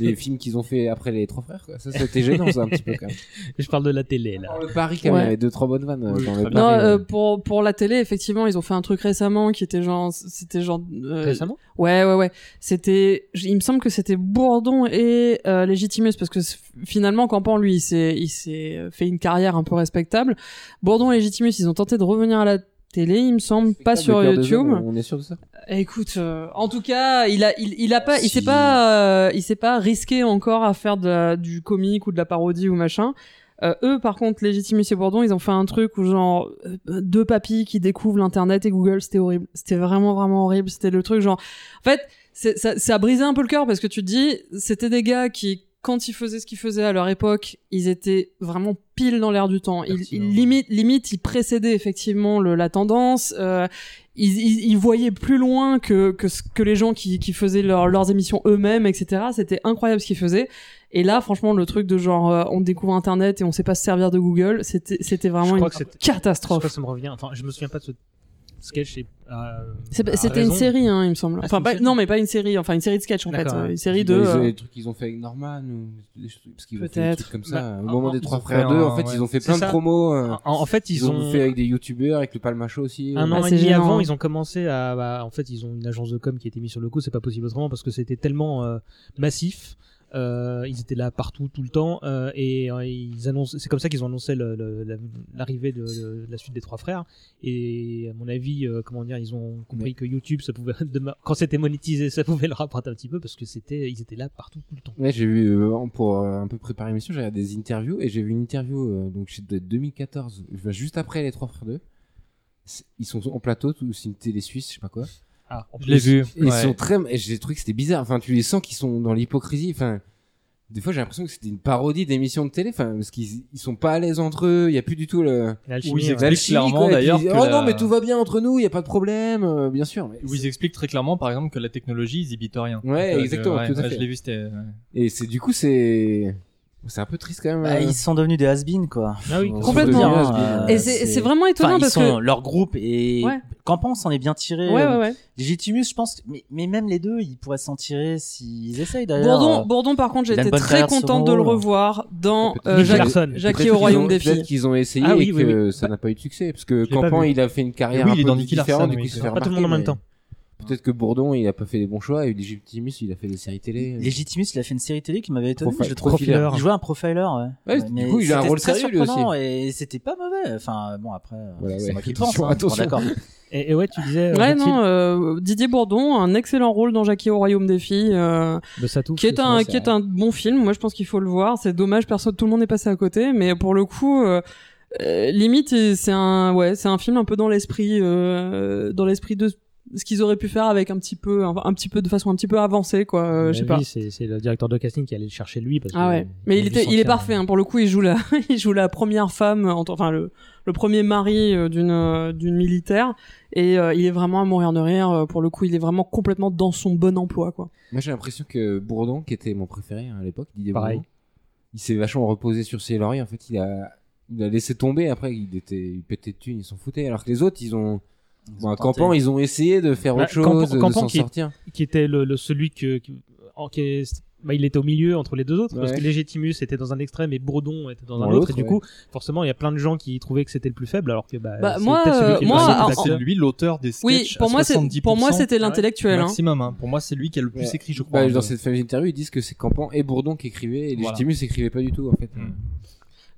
Speaker 11: les films qu'ils ont fait après les trois frères quoi. Ça c'était gênant ça un petit peu quand même.
Speaker 1: Je parle de la télé là.
Speaker 11: le Paris quand même,
Speaker 2: Ouais.
Speaker 11: il y avait deux trois bonnes vannes euh,
Speaker 3: Oui,
Speaker 11: dans
Speaker 3: très
Speaker 11: le
Speaker 3: bien.
Speaker 2: Non,
Speaker 11: Paris.
Speaker 2: euh,
Speaker 11: euh.
Speaker 2: pour pour la télé, effectivement, ils ont fait un truc récemment qui était genre, c'était genre, euh,
Speaker 1: Récemment
Speaker 2: ouais, ouais, ouais. C'était, j- il me semble que c'était Bourdon et euh, Légitimus parce que c- finalement, Campan lui, il s'est, il s'est euh, fait une carrière un peu respectable. Bourdon et Légitimus, ils ont tenté de revenir à la télé, il me semble, pas sur
Speaker 11: Spectacle de Cœur
Speaker 2: YouTube.
Speaker 11: de Zone, On est sûr de ça
Speaker 2: Écoute, euh, en tout cas, il a, il, il a pas, il s'est
Speaker 11: Si.
Speaker 2: pas, euh, il s'est pas risqué encore à faire de la- du comique ou de la parodie ou machin. Euh, eux, par contre, Légitimus et Bourdon, ils ont fait un truc où genre euh, deux papis qui découvrent l'internet et Google, c'était horrible. C'était vraiment vraiment horrible. C'était le truc genre. En fait, c'est- ça, ça a brisé un peu le cœur parce que tu te dis, c'était des gars qui, quand ils faisaient ce qu'ils faisaient à leur époque, ils étaient vraiment pile dans l'air du temps. Ils,
Speaker 1: Pertinent.
Speaker 2: ils limite, limite, ils précédaient effectivement le, la tendance. euh, ils, ils, ils voyaient plus loin que, que, ce- que les gens qui, qui faisaient leur- leurs émissions eux-mêmes, etc. C'était incroyable ce qu'ils faisaient. Et là, franchement, le truc de genre, euh, on découvre Internet et on sait pas se servir de Google, c'était c'était
Speaker 1: Je
Speaker 2: vraiment
Speaker 1: crois
Speaker 2: une
Speaker 1: que c'était- Je sais
Speaker 2: catastrophe.
Speaker 1: pas, ça me revient. Enfin, je me souviens pas de ce sketch est. a-
Speaker 2: C'est-
Speaker 1: a
Speaker 2: C'était une
Speaker 1: raison.
Speaker 2: série, hein, il me semble.
Speaker 1: Ah, c'est
Speaker 2: Enfin,
Speaker 1: une
Speaker 2: pas-
Speaker 1: série.
Speaker 2: non, mais pas une série, enfin une série de sketch en fait.
Speaker 1: D'accord.
Speaker 2: euh, Une série
Speaker 11: Ils
Speaker 2: de.
Speaker 11: ont-
Speaker 2: euh,
Speaker 11: Les trucs qu'ils ont fait avec Norman, ou des trucs- parce qu'ils ont fait des
Speaker 2: Peut-être.
Speaker 11: trucs comme ça.
Speaker 2: Bah,
Speaker 11: Au moment
Speaker 2: en-
Speaker 11: des
Speaker 2: ils
Speaker 11: trois
Speaker 2: ont
Speaker 11: frères
Speaker 2: fait
Speaker 11: 2,
Speaker 2: un-
Speaker 11: en fait,
Speaker 2: ouais.
Speaker 11: ils ont fait
Speaker 1: C'est
Speaker 11: plein
Speaker 1: ça.
Speaker 11: de promos. euh,
Speaker 1: En- en fait, ils ont-
Speaker 11: fait avec des youtubeurs, avec le Palmacho aussi.
Speaker 1: Un
Speaker 11: euh.
Speaker 2: Ah,
Speaker 1: an et demi avant, ils ont commencé à. bah, en fait, ils ont une agence de com qui était mise sur le coup. C'est pas possible autrement parce que c'était tellement euh, massif. Euh, ils étaient là partout tout le temps euh, et euh, ils annoncent. C'est comme ça qu'ils ont annoncé le- le- la- l'arrivée de, de la suite des trois frères. Et à mon avis, euh, comment dire, ils ont compris que YouTube, ça pouvait demain- quand c'était monétisé, ça pouvait leur rapporter un petit peu parce que c'était, ils étaient là partout tout le temps.
Speaker 11: Ouais, j'ai vu euh, pour euh, un peu préparer l'émission, j'ai regardé des interviews et j'ai vu une interview euh, donc c'est de 2014, enfin, juste après les trois frères 2. C'est- Ils sont en plateau, tout- c'est une télé suisse, je sais pas quoi.
Speaker 1: Ah, en
Speaker 11: Et
Speaker 1: Je l'ai
Speaker 11: ils-
Speaker 1: vu,
Speaker 11: Ils
Speaker 1: ouais.
Speaker 11: sont très, et j'ai trouvé que c'était bizarre. Enfin, tu les sens qu'ils sont dans l'hypocrisie. Enfin, des fois j'ai l'impression que c'était une parodie d'émission de télé. Enfin, parce qu'ils ils sont pas à l'aise entre eux. Il y a plus du tout le.
Speaker 3: L'alchimie,
Speaker 11: Où ils
Speaker 3: ouais.
Speaker 1: hein.
Speaker 11: expliquent
Speaker 3: L'alchimie,
Speaker 11: clairement,
Speaker 3: quoi, et puis
Speaker 11: d'ailleurs,
Speaker 3: ils disent,
Speaker 11: que
Speaker 3: oh
Speaker 11: la-
Speaker 3: non, mais tout
Speaker 11: va bien entre nous, il n'y a pas de problème, euh, bien sûr.
Speaker 3: Où ils expliquent très clairement, par exemple, que la technologie, ils n'imitent rien.
Speaker 11: Ouais,
Speaker 3: Donc, euh,
Speaker 11: exactement.
Speaker 3: ouais,
Speaker 11: tout à
Speaker 3: ouais,
Speaker 11: fait.
Speaker 3: Je l'ai vu, c'était. euh, ouais.
Speaker 11: Et c'est du coup c'est c'est un peu triste quand même.
Speaker 10: Bah,
Speaker 11: euh,
Speaker 10: ils sont devenus des has-beens, quoi.
Speaker 11: Ah oui,
Speaker 10: Faut-
Speaker 11: complètement.
Speaker 10: faut le dire, hein.
Speaker 11: euh,
Speaker 2: Et c'est- c'est vraiment étonnant
Speaker 10: Enfin, ils
Speaker 2: parce
Speaker 10: sont-
Speaker 2: que-
Speaker 10: leur groupe et
Speaker 2: Ouais.
Speaker 10: Campan s'en est bien tiré.
Speaker 2: Ouais, ouais, ouais.
Speaker 10: Legitimus, je pense, mais, mais même les deux, ils pourraient s'en tirer s'ils essayent d'ailleurs.
Speaker 2: Bourdon, Bourdon, par contre,
Speaker 10: Il a une
Speaker 2: j'étais
Speaker 10: bonne
Speaker 2: très
Speaker 10: carrière
Speaker 2: contente
Speaker 10: solo.
Speaker 2: de le revoir dans
Speaker 11: Peut-être
Speaker 2: euh,
Speaker 11: qu'ils-
Speaker 2: Jack-
Speaker 11: peut-être qu'ils
Speaker 2: Jackie
Speaker 11: ont-
Speaker 2: au Royaume des
Speaker 11: Peut-être
Speaker 2: Filles.
Speaker 11: qu'ils ont essayé
Speaker 2: Ah oui,
Speaker 11: et que
Speaker 2: oui, oui.
Speaker 11: ça n'a pas eu de succès parce que
Speaker 2: l'ai pas
Speaker 11: Campan
Speaker 2: vu.
Speaker 11: il a fait une carrière
Speaker 3: Oui,
Speaker 11: un
Speaker 3: il est
Speaker 11: peu
Speaker 3: dans Nicky
Speaker 11: différente
Speaker 3: Larson,
Speaker 11: du coup
Speaker 3: oui,
Speaker 11: il se
Speaker 3: c'est
Speaker 11: fait
Speaker 3: vrai. Pas tout le
Speaker 11: remarquer,
Speaker 3: monde en même
Speaker 11: mais
Speaker 3: temps.
Speaker 11: Peut-être que Bourdon il a pas fait les bons choix et Legitimus il a fait des séries télé. euh,
Speaker 10: Légitimus, il a fait une série télé qui m'avait étonné.
Speaker 11: Profi-
Speaker 10: je le trouvais-
Speaker 11: profiler.
Speaker 10: Il jouait un profiler. Ouais.
Speaker 11: Ouais, du
Speaker 10: mais
Speaker 11: coup, il a un
Speaker 10: c'était
Speaker 11: rôle
Speaker 10: très
Speaker 11: sérieux, lui aussi.
Speaker 10: surprenant Et c'était pas mauvais. Enfin, euh, bon, après, euh,
Speaker 11: Voilà,
Speaker 10: c'est
Speaker 11: ouais.
Speaker 10: moi qui le pense.
Speaker 11: Attention,
Speaker 10: hein. Bon,
Speaker 11: attention.
Speaker 10: d'accord.
Speaker 1: Et, et ouais, tu disais. euh,
Speaker 2: Ouais,
Speaker 1: Mathilde,
Speaker 2: non, euh, Didier Bourdon, un excellent rôle dans Jackie au Royaume des Filles, euh,
Speaker 1: bah, ça touche,
Speaker 2: qui est
Speaker 1: ça,
Speaker 2: un
Speaker 1: ça,
Speaker 2: qui est un bon film. Moi, je pense qu'il faut le voir. C'est dommage, perso, tout le monde est passé à côté, mais pour le coup. euh, euh, limite et c'est un ouais c'est un film un peu dans l'esprit euh, dans l'esprit de ce qu'ils auraient pu faire avec un petit peu un, un petit peu de façon un petit peu avancée quoi euh,
Speaker 1: à
Speaker 2: je sais
Speaker 1: mon
Speaker 2: pas
Speaker 1: avis, C'est c'est le directeur de casting qui allait le chercher lui parce
Speaker 2: Ah
Speaker 1: que-
Speaker 2: ouais. Mais
Speaker 1: Euh,
Speaker 2: il,
Speaker 1: a dû
Speaker 2: était, il est
Speaker 1: sentir-
Speaker 2: parfait. hein. Pour le coup, il joue la, il joue la première femme, en tant- enfin le, le premier mari euh, d'une euh, d'une militaire, et euh, il est vraiment à mourir de rire. euh, Pour le coup, il est vraiment complètement dans son bon emploi, quoi.
Speaker 11: Moi j'ai l'impression que Bourdon qui était mon préféré hein, à l'époque Didier
Speaker 1: Pareil.
Speaker 11: Bourdon, il s'est vachement reposé sur ses lauriers en fait il a il a laissé tomber après il était il pétait de thunes ils s'en foutaient alors que les autres ils ont bon, à
Speaker 1: tenté.
Speaker 11: Campan ils ont essayé de faire
Speaker 1: Bah,
Speaker 11: autre chose
Speaker 1: Campan-
Speaker 11: de
Speaker 1: Campan
Speaker 11: s'en
Speaker 1: qui, est-
Speaker 11: sortir.
Speaker 2: hein.
Speaker 1: qui était le, le- celui que, qui- en- qui est- bah, il était au milieu entre les deux autres parce
Speaker 11: Ouais.
Speaker 1: que Légitimus était dans un extrême et Bourdon était dans,
Speaker 11: Dans
Speaker 1: un autre et
Speaker 11: l'autre,
Speaker 1: du
Speaker 11: ouais.
Speaker 1: coup forcément il y a plein de gens qui trouvaient que c'était le plus faible alors que bah,
Speaker 2: Bah,
Speaker 1: c'est
Speaker 2: moi,
Speaker 1: peut-être celui
Speaker 2: euh,
Speaker 1: qui est
Speaker 2: moi,
Speaker 1: le plus
Speaker 2: alors-
Speaker 1: acteur.
Speaker 3: C'est lui l'auteur des sketchs.
Speaker 2: Oui, pour
Speaker 3: à
Speaker 2: moi, c'est-
Speaker 3: 70%,
Speaker 2: pour moi,
Speaker 3: Ah
Speaker 2: c'était l'intellectuel, hein.
Speaker 3: Maximum, hein. Pour moi, c'est lui qui a le plus
Speaker 11: Ouais.
Speaker 3: écrit, je crois. hein,
Speaker 11: Bah, dans cette fameuse interview, ils disent que c'est Campan et Bourdon qui écrivaient, et
Speaker 3: Voilà.
Speaker 11: Légitimus écrivait pas du tout, en fait.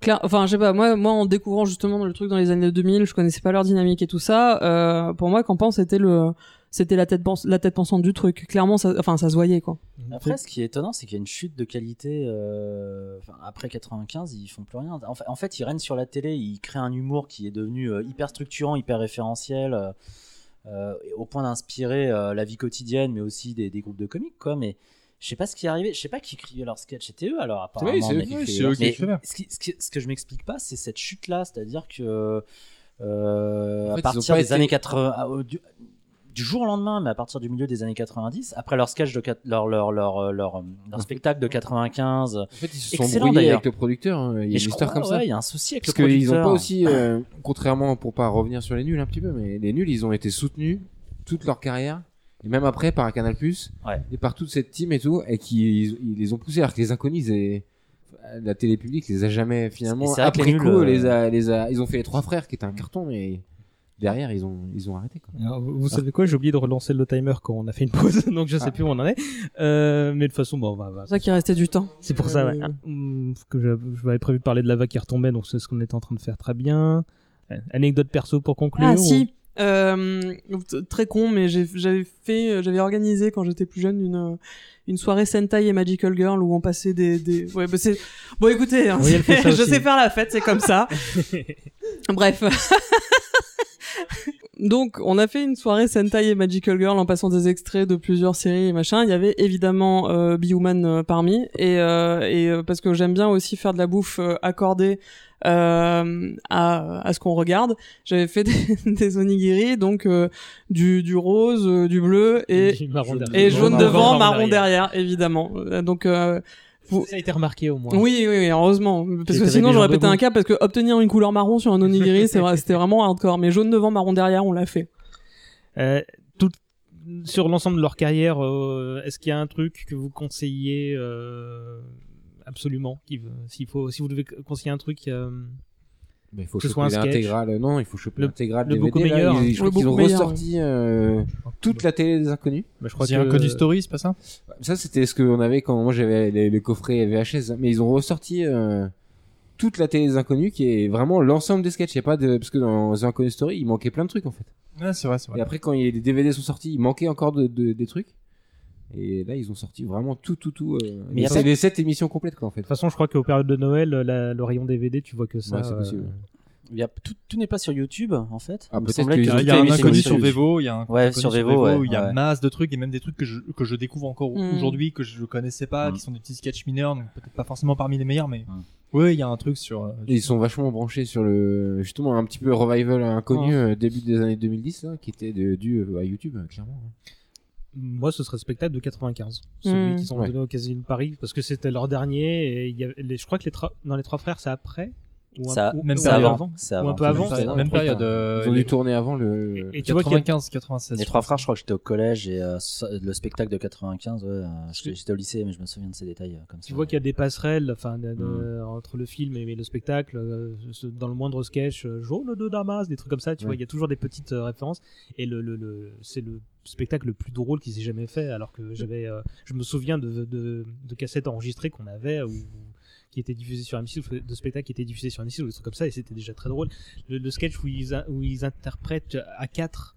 Speaker 2: Claire, enfin, je sais pas. Moi, moi, en découvrant justement le truc dans les années 2000, je connaissais pas leur dynamique et tout ça. euh, pour moi, Campan, c'était le, c'était la tête pense, la tête pensante du truc. Clairement, ça, enfin, ça se voyait, quoi.
Speaker 10: Après, ce qui est étonnant, c'est qu'il y a une chute de qualité. euh, enfin, après 95, ils font plus rien. En fait, en fait, ils règnent sur la télé, ils créent un humour qui est devenu euh, hyper structurant, hyper référentiel, euh, euh, et au point d'inspirer euh, la vie quotidienne, mais aussi des, des groupes de comiques, quoi. Mais je sais pas ce qui est arrivé. Je sais pas qui écrivait leurs sketchs. C'était eux, alors apparemment.
Speaker 11: Oui, c'est eux
Speaker 10: mais-
Speaker 11: qui Oui, écrivaient c'est eux qui
Speaker 10: mais
Speaker 11: écrivaient.
Speaker 10: Ce, qui- ce qui- ce que je m'explique pas, c'est cette chute-là, c'est-à-dire que euh,
Speaker 11: En fait, ils ont
Speaker 10: à partir
Speaker 11: pas
Speaker 10: des
Speaker 11: été-
Speaker 10: années 80, ah, au- du- du jour au lendemain, mais à partir du milieu des années 90, après leur sketch de quat- leur leur leur euh, leur, euh, leur spectacle de 95. En
Speaker 11: fait, ils se sont brouillés avec le producteur. hein. Il y a une histoire comme ça.
Speaker 10: Il y a un souci avec
Speaker 11: Parce
Speaker 10: le
Speaker 11: qu'ils
Speaker 10: producteur.
Speaker 11: ont pas aussi, euh, contrairement pour pas revenir sur les nuls un petit peu, mais les nuls, ils ont été soutenus toute leur carrière, et même après par Canal Plus, et par toute cette team et tout, et qui ils, ils les ont poussés, alors que les inconnus, ils aient- la télé publique les a jamais
Speaker 10: Et
Speaker 11: finalement
Speaker 10: c'est vrai que les
Speaker 11: après
Speaker 10: nuls,
Speaker 11: coup
Speaker 10: euh,
Speaker 11: les a, les a ils ont fait les trois frères qui était un carton mais derrière ils ont ils ont arrêté quoi.
Speaker 1: Alors, vous vous savez quoi J'ai oublié de relancer le timer quand on a fait une pause, donc je sais
Speaker 11: Ah.
Speaker 1: plus où on en est. Euh, mais de toute façon, bon, on va- on va-
Speaker 2: C'est pour ça qu'il restait du temps.
Speaker 1: C'est pour ça, ouais.
Speaker 2: Euh,
Speaker 1: Hum, que je, je m'avais prévu de parler de la vague qui retombait, donc c'est ce qu'on était en train de faire très bien. Euh, Anecdote perso pour conclure.
Speaker 2: Ah
Speaker 1: ou-
Speaker 2: si, Euh, t- très con, mais j'ai- j'avais fait, euh, j'avais organisé quand j'étais plus jeune une euh, une soirée Sentai et Magical Girl où on passait des des. Ouais, bah c'est bon, écoutez, hein,
Speaker 1: Oui, elle fait ça
Speaker 2: je
Speaker 1: aussi.
Speaker 2: sais faire la fête, c'est comme ça. Bref. Donc, on a fait une soirée Sentai et Magical Girl en passant des extraits de plusieurs séries et machin. Il y avait évidemment euh, Bioman euh, parmi, et, euh, et euh, parce que j'aime bien aussi faire de la bouffe euh, accordée euh, à, à ce qu'on regarde. J'avais fait des, des onigiri, donc euh, du, du rose, euh, du bleu et,
Speaker 1: Du marron derrière.
Speaker 2: et jaune
Speaker 1: Marron
Speaker 2: devant,
Speaker 1: devant,
Speaker 2: marron
Speaker 1: marron
Speaker 2: derrière, évidemment. Euh, Donc euh, vous-
Speaker 1: Ça a été remarqué au moins.
Speaker 2: oui, oui, oui, heureusement. Parce
Speaker 1: J'étais
Speaker 2: que
Speaker 1: avec
Speaker 2: sinon,
Speaker 1: des
Speaker 2: j'aurais
Speaker 1: gens
Speaker 2: pété
Speaker 1: debout.
Speaker 2: un câble parce que obtenir une couleur marron sur un onigiri, c'est vrai, c'était vraiment hardcore. Mais jaune devant, marron derrière, on l'a fait.
Speaker 1: Euh, tout, sur l'ensemble de leur carrière, euh, est-ce qu'il y a un truc que vous conseillez euh, absolument qui- s'il faut, Si vous devez conseiller un truc. euh,
Speaker 11: Mais il faut
Speaker 1: que ce
Speaker 11: choper
Speaker 1: soit un sketch.
Speaker 11: l'intégrale. Non, il faut choper
Speaker 1: Le-
Speaker 11: l'intégrale
Speaker 1: le
Speaker 11: DVD.
Speaker 1: beaucoup
Speaker 11: là.
Speaker 1: meilleur.
Speaker 11: Ils- je
Speaker 1: Le
Speaker 11: crois qu'ils ont
Speaker 1: beaucoup meilleur,
Speaker 11: ressorti euh, toute la télé des inconnus.
Speaker 1: Bah, je crois
Speaker 3: C'est un
Speaker 1: que-
Speaker 3: code story, c'est pas ça
Speaker 11: Ça, c'était ce qu'on avait quand moi j'avais les, les coffrets VHS. hein. Mais ils ont ressorti euh, toute la télé des inconnus qui est vraiment l'ensemble des sketchs. Il y a pas de parce que dans The Inconnu Story, il manquait plein de trucs en fait.
Speaker 3: Ouais, c'est vrai, c'est vrai.
Speaker 11: Et après, quand il- les DVD sont sortis, il manquait encore de, de- des trucs. Et là, ils ont sorti vraiment tout, tout, tout. euh,
Speaker 1: Mais
Speaker 11: les-
Speaker 1: après-
Speaker 11: les 7 émissions complètes quoi en fait.
Speaker 1: De toute façon, je crois qu'aux périodes de Noël, la- le rayon DVD, tu vois que ça.
Speaker 11: Ouais, c'est possible.
Speaker 10: Il y a- tout, tout n'est pas sur YouTube en fait. Il
Speaker 11: Ah,
Speaker 10: me
Speaker 11: peut-être
Speaker 10: semblait
Speaker 11: qu'il
Speaker 10: que
Speaker 11: y a-
Speaker 10: toutes
Speaker 11: il y a
Speaker 10: les
Speaker 11: un
Speaker 10: émissions
Speaker 11: inconnu
Speaker 10: étaient
Speaker 11: sur
Speaker 3: Vevo, il y a un
Speaker 10: ouais,
Speaker 3: inconnu
Speaker 10: sur Vevo, ouais,
Speaker 3: il y a
Speaker 10: ouais.
Speaker 3: masse de trucs et même des trucs que je, que je découvre encore
Speaker 2: Mm.
Speaker 3: aujourd'hui que je connaissais pas,
Speaker 10: Mm.
Speaker 3: qui sont des petits sketchs mineurs, donc peut-être pas forcément parmi les meilleurs, mais ouais, il y a un truc sur. euh,
Speaker 11: Ils sont vachement branchés sur le justement un petit peu revival inconnu euh, début des années 2010 là, hein, qui était de- dû euh, à YouTube euh, clairement.
Speaker 1: Moi, ce serait le spectacle de 95, celui
Speaker 10: Hmm.
Speaker 11: Mm.
Speaker 1: qu'ils ont
Speaker 11: Ouais.
Speaker 1: donné au Casino de Paris, parce que c'était leur dernier. Et il y avait- les- je crois que les trois- dans les trois frères, c'est après. Ou un,
Speaker 10: Ça-
Speaker 1: ou-
Speaker 10: même
Speaker 1: ou
Speaker 10: ça
Speaker 1: un peu
Speaker 10: avant.
Speaker 1: avant.
Speaker 10: Ça
Speaker 1: Ou un
Speaker 10: avant.
Speaker 1: peu avant.
Speaker 10: Même
Speaker 1: c'est-
Speaker 10: ça-
Speaker 1: un truc, hein.
Speaker 3: euh,
Speaker 11: Ils ont dû tourner avant le.
Speaker 1: Et tu vois qu'il y a-
Speaker 3: 95, 96.
Speaker 10: Les trois frères, je crois que j'étais au collège et euh, ça- le spectacle de 95, ouais, euh, j'étais j'étais au lycée, mais je me souviens de ces détails euh, comme ça. Mm.
Speaker 1: Tu vois qu'il y a des passerelles enfin, de- de- entre le film et, et le spectacle. euh, ce- dans le moindre sketch, euh, jaune de Damas, des trucs comme ça, tu vois, il y a toujours des petites euh, références. Et le, le- le- c'est le spectacle le plus drôle qui s'est jamais fait, alors que j'avais, euh, je me souviens de, de- de cassettes enregistrées qu'on avait ou qui étaient diffusées sur M6 ou de spectacles qui étaient diffusés sur M6 ou des trucs comme ça, et c'était déjà très drôle. Le, le sketch où ils, a- où ils interprètent à quatre.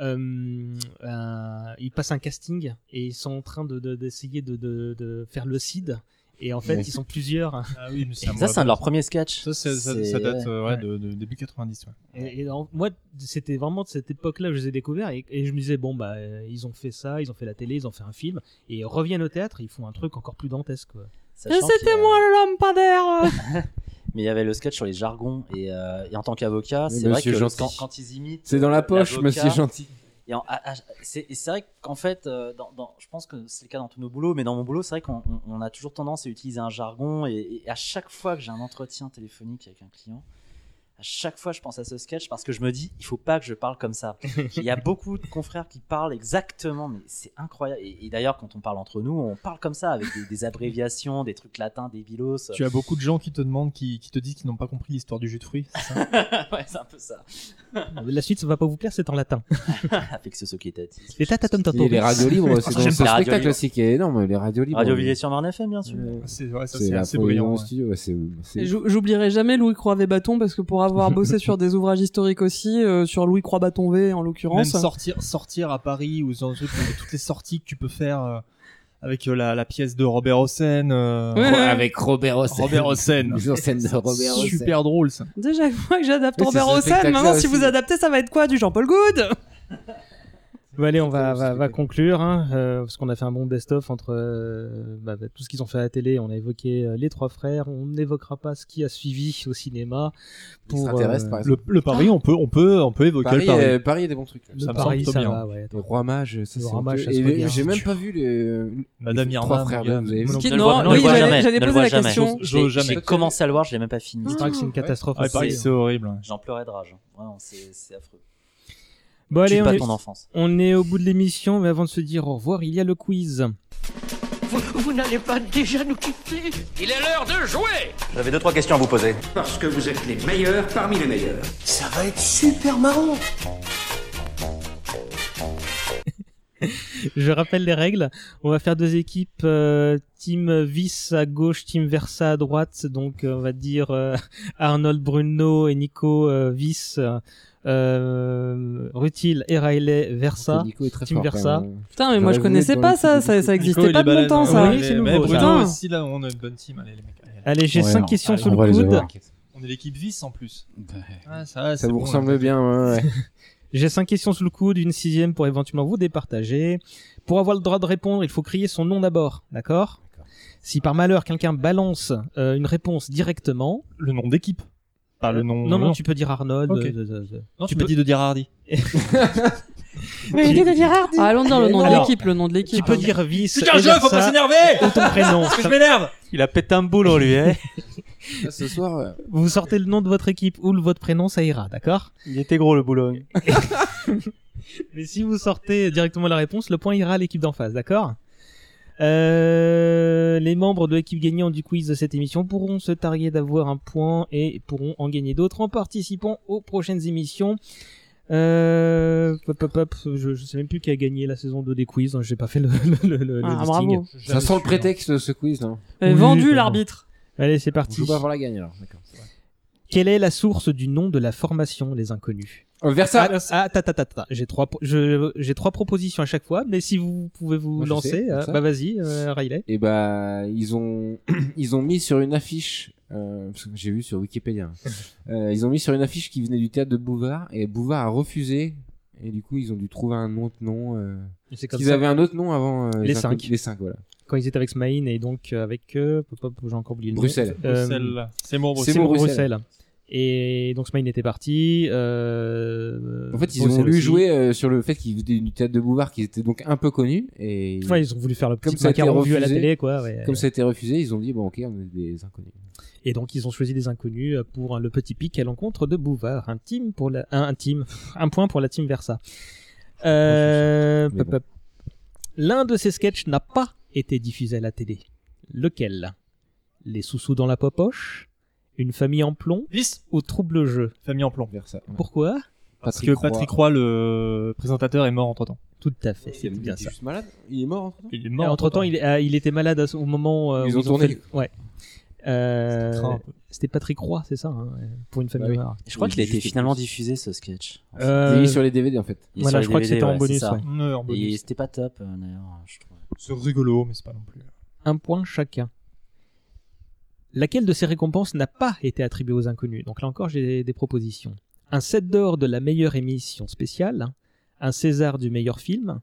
Speaker 1: euh, un- ils passent un casting et ils sont en train de- de- d'essayer de, de- de faire le CID et en fait
Speaker 10: Ouais.
Speaker 1: ils sont plusieurs
Speaker 3: Ah oui, mais
Speaker 10: Et ça, c'est un de leurs premiers sketchs.
Speaker 3: Ça, c'est- ça,
Speaker 10: C'est-
Speaker 3: ça date
Speaker 10: ouais.
Speaker 3: euh, ouais, de, de début 90. Ouais.
Speaker 1: Et, et en- moi, c'était vraiment de cette époque-là que je les ai découverts et, et je me disais, bon, bah, euh, ils ont fait ça, ils ont fait la télé, ils ont fait un film et ils reviennent au théâtre, ils font un truc encore plus dantesque. Quoi.
Speaker 10: Sachant qu'il y a-
Speaker 2: moi le lampadaire
Speaker 10: Mais il y avait le sketch sur les jargons et, euh, et en tant qu'avocat,
Speaker 11: Oui,
Speaker 10: c'est vrai
Speaker 11: Monsieur
Speaker 10: que
Speaker 11: Gentil.
Speaker 10: quand, quand ils imitent.
Speaker 11: C'est dans la
Speaker 10: euh,
Speaker 11: poche,
Speaker 10: l'avocat,
Speaker 11: Monsieur Gentil.
Speaker 10: Et en- ah, ah, c'est et c'est vrai qu'en fait, euh, dans, dans- je pense que c'est le cas dans tous nos boulots, mais dans mon boulot, c'est vrai qu'on on- on a toujours tendance à utiliser un jargon. Et, et à chaque fois que j'ai un entretien téléphonique avec un client, à chaque fois, je pense à ce sketch parce que je me dis, il faut pas que je parle comme ça. Il y a beaucoup de confrères qui parlent exactement, mais c'est incroyable. Et, et d'ailleurs, quand on parle entre nous, on parle comme ça avec des, des abréviations, des trucs latins, des bilos.
Speaker 3: Tu as beaucoup de gens qui te demandent, qui, qui te disent qu'ils n'ont pas compris l'histoire du jus de fruits. c'est ça
Speaker 10: ouais, c'est un peu ça.
Speaker 1: La suite, ça va pas vous plaire, c'est en latin.
Speaker 10: Avec ce sockétati.
Speaker 1: Les tatatum tatum.
Speaker 11: Et les radios libres, c'est dans ce
Speaker 10: J'aime pas les radios
Speaker 11: spectacle
Speaker 10: libres.
Speaker 11: aussi qui est énorme. Les radios libres. Euh,
Speaker 10: Radio Villiers-sur-Marne FM, bien sûr.
Speaker 3: C'est ouais, ça,
Speaker 11: C'est
Speaker 3: c'est
Speaker 11: la
Speaker 3: assez hein.
Speaker 11: folie
Speaker 3: brillant.
Speaker 11: dans le
Speaker 3: ouais.
Speaker 11: studio, ouais, c'est- c'est-
Speaker 2: Et j'ou- J'oublierai jamais Louis Croix-Vébaton parce que pour avoir bossé sur des ouvrages historiques aussi, euh, sur Louis Croix-Baton V en
Speaker 3: Même
Speaker 2: l'occurrence.
Speaker 3: sortir, sortir à Paris ou dans toutes les- toutes les sorties que tu peux faire euh, avec euh, la, la pièce de Robert Hossein. euh,
Speaker 2: Ouais, ouais.
Speaker 11: Avec Robert Hossein.
Speaker 3: Robert Hossein.
Speaker 11: Mise en scène de Robert Hossein.
Speaker 3: Super drôle ça.
Speaker 2: Déjà, moi que j'adapte
Speaker 11: Oui, c'est
Speaker 2: Robert
Speaker 11: ce
Speaker 2: Hossein,
Speaker 11: spectacle-là
Speaker 2: maintenant si
Speaker 11: aussi.
Speaker 2: vous adaptez, ça va être quoi Du Jean-Paul Good
Speaker 1: Bon, allez, on va, va, va conclure, hein, euh, parce qu'on a fait un bon best-of entre euh, bah, bah, tout ce qu'ils ont fait à la télé. On a évoqué euh, les trois frères, on n'évoquera pas ce qui a suivi au cinéma. Pour,
Speaker 11: extraterrestres, par exemple.
Speaker 3: Le, le Paris, on peut, on peut, on peut évoquer
Speaker 11: euh, Paris,
Speaker 3: le Paris.
Speaker 11: euh, Paris, il y a des bons trucs.
Speaker 1: Le
Speaker 3: Ça me
Speaker 1: Paris,
Speaker 3: semble plutôt
Speaker 1: ça
Speaker 3: bien.
Speaker 1: va, ouais.
Speaker 11: Le roi mage, ça
Speaker 1: Le
Speaker 11: c'est
Speaker 1: Roi
Speaker 11: honteux.
Speaker 1: Mage, ça se
Speaker 11: Et
Speaker 1: regarde.
Speaker 11: J'ai même pas vu le.
Speaker 3: Madame
Speaker 11: les
Speaker 3: Irma,
Speaker 11: Trois frères
Speaker 3: mon gars.
Speaker 11: Blancs, vous avez vu
Speaker 3: Non,
Speaker 2: Ce qui-
Speaker 3: je le
Speaker 2: non,
Speaker 3: vois-
Speaker 10: Ne
Speaker 3: non,
Speaker 10: le
Speaker 2: oui,
Speaker 10: vois
Speaker 2: j'allais-
Speaker 10: jamais,
Speaker 2: j'allais
Speaker 10: ne
Speaker 2: poser
Speaker 10: le vois
Speaker 2: la
Speaker 10: jamais.
Speaker 2: question.
Speaker 3: Je-
Speaker 10: J'ai-
Speaker 3: je- jamais.
Speaker 10: J'ai commencé à le voir, je l'ai même pas fini.
Speaker 1: Je dirais que c'est une catastrophe.
Speaker 3: Ah, Paris,
Speaker 1: aussi.
Speaker 3: c'est horrible. ouais.
Speaker 10: J'en pleurais de rage. hein. Vraiment, c'est c'est affreux.
Speaker 1: Bon,
Speaker 10: Tue
Speaker 1: allez, on
Speaker 10: pas
Speaker 1: est-
Speaker 10: ton enfance.
Speaker 1: on est au bout de l'émission, mais avant de se dire au revoir, il y a le quiz.
Speaker 13: Vous, vous n'allez pas déjà nous quitter
Speaker 4: Il est l'heure de jouer
Speaker 5: J'avais deux, trois questions à vous poser.
Speaker 4: Parce que vous êtes les meilleurs parmi les meilleurs.
Speaker 5: Ça va être super marrant.
Speaker 1: Je rappelle les règles. On va faire deux équipes. euh, team Vice à gauche, Team Versa à droite. Donc, euh, on va dire euh, Arnold, Bruno et Nico euh, Vice. euh, Rutil et Riley Versa.
Speaker 11: Nico est très
Speaker 1: Team
Speaker 11: fort, quand
Speaker 1: Versa.
Speaker 11: même. hein.
Speaker 2: Putain, mais moi je
Speaker 11: J'aurais voulu être
Speaker 2: connaissais
Speaker 11: dans
Speaker 2: pas
Speaker 11: l'équipe
Speaker 2: ça,
Speaker 11: de
Speaker 2: ça,
Speaker 11: Nico.
Speaker 2: ça
Speaker 3: Nico,
Speaker 2: existait
Speaker 3: il
Speaker 2: pas
Speaker 3: est
Speaker 2: de
Speaker 3: balèze,
Speaker 2: longtemps
Speaker 3: hein.
Speaker 2: ça.
Speaker 3: Oui,
Speaker 1: c'est
Speaker 3: mais
Speaker 1: nouveau,
Speaker 3: Bruno
Speaker 2: ça.
Speaker 3: aussi, là, on a une bonne team. Allez, les mecs. allez, allez.
Speaker 1: Allez, j'ai
Speaker 11: Ouais,
Speaker 1: cinq
Speaker 11: non,
Speaker 1: questions
Speaker 11: allez,
Speaker 1: sous
Speaker 11: on
Speaker 1: le
Speaker 11: va les
Speaker 1: coude.
Speaker 11: avoir.
Speaker 3: On est l'équipe vice en plus.
Speaker 12: Bah,
Speaker 3: Ah, ça,
Speaker 11: Ça
Speaker 3: c'est
Speaker 11: vous
Speaker 3: bon,
Speaker 11: ressemble bien, ouais, ouais.
Speaker 1: J'ai cinq questions sous le coude, une sixième pour éventuellement vous départager. Pour avoir le droit de répondre, il faut crier son nom d'abord, d'accord Si par malheur quelqu'un balance euh, une réponse directement, Euh,
Speaker 3: Le nom d'équipe. Pas le nom.
Speaker 1: non non, tu peux dire Arnold.
Speaker 3: Ok.
Speaker 1: euh, euh, euh,
Speaker 3: Non,
Speaker 1: tu
Speaker 3: tu m'as
Speaker 1: peux-
Speaker 3: dit de dire Hardy.
Speaker 1: Mais il est de
Speaker 2: Ah, allons dire le nom de
Speaker 1: Alors,
Speaker 2: l'équipe, le nom de
Speaker 1: Tu
Speaker 2: l'équipe.
Speaker 1: peux dire vice. et
Speaker 3: Jeff,
Speaker 1: versa,
Speaker 3: s'énerver
Speaker 1: et ton prénom.
Speaker 3: m'énerve
Speaker 10: Il a pété un boulot, lui. Hein.
Speaker 11: Là, Ce soir, euh,
Speaker 1: Vous sortez le nom de votre équipe ou le- votre prénom, ça ira, d'accord
Speaker 10: Il était gros, le boulot.
Speaker 1: Mais si vous sortez directement la réponse, le point ira à l'équipe d'en face, d'accord Euh, les membres de l'équipe gagnante du quiz de cette émission pourront se targuer d'avoir un point et pourront en gagner d'autres en participant aux prochaines émissions. Euh, hop, hop, hop, je, je sais même plus qui a gagné la saison 2 des quiz, hein, j'ai pas fait le, le, le- le
Speaker 2: Ah,
Speaker 1: listing.
Speaker 2: bravo.
Speaker 11: Ça sent le prétexte de ce quiz, non
Speaker 2: Elle est
Speaker 1: Oui,
Speaker 2: vendue,
Speaker 1: pardon.
Speaker 2: l'arbitre.
Speaker 1: Allez, c'est parti.
Speaker 11: On joue pas avant la gagne alors. D'accord.
Speaker 1: Quelle est la source du nom de la formation, les inconnus
Speaker 11: Euh, Versa.
Speaker 1: Ah, ah, ta, ta, ta, ta. J'ai trois, pro- je- j'ai trois propositions à chaque fois, mais si vous pouvez vous
Speaker 11: Moi, je sais,
Speaker 1: lancer,
Speaker 11: comme
Speaker 1: euh,
Speaker 11: ça.
Speaker 1: bah vas-y, euh, Riley.
Speaker 11: Et bah ils ont ils ont mis sur une affiche euh, parce que j'ai vu sur Wikipédia. hein. Euh, ils ont mis sur une affiche qui venait du théâtre de Bouvard et Bouvard a refusé et du coup ils ont dû trouver un autre nom. Euh,
Speaker 1: Mais c'est comme
Speaker 11: ils
Speaker 1: ça.
Speaker 11: avaient un autre nom avant euh,
Speaker 1: Les
Speaker 11: inco-
Speaker 1: cinq.
Speaker 11: Les cinq voilà.
Speaker 1: Quand ils étaient avec Smaïn et donc euh, avec, euh, pop, pop, j'ai encore oublié le nom.
Speaker 11: Bruxelles.
Speaker 1: Euh,
Speaker 3: Bruxelles. Seymour
Speaker 1: Seymour
Speaker 3: Bruxelles.
Speaker 1: Bruxelles. Et donc Smaïn était parti. euh,
Speaker 11: En fait, ils
Speaker 1: Bruxelles
Speaker 11: ont voulu
Speaker 1: aussi.
Speaker 11: jouer euh, sur le fait qu'ils venaient du théâtre de Bouvard, qu'ils étaient donc un peu connus. Et
Speaker 1: Ouais, ils ont voulu faire le petit
Speaker 11: comme ça a été
Speaker 1: macaron vu à la
Speaker 11: refusé-
Speaker 1: télé, quoi, ouais.
Speaker 11: Comme ça a été refusé, ils ont dit bon, ok, on est des inconnus.
Speaker 1: Et donc ils ont choisi des inconnus euh, pour le petit pic à l'encontre de Bouvard. Un team pour la, un, un team, un point pour la team Versa. Euh,
Speaker 11: Mais bon.
Speaker 1: pop, pop. L'un de ces sketchs n'a pas été diffusé à la télé. Lequel Les sous-sous dans la popoche Une famille en plomb Ou trouble jeu
Speaker 3: Famille en plomb.
Speaker 11: Versa.
Speaker 1: Pourquoi
Speaker 3: Parce
Speaker 11: Patrick
Speaker 3: que
Speaker 11: Roy.
Speaker 3: Patrick Roy, le présentateur, est mort entre temps.
Speaker 1: Tout à fait, c'est bien ça.
Speaker 11: juste malade. Il est mort entre temps.
Speaker 3: Il est mort.
Speaker 1: Entre temps, il, ah, il était malade à ce- au moment euh,
Speaker 11: Ils
Speaker 1: où
Speaker 11: ont tourné.
Speaker 1: fait- Ouais. Euh,
Speaker 10: C'était craint un peu.
Speaker 1: C'était Patrick Roy, c'est ça, hein, pour une famille
Speaker 11: Bah oui.
Speaker 1: noire.
Speaker 10: Je crois
Speaker 11: Oui,
Speaker 10: qu'il a été
Speaker 11: juste
Speaker 10: finalement diffusé ce sketch.
Speaker 1: Euh,
Speaker 11: Il est sur les DVD en fait.
Speaker 10: Il est
Speaker 1: Voilà,
Speaker 10: sur les
Speaker 1: je crois que
Speaker 10: DVD,
Speaker 1: c'était en
Speaker 10: ouais,
Speaker 1: bonus,
Speaker 10: c'est ça.
Speaker 1: ouais.
Speaker 3: Ouais, en bonus.
Speaker 10: Et c'était pas top euh, d'ailleurs, je trouve.
Speaker 3: C'est rigolo, mais c'est pas non plus. euh,
Speaker 1: un point chacun. Laquelle de ces récompenses n'a pas été attribuée aux inconnus Donc là encore, j'ai des propositions. Un set d'or de la meilleure émission spéciale, un César du meilleur film,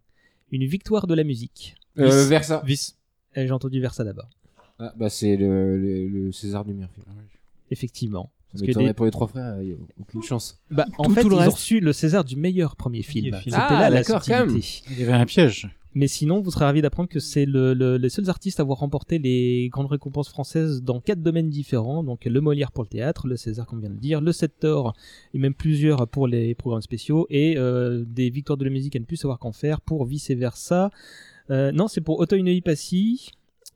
Speaker 1: une victoire de la musique.
Speaker 11: Euh, Versa.
Speaker 3: Vice.
Speaker 1: Euh, J'ai entendu Versa d'abord.
Speaker 11: Ah, bah c'est le, le, le César du meilleur
Speaker 3: Ah
Speaker 11: film.
Speaker 1: Effectivement.
Speaker 11: Ça
Speaker 1: Parce que
Speaker 11: m'étonnerait
Speaker 1: des-
Speaker 11: pour les trois frères, il y a aucune chance.
Speaker 1: Bah, en
Speaker 2: Tout-
Speaker 1: fait,
Speaker 2: tout le
Speaker 1: ils ont
Speaker 2: reste.
Speaker 1: reçu le César du meilleur premier film.
Speaker 3: Premier film.
Speaker 1: C'était
Speaker 11: Ah,
Speaker 1: là la
Speaker 11: d'accord, quand même.
Speaker 1: subtilité.
Speaker 12: Il y avait un piège.
Speaker 1: Mais sinon, vous serez ravis d'apprendre que c'est le, le- les seuls artistes à avoir remporté les grandes récompenses françaises dans quatre domaines différents. Donc le Molière pour le théâtre, le César qu'on vient de dire, le Septor et même plusieurs pour les programmes spéciaux et euh, des victoires de la musique à ne plus savoir qu'en faire pour vice versa. Euh, non, c'est pour Auteuil Neuilly Passy.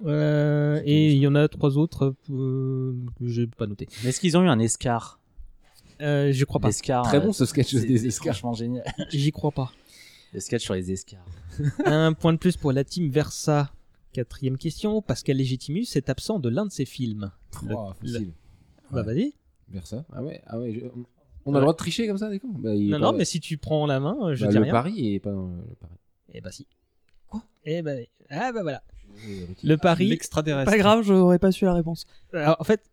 Speaker 1: Euh, et il y en a trois autres euh, que j'ai pas noté.
Speaker 10: Mais est-ce qu'ils ont eu un escar
Speaker 1: Euh, je crois pas.
Speaker 10: L'escar,
Speaker 11: Très
Speaker 10: euh,
Speaker 11: bon ce sketch
Speaker 10: c'est-
Speaker 11: Ah, des
Speaker 10: c'est
Speaker 11: escarres.
Speaker 10: Franchement génial.
Speaker 1: J'y crois pas.
Speaker 10: Le sketch sur les escars.
Speaker 1: Un point de plus pour la team Versa. Quatrième question. Pascal Légitimus est absent de l'un de ses films. Le-
Speaker 11: Oh, facile.
Speaker 1: Bah
Speaker 11: Ouais.
Speaker 1: vas-y.
Speaker 11: Versa. Ah ouais, ah ouais. je- On a le droit de tricher comme ça, des cons bah, il est
Speaker 1: Non,
Speaker 11: pas-
Speaker 1: non, mais si tu prends la main, euh, je
Speaker 11: bah,
Speaker 1: dis
Speaker 11: le
Speaker 1: rien.
Speaker 11: pari il est pas dans le pari.
Speaker 1: Eh bah si. Quoi Eh bah, oui. ah bah voilà.
Speaker 11: Euh,
Speaker 1: Le pari.
Speaker 3: L'extraterrestre.
Speaker 2: Pas grave, j'aurais pas su la réponse.
Speaker 1: Alors, en fait,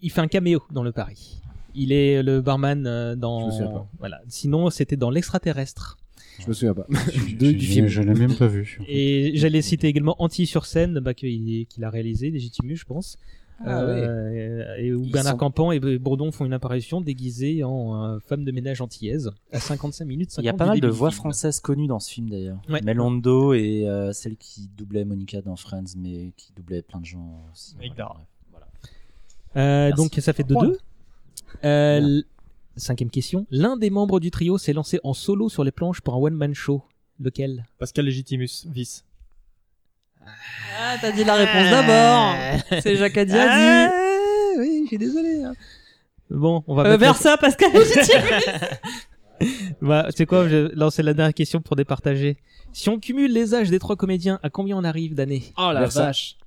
Speaker 1: il fait un caméo dans le pari. Il est le barman euh,
Speaker 11: Je
Speaker 1: dans.
Speaker 11: me souviens pas.
Speaker 1: Voilà. Sinon, c'était dans l'extraterrestre.
Speaker 11: Je me souviens pas.
Speaker 12: Je-
Speaker 11: du
Speaker 12: je-
Speaker 11: film.
Speaker 12: Je l'ai même pas vu.
Speaker 1: Et j'allais citer également Anti sur scène, bah, qu'il qu'il a réalisé, Légitimus, je pense.
Speaker 11: Ah
Speaker 1: Euh, et où
Speaker 11: Ils
Speaker 1: Bernard
Speaker 11: sont-
Speaker 1: Campan et Bourdon font une apparition déguisée en euh, femme de ménage antillaise à 55 minutes 50
Speaker 10: Il y a pas
Speaker 1: du
Speaker 10: mal de
Speaker 1: début du
Speaker 10: voix
Speaker 1: film.
Speaker 10: françaises connues dans ce film d'ailleurs.
Speaker 1: Ouais.
Speaker 10: Melondo et euh, celle qui doublait Monica dans Friends, mais qui doublait plein de gens aussi.
Speaker 3: Mike
Speaker 10: Voilà,
Speaker 3: Dara.
Speaker 10: bref. Voilà.
Speaker 1: Euh,
Speaker 10: Merci.
Speaker 1: donc ça fait 2-2.
Speaker 10: Trois.
Speaker 1: Euh, l- cinquième question. L'un des membres du trio s'est lancé en solo sur les planches pour un one-man show. Lequel
Speaker 3: Pascal Légitimus. Vice.
Speaker 2: Ah, t'as dit la réponse d'abord. C'est Jacques Adiadi.
Speaker 1: Ah. Oui, je suis désolé. hein. Bon, on va
Speaker 2: Euh,
Speaker 1: mettre-
Speaker 2: Versa, Pascal
Speaker 1: Bah, c'est quoi Je vais lancer la dernière question pour départager. Si on cumule les âges des trois comédiens, à combien on arrive d'années
Speaker 3: Oh
Speaker 11: la Versa.
Speaker 3: vache.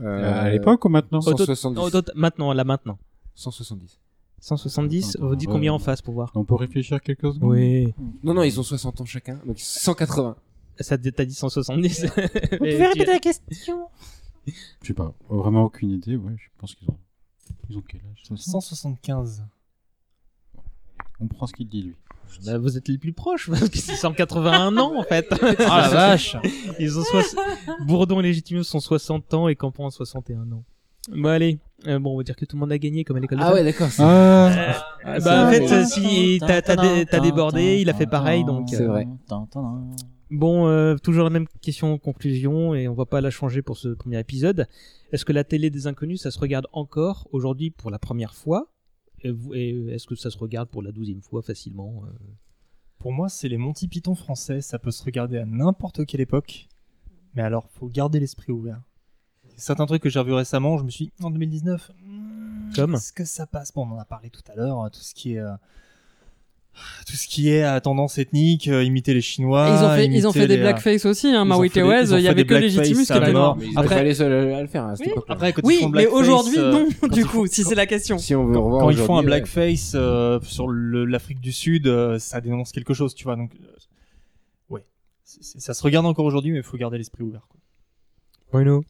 Speaker 12: Euh, à l'époque ou maintenant
Speaker 1: Au tot-
Speaker 11: 170.
Speaker 1: au tot- Maintenant, là maintenant.
Speaker 11: 170.
Speaker 1: 170.
Speaker 12: Attends,
Speaker 1: Vous dites
Speaker 12: ouais.
Speaker 1: combien en face pour voir
Speaker 12: On peut réfléchir quelques secondes
Speaker 1: Oui.
Speaker 11: Non, non, ils ont 60 ans chacun, donc 180.
Speaker 1: Ça t- t'as dit 170.
Speaker 10: Vous
Speaker 1: Mais
Speaker 10: pouvez
Speaker 1: tu-
Speaker 10: répéter la question
Speaker 12: Je sais pas, vraiment aucune idée. Ouais, je pense qu'ils ont. Ils ont quel âge 60
Speaker 3: 175.
Speaker 12: On prend ce qu'il dit lui.
Speaker 1: Bah, vous êtes les plus proches parce que c'est 181 ans en fait.
Speaker 3: Ah la vache.
Speaker 1: Ils ont soix- Bourdon et Légitimus sont 60 ans et Campan 61 ans. Bah allez, Euh, bon on va dire que tout le monde a gagné comme à l'école de
Speaker 11: Ah
Speaker 1: théâtre.
Speaker 11: ouais, d'accord. c'est-
Speaker 12: Ah,
Speaker 1: Euh, bah en
Speaker 12: c'est
Speaker 1: fait
Speaker 12: vrai.
Speaker 1: euh, si t'as t'as dé- t'as débordé, il a fait pareil donc.
Speaker 11: C'est
Speaker 1: euh,
Speaker 11: vrai.
Speaker 1: Bon euh, toujours la même question en conclusion et on va pas la changer pour ce premier épisode. Est-ce que la télé des inconnus ça se regarde encore aujourd'hui pour la première fois Et vous- et est-ce que ça se regarde pour la douzième fois facilement euh
Speaker 3: Pour moi, c'est les Monty Python français. Ça peut se regarder à n'importe quelle époque. Mais alors, faut garder l'esprit ouvert. Certains trucs que j'ai revus récemment, je me suis dit, en 2019,
Speaker 1: Comme
Speaker 3: est-ce que ça passe Bon, on en a parlé tout à l'heure, tout ce qui est. euh, Tout ce qui est à tendance ethnique, euh, imiter les Chinois.
Speaker 2: Ils ont fait, ils ont
Speaker 3: imiter
Speaker 2: fait des
Speaker 3: les, euh,
Speaker 2: blackface aussi,
Speaker 3: ils
Speaker 2: hein,
Speaker 3: ont
Speaker 2: Maui
Speaker 3: fait des-
Speaker 2: Tewes,
Speaker 3: ils ont
Speaker 2: il y
Speaker 3: fait
Speaker 2: avait
Speaker 3: des
Speaker 2: que les
Speaker 3: blackface
Speaker 2: légitimes qui
Speaker 3: à
Speaker 2: étaient
Speaker 3: mort.
Speaker 2: morts.
Speaker 3: Mais ils étaient
Speaker 11: Après,
Speaker 2: Après,
Speaker 11: pas les seuls à à le faire à cette époque-là.
Speaker 3: Après, quand ils
Speaker 2: oui,
Speaker 3: font
Speaker 2: mais
Speaker 3: blackface,
Speaker 2: aujourd'hui,
Speaker 3: euh,
Speaker 2: non,
Speaker 3: quand
Speaker 2: du
Speaker 3: ils
Speaker 2: coup, si c'est la question.
Speaker 11: Si on veut revoir
Speaker 3: quand ils
Speaker 11: aujourd'hui,
Speaker 3: font un
Speaker 11: ouais.
Speaker 3: blackface euh, sur le- l'Afrique du Sud, euh, ça dénonce quelque chose, tu vois. Donc, euh, ouais, C'est- c'est- ça se regarde encore aujourd'hui, mais il faut garder l'esprit ouvert. quoi.
Speaker 1: Bruno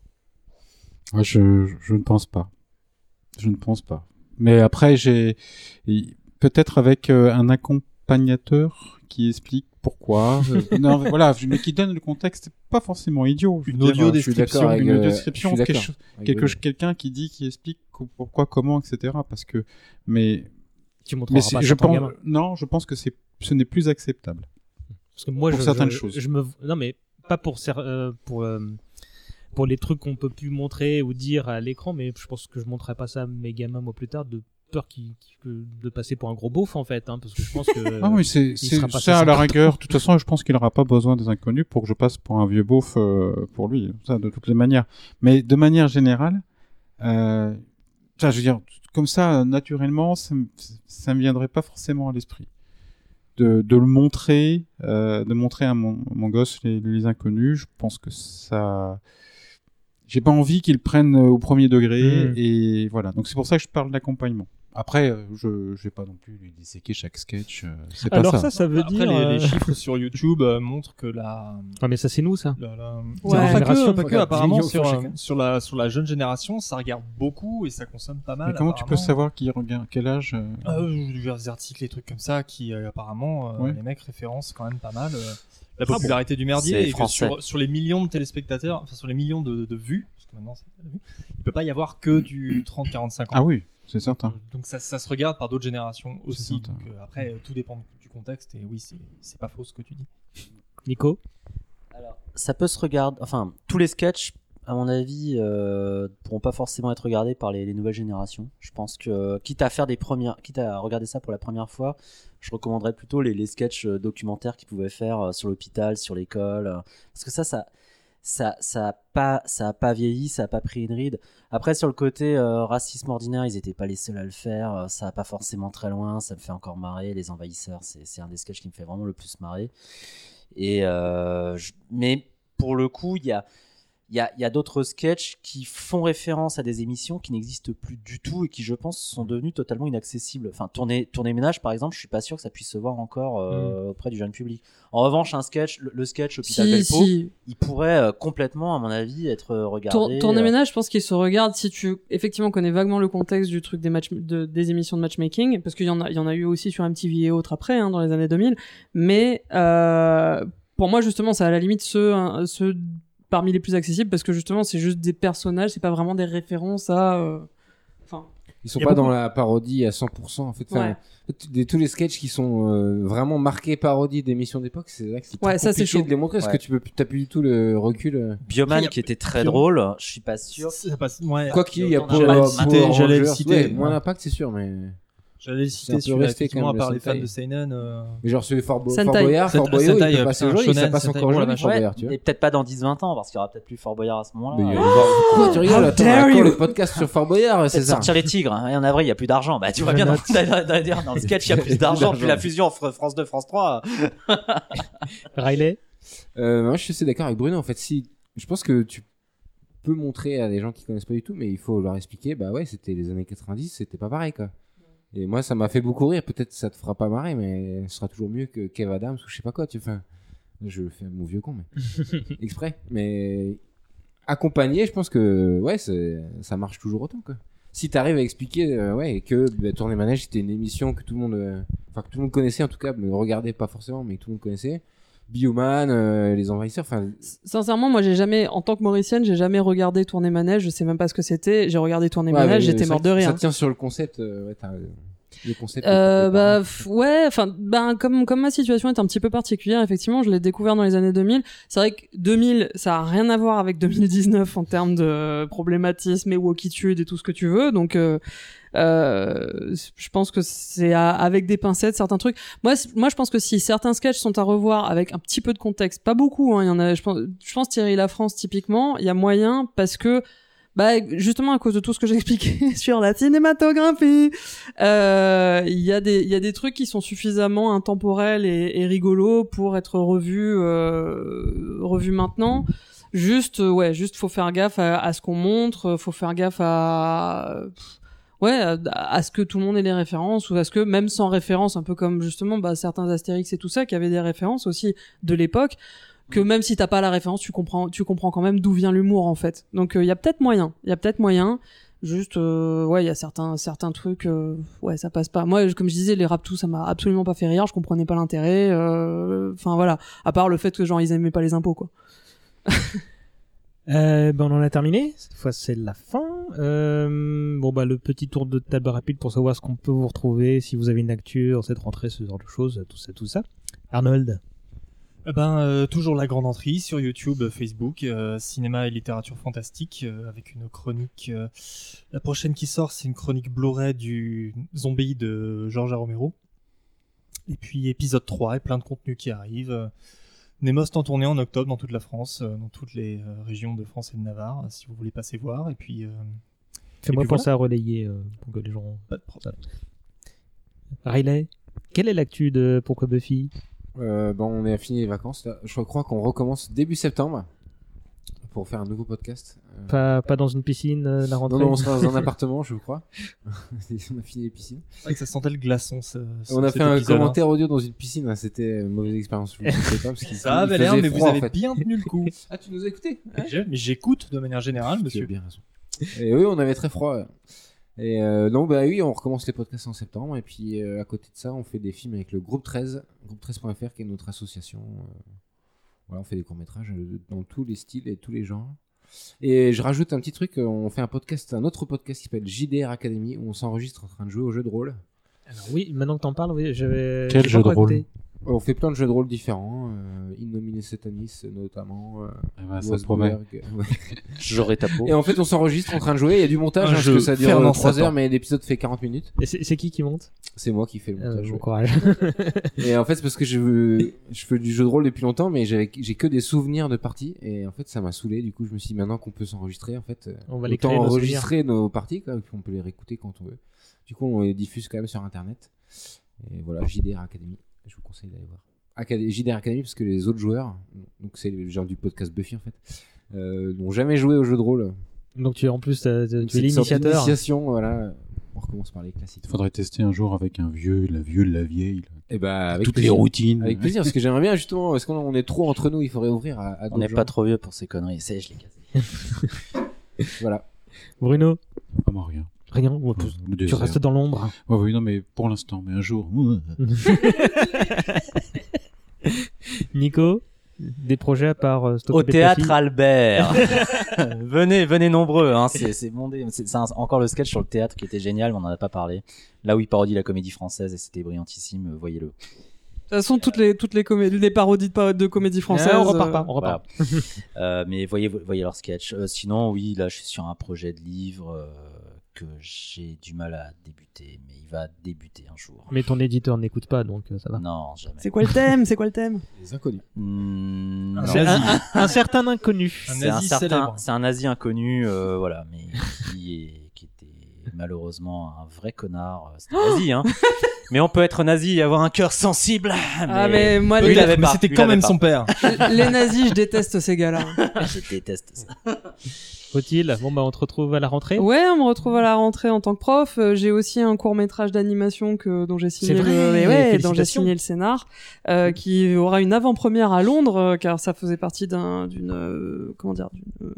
Speaker 12: Ouais, je, je- je ne pense pas. Je ne pense pas. Mais après, j'ai il- peut-être avec euh, un accompagnateur qui explique pourquoi. euh, non, mais voilà, mais qui donne le contexte, c'est pas forcément idiot. je veux
Speaker 3: Une
Speaker 12: dire,
Speaker 3: audio
Speaker 12: je suis
Speaker 3: description,
Speaker 12: d'accord avec,
Speaker 3: une
Speaker 12: euh,
Speaker 3: audio
Speaker 12: je
Speaker 3: description,
Speaker 12: suis
Speaker 3: quelque
Speaker 12: d'accord
Speaker 3: chose-
Speaker 12: avec
Speaker 3: quelque
Speaker 12: Bruno.
Speaker 3: chose-
Speaker 12: quelqu'un qui dit, qui explique co- pourquoi, comment, etc. Parce que, mais,
Speaker 1: Tu montreras
Speaker 12: mais
Speaker 1: pas
Speaker 12: c'est-
Speaker 1: ça à
Speaker 12: je
Speaker 1: ton
Speaker 12: pense,
Speaker 1: gamin.
Speaker 12: non, je pense que c'est, ce n'est plus acceptable.
Speaker 1: Parce que moi,
Speaker 12: pour
Speaker 1: je,
Speaker 12: certaines
Speaker 1: je-
Speaker 12: choses.
Speaker 1: je me, non mais pas pour cer- euh, pour euh, pour les trucs qu'on peut plus montrer ou dire à l'écran, mais je pense que je montrerai pas ça à mes gamins moi plus tard de peur qu'ils- qu'ils- que- de passer pour un gros beauf en fait, hein, parce que je pense que
Speaker 12: Ah oui, c'est
Speaker 1: il
Speaker 12: c'est-
Speaker 1: sera pas
Speaker 12: ça à
Speaker 1: 60
Speaker 12: la
Speaker 1: ans.
Speaker 12: rigueur. De toute façon, je pense qu'il n'aura pas besoin des inconnus pour que je passe pour un vieux beauf euh, pour lui. Ça, de toutes les manières. Mais de manière générale, euh, ça, je veux dire, comme ça, euh, naturellement, ça, me- ça me viendrait pas forcément à l'esprit de, de le montrer, euh, de montrer à mon, mon gosse les, les inconnus. Je pense que ça. J'ai pas envie qu'il prenne au premier degré
Speaker 11: Mm.
Speaker 12: et voilà. Donc c'est pour ça que je parle d'accompagnement. Après, euh, je je vais pas non plus lui disséquer chaque sketch. euh, c'est pas
Speaker 1: Alors ça, ça veut
Speaker 3: Après,
Speaker 1: dire,
Speaker 3: les, les
Speaker 1: euh,
Speaker 3: chiffres sur YouTube euh, montrent que la.
Speaker 1: Ah mais ça c'est nous ça.
Speaker 3: la- la-
Speaker 1: C'est notre
Speaker 3: pas que,
Speaker 1: génération.
Speaker 3: pas que, apparemment, sur, euh,
Speaker 1: Chacun.
Speaker 3: sur, la, sur la jeune génération, ça regarde beaucoup et ça consomme pas mal.
Speaker 12: Mais comment tu peux
Speaker 3: apparemment.
Speaker 12: savoir qui regarde quel âge euh,
Speaker 3: Euh, divers articles et trucs comme ça qui euh, apparemment euh,
Speaker 12: Ouais.
Speaker 3: les mecs référencent quand même pas mal euh,
Speaker 12: Ah
Speaker 3: la
Speaker 12: bon.
Speaker 3: popularité du
Speaker 12: C'est
Speaker 3: merdier et que
Speaker 12: français.
Speaker 3: sur, sur les millions de téléspectateurs enfin sur les millions de, de vues parce que maintenant c'est de la vue, il peut pas y avoir que du 30 45 ans
Speaker 12: Ah oui, c'est certain.
Speaker 3: donc ça, ça se regarde par d'autres générations aussi
Speaker 12: certain.
Speaker 3: donc, euh, après euh, tout dépend du contexte et oui c'est c'est pas faux ce que tu dis
Speaker 1: Nico
Speaker 10: ça peut se regarder. Enfin, tous les sketchs, à mon avis, euh, pourront pas forcément être regardés par les, les nouvelles générations. Je pense que, quitte à faire des premières, quitte à regarder ça pour la première fois, je recommanderais plutôt les, les sketchs euh, documentaires qu'ils pouvaient faire euh, sur l'hôpital, sur l'école, euh, parce que ça, ça. Ça, ça a pas, ça a pas vieilli, ça a pas pris une ride. Après, sur le côté euh, racisme ordinaire, ils étaient pas les seuls à le faire. euh, Ça a pas forcément très loin. Ça me fait encore marrer. Les envahisseurs, c'est c'est un des sketchs qui me fait vraiment le plus marrer. Et euh, je- mais pour le coup, il y a, il y a, il y a d'autres sketchs qui font référence à des émissions qui n'existent plus du tout et qui, je pense, sont devenues totalement inaccessibles. Enfin, tourner, tourner ménage, par exemple, je suis pas sûr que ça puisse se voir encore euh, auprès du jeune public. En revanche, un sketch, le, le sketch Hôpital
Speaker 2: Si,
Speaker 10: Belpo,
Speaker 2: si.
Speaker 10: il pourrait euh, complètement, à mon avis, être euh, regardé.
Speaker 2: Tour- Tourner
Speaker 10: euh,
Speaker 2: ménage, je pense qu'il se regarde si tu effectivement connais vaguement le contexte du truc des match de- des émissions de matchmaking, parce qu'il y en a, il y en a eu aussi sur MTV et autres après, hein, dans les années 2000. Mais euh, pour moi, justement, ça à la limite ceux, hein, ceux parmi les plus accessibles, parce que justement, c'est juste des personnages, c'est pas vraiment des références à. euh, Enfin.
Speaker 11: Ils sont
Speaker 2: Il y a
Speaker 11: pas dans
Speaker 2: beaucoup-
Speaker 11: la parodie à 100%. En fait, Enfin,
Speaker 2: Ouais.
Speaker 11: t- des- tous les sketchs qui sont euh, vraiment marqués parodie d'émissions d'époque, c'est là que c'est
Speaker 2: Ouais,
Speaker 11: très
Speaker 2: ça, c'est
Speaker 11: compliqué
Speaker 2: chaud.
Speaker 11: de les montrer. Parce
Speaker 10: Ouais.
Speaker 11: que tu peux, t'as plus du tout le recul. euh.
Speaker 10: Bioman, qui était très
Speaker 11: Bio-
Speaker 10: drôle, je suis pas sûr.
Speaker 3: Ça passe- ouais.
Speaker 11: Quoi qu'il y a
Speaker 10: J'allais
Speaker 11: Power,
Speaker 10: le
Speaker 11: Power
Speaker 10: citer,
Speaker 11: Rangers,
Speaker 10: j'allais le
Speaker 11: ouais,
Speaker 10: citer.
Speaker 11: moins d'impact, c'est sûr, mais.
Speaker 3: J'allais le
Speaker 11: C'est un
Speaker 3: citer
Speaker 11: peu
Speaker 3: celui-là,
Speaker 11: resté quand
Speaker 3: effectivement, à
Speaker 11: même,
Speaker 3: part
Speaker 11: le
Speaker 3: les fans
Speaker 11: Sentai.
Speaker 3: de Seinen. euh,
Speaker 11: Mais genre celui Fort, Bo- Fort
Speaker 10: Sentai.
Speaker 11: Boyard, Fort
Speaker 10: Sen-
Speaker 11: Boyard, il
Speaker 10: Sentai,
Speaker 11: peut passer
Speaker 10: putain,
Speaker 11: aujourd'hui, ça
Speaker 10: Shonen,
Speaker 11: passe
Speaker 10: Sentai,
Speaker 11: encore aujourd'hui,
Speaker 10: ouais,
Speaker 11: Fort
Speaker 10: ouais,
Speaker 11: Boyard, tu vois.
Speaker 10: Et peut-être pas dans 10-20 ans, parce qu'il y aura peut-être plus Fort Boyard à ce moment-là. Euh,
Speaker 11: Mais il y a- Pourquoi tu rigoles Ah, Attends, on a encore le podcast sur Fort Boyard,
Speaker 10: Peut-être
Speaker 11: César.
Speaker 10: sortir les tigres. hein. Et en avril, il n'y a plus d'argent. Bah, tu vois
Speaker 11: Je
Speaker 10: bien, dans,
Speaker 11: note.
Speaker 10: dans- dans- dans le sketch, il y a plus d'argent. Puis la fusion Fr- France 2, France 3.
Speaker 1: Riley
Speaker 11: Euh, moi, je suis assez d'accord avec Bruno. En fait, si je pense que tu peux montrer à des gens qui connaissent pas du tout, mais il faut leur expliquer. Bah ouais, c'était les années 90, c'était pas pareil quoi. Et moi, ça m'a fait beaucoup rire. Peut-être que ça te fera pas marrer, mais ce sera toujours mieux que Kev Adams ou je sais pas quoi. Tu enfin, je fais mon vieux con, mais exprès. Mais accompagné, je pense que ouais, c'est- ça marche toujours autant quoi. Si t'arrives à expliquer, euh, ouais, que bah, Tourner Manège c'était une émission que tout le monde, euh, enfin que tout le monde connaissait en tout cas, mais regardez pas forcément, mais que tout le monde connaissait. Bioman, euh, les envahisseurs, enfin
Speaker 2: Sincèrement, moi, j'ai jamais, en tant que mauricienne, j'ai jamais regardé Tourner Manège, je sais même pas ce que c'était. J'ai regardé Tourner
Speaker 11: Ouais, mais
Speaker 2: Manège, j'étais
Speaker 11: ça-
Speaker 2: mort de
Speaker 11: Ça
Speaker 2: rire.
Speaker 11: tient sur le concept. euh, ouais, t'as- Le concept
Speaker 2: Euh,
Speaker 11: de- de-
Speaker 2: bah, f- ouais, enfin, ben, comme, comme ma situation est un petit peu particulière, effectivement, je l'ai découvert dans les années 2000. C'est vrai que 2000, ça a rien à voir avec 2019 en termes de problématisme et wokitude et tout ce que tu veux. Donc, euh, euh, je pense que c'est à- avec des pincettes certains trucs. Moi, c- moi, je pense que si certains sketchs sont à revoir avec un petit peu de contexte, pas beaucoup, hein, il y en a, je pense, je pense Thierry La France typiquement, il y a moyen parce que bah, justement à cause de tout ce que j'ai expliqué sur la cinématographie, euh, il y a des il y a des trucs qui sont suffisamment intemporels et, et rigolos pour être revus euh, revus maintenant. Juste euh, ouais, juste faut faire gaffe à, à ce qu'on montre, euh, faut faire gaffe à pff, ouais à, à ce que tout le monde ait les références ou à ce que même sans référence, un peu comme justement bah, certains Astérix et tout ça qui avaient des références aussi de l'époque que même si t'as pas la référence, tu comprends, tu comprends quand même d'où vient l'humour en fait. Donc euh, il y a peut-être moyen, il y a peut-être moyen. Juste, euh, ouais, il y a certains, certains trucs, euh, ouais, ça passe pas. Moi, je- comme je disais, les rap tout, ça m'a absolument pas fait rire. Je comprenais pas l'intérêt. euh, Enfin voilà, à part le fait que genre ils aimaient pas les impôts quoi.
Speaker 1: Euh, ben on en a terminé. Cette fois, c'est la fin. Euh, bon, bah, le petit tour de table rapide pour savoir ce qu'on peut vous retrouver, si vous avez une actu en cette rentrée, ce genre de choses, tout ça, tout ça. Arnold.
Speaker 3: Eh ben, euh, toujours la grande entrée sur YouTube, euh, Facebook, euh, cinéma et littérature fantastique, euh, avec une chronique. euh, la prochaine qui sort, c'est une chronique Blu-ray du Zombie de Georges A. Romero. Et puis épisode 3 et plein de contenus qui arrivent. Euh, Nemos est en tournée en octobre dans toute la France, euh, dans toutes les euh, régions de France et de Navarre, si vous voulez passer voir. Et puis. euh,
Speaker 1: Fais-moi
Speaker 3: et puis
Speaker 1: penser à relayer euh, pour que les gens.
Speaker 3: Pas de problème.
Speaker 1: Riley, quelle est l'actu de Pourquoi Buffy
Speaker 11: Euh, bon, on est à fini les vacances. Là. Je crois qu'on recommence début septembre pour faire un nouveau podcast. Euh,
Speaker 1: pas, pas dans une piscine, euh, la rentrée
Speaker 11: non, non, on sera dans un appartement, je crois. on a fini les piscines.
Speaker 3: C'est vrai que ça sentait le glaçon. ce- ce-
Speaker 11: On a
Speaker 3: cet
Speaker 11: fait un
Speaker 3: épisode, hein.
Speaker 11: commentaire audio dans une piscine. hein. C'était une mauvaise expérience. Je vous le conseille pas, parce qu'il-
Speaker 3: Ça
Speaker 11: il
Speaker 3: avait l'air,
Speaker 11: faisait
Speaker 3: mais vous
Speaker 11: froid, en
Speaker 3: avez
Speaker 11: fait.
Speaker 3: bien tenu le coup.
Speaker 11: ah, tu nous as écouté
Speaker 3: Mais j'écoute de manière générale, monsieur.
Speaker 11: bien raison. Et oui, on avait très froid. Et euh, non, bah oui, on recommence les podcasts en septembre. Et puis euh, à côté de ça, on fait des films avec le groupe 13, groupe13.fr, qui est notre association. Euh, voilà, on fait des courts-métrages euh, dans tous les styles et tous les genres. Et je rajoute un petit truc euh, on fait un podcast, un autre podcast qui s'appelle JDR Academy, où on s'enregistre en train de jouer au jeu de rôle.
Speaker 1: Alors oui, maintenant que t'en parles, oui, j'avais.
Speaker 12: Quel
Speaker 1: j'ai
Speaker 12: jeu
Speaker 1: pas
Speaker 12: de
Speaker 1: encore
Speaker 12: rôle
Speaker 1: écouté.
Speaker 11: On fait plein de jeux de rôle différents, euh, Innominé Satanis euh, notamment. euh,
Speaker 12: Eh ben, ça se
Speaker 11: Wolfsburg,
Speaker 12: promet.
Speaker 11: euh, ouais.
Speaker 10: J'aurai ta peau.
Speaker 11: Et en fait, on s'enregistre en train de jouer. Il y a du
Speaker 1: Un
Speaker 11: montage, hein, parce
Speaker 1: jeu.
Speaker 11: que ça dure
Speaker 1: Fernand
Speaker 11: 3
Speaker 1: Satan.
Speaker 11: heures, mais l'épisode fait 40 minutes.
Speaker 1: Et c'est c'est qui qui monte
Speaker 11: C'est moi qui fais le
Speaker 1: Euh,
Speaker 11: montage.
Speaker 1: Bon
Speaker 11: ouais.
Speaker 1: courage.
Speaker 11: et en fait, c'est parce que je, je fais du jeu de rôle depuis longtemps, mais j'avais- j'ai que des souvenirs de parties. Et en fait, ça m'a saoulé. Du coup, je me suis dit, maintenant qu'on peut s'enregistrer, en fait, euh,
Speaker 1: On va les
Speaker 11: autant
Speaker 1: créer, nos
Speaker 11: enregistrer nos, parties, quoi, et puis on peut les réécouter quand on veut. Du coup, on les diffuse quand même sur Internet. Et voilà, JDR Academy. Je vous conseille d'aller voir. Acad- JDR Academy, parce que les autres joueurs, donc c'est le genre du podcast Buffy, en fait, euh, n'ont jamais joué au jeu de rôle.
Speaker 1: Donc tu es en plus euh, tu es
Speaker 11: C'est une sorte
Speaker 1: l'initiateur.
Speaker 11: d'initiation, voilà. On recommence par les classiques.
Speaker 12: Il faudrait tester un jour avec un vieux, la vieux, la vieille. là.
Speaker 11: Et bah, avec
Speaker 12: Toutes
Speaker 11: plaisir.
Speaker 12: les routines.
Speaker 11: Avec plaisir, parce que j'aimerais bien justement, parce qu'on on est trop entre nous, il faudrait ouvrir à, à
Speaker 10: On n'est pas trop vieux pour ces conneries. C'est, je l'ai cassé.
Speaker 11: Voilà.
Speaker 1: Bruno,
Speaker 12: Vraiment rien.
Speaker 1: rien. Bon, tu-
Speaker 12: hein, Le
Speaker 1: tu
Speaker 12: désert.
Speaker 1: restes dans l'ombre.
Speaker 12: Ouais, oui, non, mais pour l'instant, mais un jour.
Speaker 1: Nico, des projets à part euh, Stop
Speaker 10: Au
Speaker 1: et Betty
Speaker 10: théâtre Albert. venez, venez nombreux. Hein. C'est c'est bondé. C'est c'est un- encore le sketch sur le théâtre qui était génial, mais on n'en a pas parlé. Là où il parodie la comédie française et c'était brillantissime, euh, voyez-le.
Speaker 2: De toute façon, toutes les toutes les comé- les parodies de, pa- de comédie française.
Speaker 1: Ah, on repart pas,
Speaker 2: euh,
Speaker 1: on repart.
Speaker 10: Euh, mais voyez, voyez leur sketch. Euh, sinon, oui, là, je suis sur un projet de livre euh, que j'ai du mal à débuter, mais il va débuter un jour.
Speaker 1: Mais ton éditeur n'écoute pas, donc euh, ça va.
Speaker 10: Non, jamais.
Speaker 2: C'est quoi le thème C'est quoi le thème
Speaker 11: Les inconnus.
Speaker 10: Hmm, non.
Speaker 1: Ah, C'est un, un- un certain inconnu.
Speaker 10: C'est un certain, c'est un Asie inconnu, euh, voilà, mais qui, est- qui était malheureusement un vrai connard. euh, C'était un nazi, hein. Mais on peut être nazi et avoir un cœur sensible. Mais
Speaker 2: Ah, mais moi,
Speaker 10: lui,
Speaker 2: les-
Speaker 10: il avait
Speaker 3: Mais
Speaker 10: pas,
Speaker 3: c'était
Speaker 10: lui, il
Speaker 3: quand
Speaker 10: avait
Speaker 3: même
Speaker 10: pas.
Speaker 3: son père.
Speaker 2: Les nazis, je déteste ces gars-là.
Speaker 10: Je déteste ça.
Speaker 1: Faut-il Bon, bah, on te retrouve à la rentrée.
Speaker 2: Ouais, on me retrouve à la rentrée en tant que prof. Euh, J'ai aussi un court métrage d'animation que dont j'ai signé,
Speaker 1: C'est vrai,
Speaker 2: le, mais ouais, dont j'ai
Speaker 1: félicitations. Mm.
Speaker 2: signé le scénar, euh, qui aura une avant-première à Londres, euh, car ça faisait partie d'un- d'une euh, comment dire d'une euh,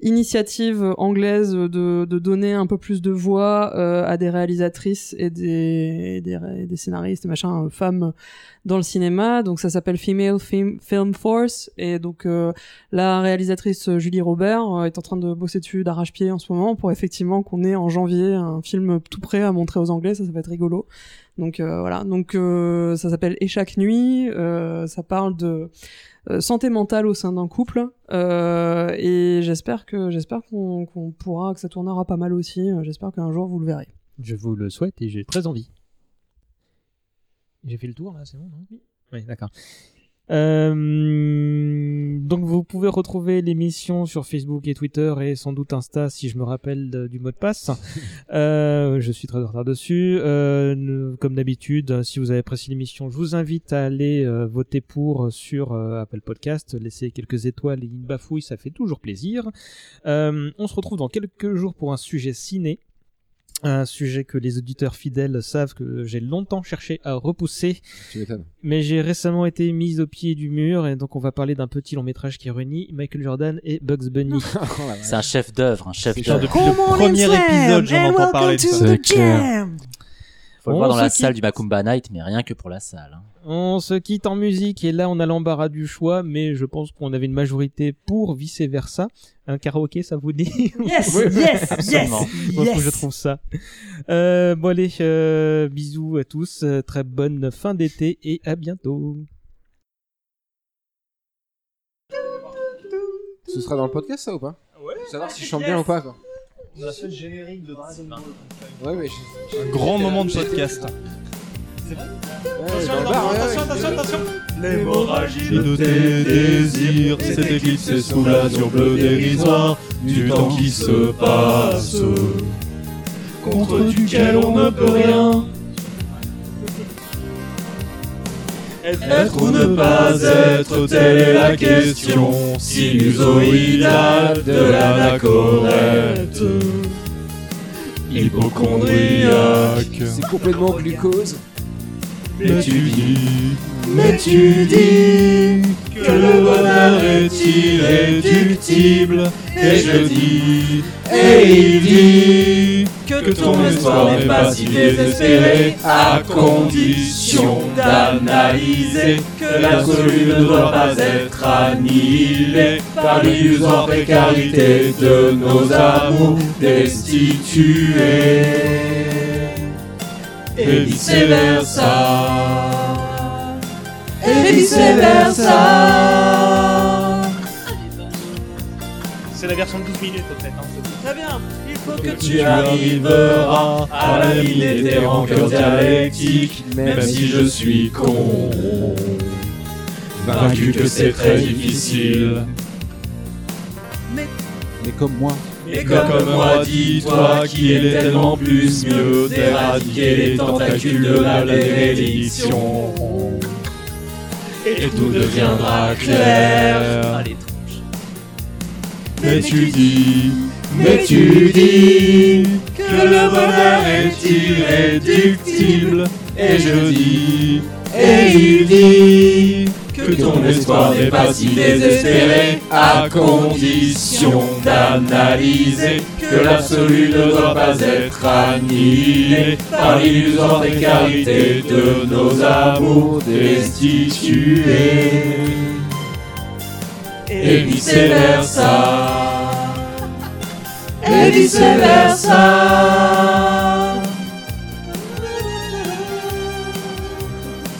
Speaker 2: initiative anglaise de, de donner un peu plus de voix euh, à des réalisatrices et des, et des, ré- et des scénaristes et machin euh, femmes dans le cinéma. Donc ça s'appelle Female Film, Film Force et donc euh, la réalisatrice Julie Robert euh, est en train de de bosser dessus d'arrache-pied en ce moment pour effectivement qu'on ait en janvier un film tout prêt à montrer aux Anglais. Ça, ça va être rigolo. Donc euh, voilà. Donc euh, ça s'appelle Et chaque nuit. Euh, ça parle de euh, santé mentale au sein d'un couple. Euh, et j'espère que j'espère qu'on qu'on pourra que ça tournera pas mal aussi. Euh, J'espère qu'un jour vous le verrez.
Speaker 1: Je vous le souhaite et j'ai très envie. J'ai fait le tour là, c'est bon, non Oui, d'accord. Euh, donc vous pouvez retrouver l'émission sur Facebook et Twitter et sans doute Insta si je me rappelle de- du mot de passe. Euh, je suis très en retard dessus. Euh, ne- comme d'habitude, si vous avez apprécié l'émission, je vous invite à aller euh, voter pour sur euh, Apple Podcast, laisser quelques étoiles et une bafouille, ça fait toujours plaisir. Euh, on se retrouve dans quelques jours pour un sujet ciné un sujet que les auditeurs fidèles savent que j'ai longtemps cherché à repousser.
Speaker 11: Tu m'étonnes.
Speaker 1: Mais j'ai récemment été mise au pied du mur et donc on va parler d'un petit long métrage qui réunit Michael Jordan et Bugs Bunny.
Speaker 11: Oh
Speaker 10: C'est un chef d'œuvre, un chef
Speaker 3: Genre,
Speaker 10: d'œuvre.
Speaker 3: depuis le premier épisode, j'en entends parler de ça.
Speaker 10: Faut le
Speaker 1: On
Speaker 10: voir dans
Speaker 1: se
Speaker 10: la
Speaker 1: quitte.
Speaker 10: salle du Macumba Night, mais rien que pour la salle. hein.
Speaker 1: On se quitte en musique et là on a l'embarras du choix, mais je pense qu'on avait une majorité pour vice versa. Un karaoké, ça vous dit
Speaker 14: Yes, yes,
Speaker 1: Absolument.
Speaker 14: yes,
Speaker 1: Moi, faut que Je
Speaker 14: yes.
Speaker 1: trouve ça. Euh, bon allez, euh, bisous à tous, euh, très bonne fin d'été et à bientôt.
Speaker 11: Ce sera dans le podcast ça ou pas Ouais. Savoir si je chante bien ou pas. Quoi.
Speaker 3: On a fait le générique de Dragon Ball.
Speaker 11: Ouais, mais
Speaker 3: Un grand moment de podcast.
Speaker 11: dans le bar, ouais, ouais.
Speaker 3: L'hémorragie de tes désirs s'est éclipsée sous l'azur bleu dérisoire du temps qui se passe, contre duquel on ne peut rien. Être ou ne pas être, telle est la question sinusoïdale de l'anachorète. Hypochondriaque.
Speaker 11: C'est complètement glucose.
Speaker 3: Mais tu dis, mais tu dis que le bonheur est irréductible. Et je dis, et il dit que ton espoir n'est pas si désespéré à condition d'analyser que l'absolu ne doit pas être annihilé par l'illusoire précarité de nos amours destitués et vice versa. Et vice versa.
Speaker 14: C'est la version de 12 minutes en fait. hein. Très bien, il faut que
Speaker 3: Tu arriveras à la limite des rancœurs dialectiques, même si je suis con. Vaincu que c'est très difficile.
Speaker 12: Mais comme moi.
Speaker 3: Et comme moi, dis-toi qu'il est tellement plus mieux d'éradiquer les tentacules de la bénédiction. Et tout deviendra
Speaker 10: Euh,
Speaker 3: clair. Mais tu dis, mais tu dis que le bonheur est irréductible. Et je dis, et il dit que ton espoir n'est pas si désespéré à condition d'analyser que l'absolu ne doit pas être annihilé par l'illusoire précarité de nos amours destitués et vice versa et vice versa.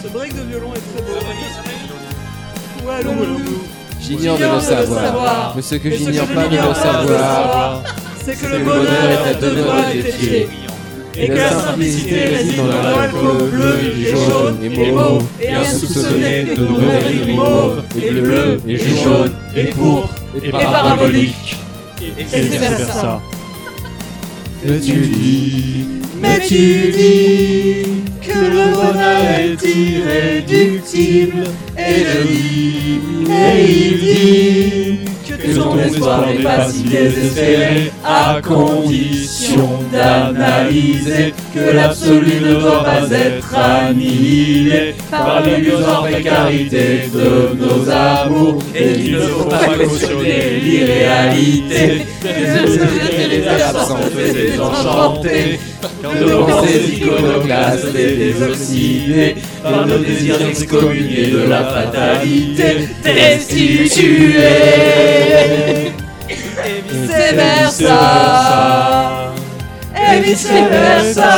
Speaker 14: Ce break de violon est très beau. Ouais,
Speaker 11: J'ignore de le savoir. Mais ce que j'ignore pas de le savoir,
Speaker 14: c'est que le bonheur est à deux doigts des
Speaker 10: euh,
Speaker 14: pieds. Et que la simplicité réside dans l'alcool bleu et jaune et mauve et insoupçonné de nouvelles mauve et bleu et jaune et pourpre et parabolique. Et vice-versa.
Speaker 3: Mais tu dis, mais tu dis que le bonheur est irréductible. Et je dis, et il dit que ton espoir n'est pas si désespéré
Speaker 5: Ah,
Speaker 3: à condition d'analyser que l'absolu ne doit pas être annihilé par l'illusoire précarité de nos amours et qu'il ne faut pas cautionner l'irréalité des les absents et des enchantés de pensées iconoclastes et des obstinés par le désir excommunié de la fatalité destituée
Speaker 15: et
Speaker 3: vice versa. Et vice
Speaker 10: euh,
Speaker 3: versa.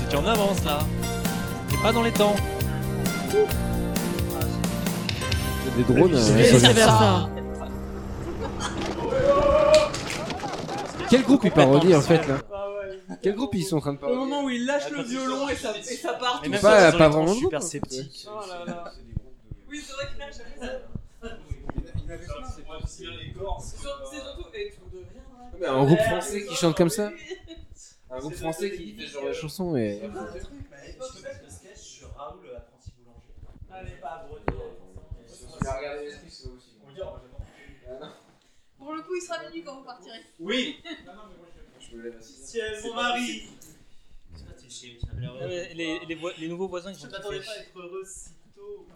Speaker 10: C'était en avance là. T'es pas dans les temps.
Speaker 11: Des drones.
Speaker 10: Vice
Speaker 11: euh, ça-
Speaker 10: versa.
Speaker 11: Quel groupe ils parodient en fait là Quel groupe ils sont en train de
Speaker 16: Ah Au
Speaker 11: parodier
Speaker 16: moment où il lâche le violon et ça, et ça part
Speaker 11: Mais
Speaker 16: tout
Speaker 11: même
Speaker 16: seul.
Speaker 11: pas- pas vraiment de groupe, hein.
Speaker 16: Oh là là. Oui, c'est vrai qu'il lâche
Speaker 11: Mais Un groupe français qui chante comme ça Un groupe français qui fait ce genre de chanson et.
Speaker 16: bah, euh,
Speaker 5: Pour le coup, il sera minuit quand vous partirez.
Speaker 10: Oui.
Speaker 5: Si elle est mon mari.
Speaker 1: Les, les, voix- les nouveaux voisins, ils sont
Speaker 5: Je m'attendais pas à être heureux si tôt.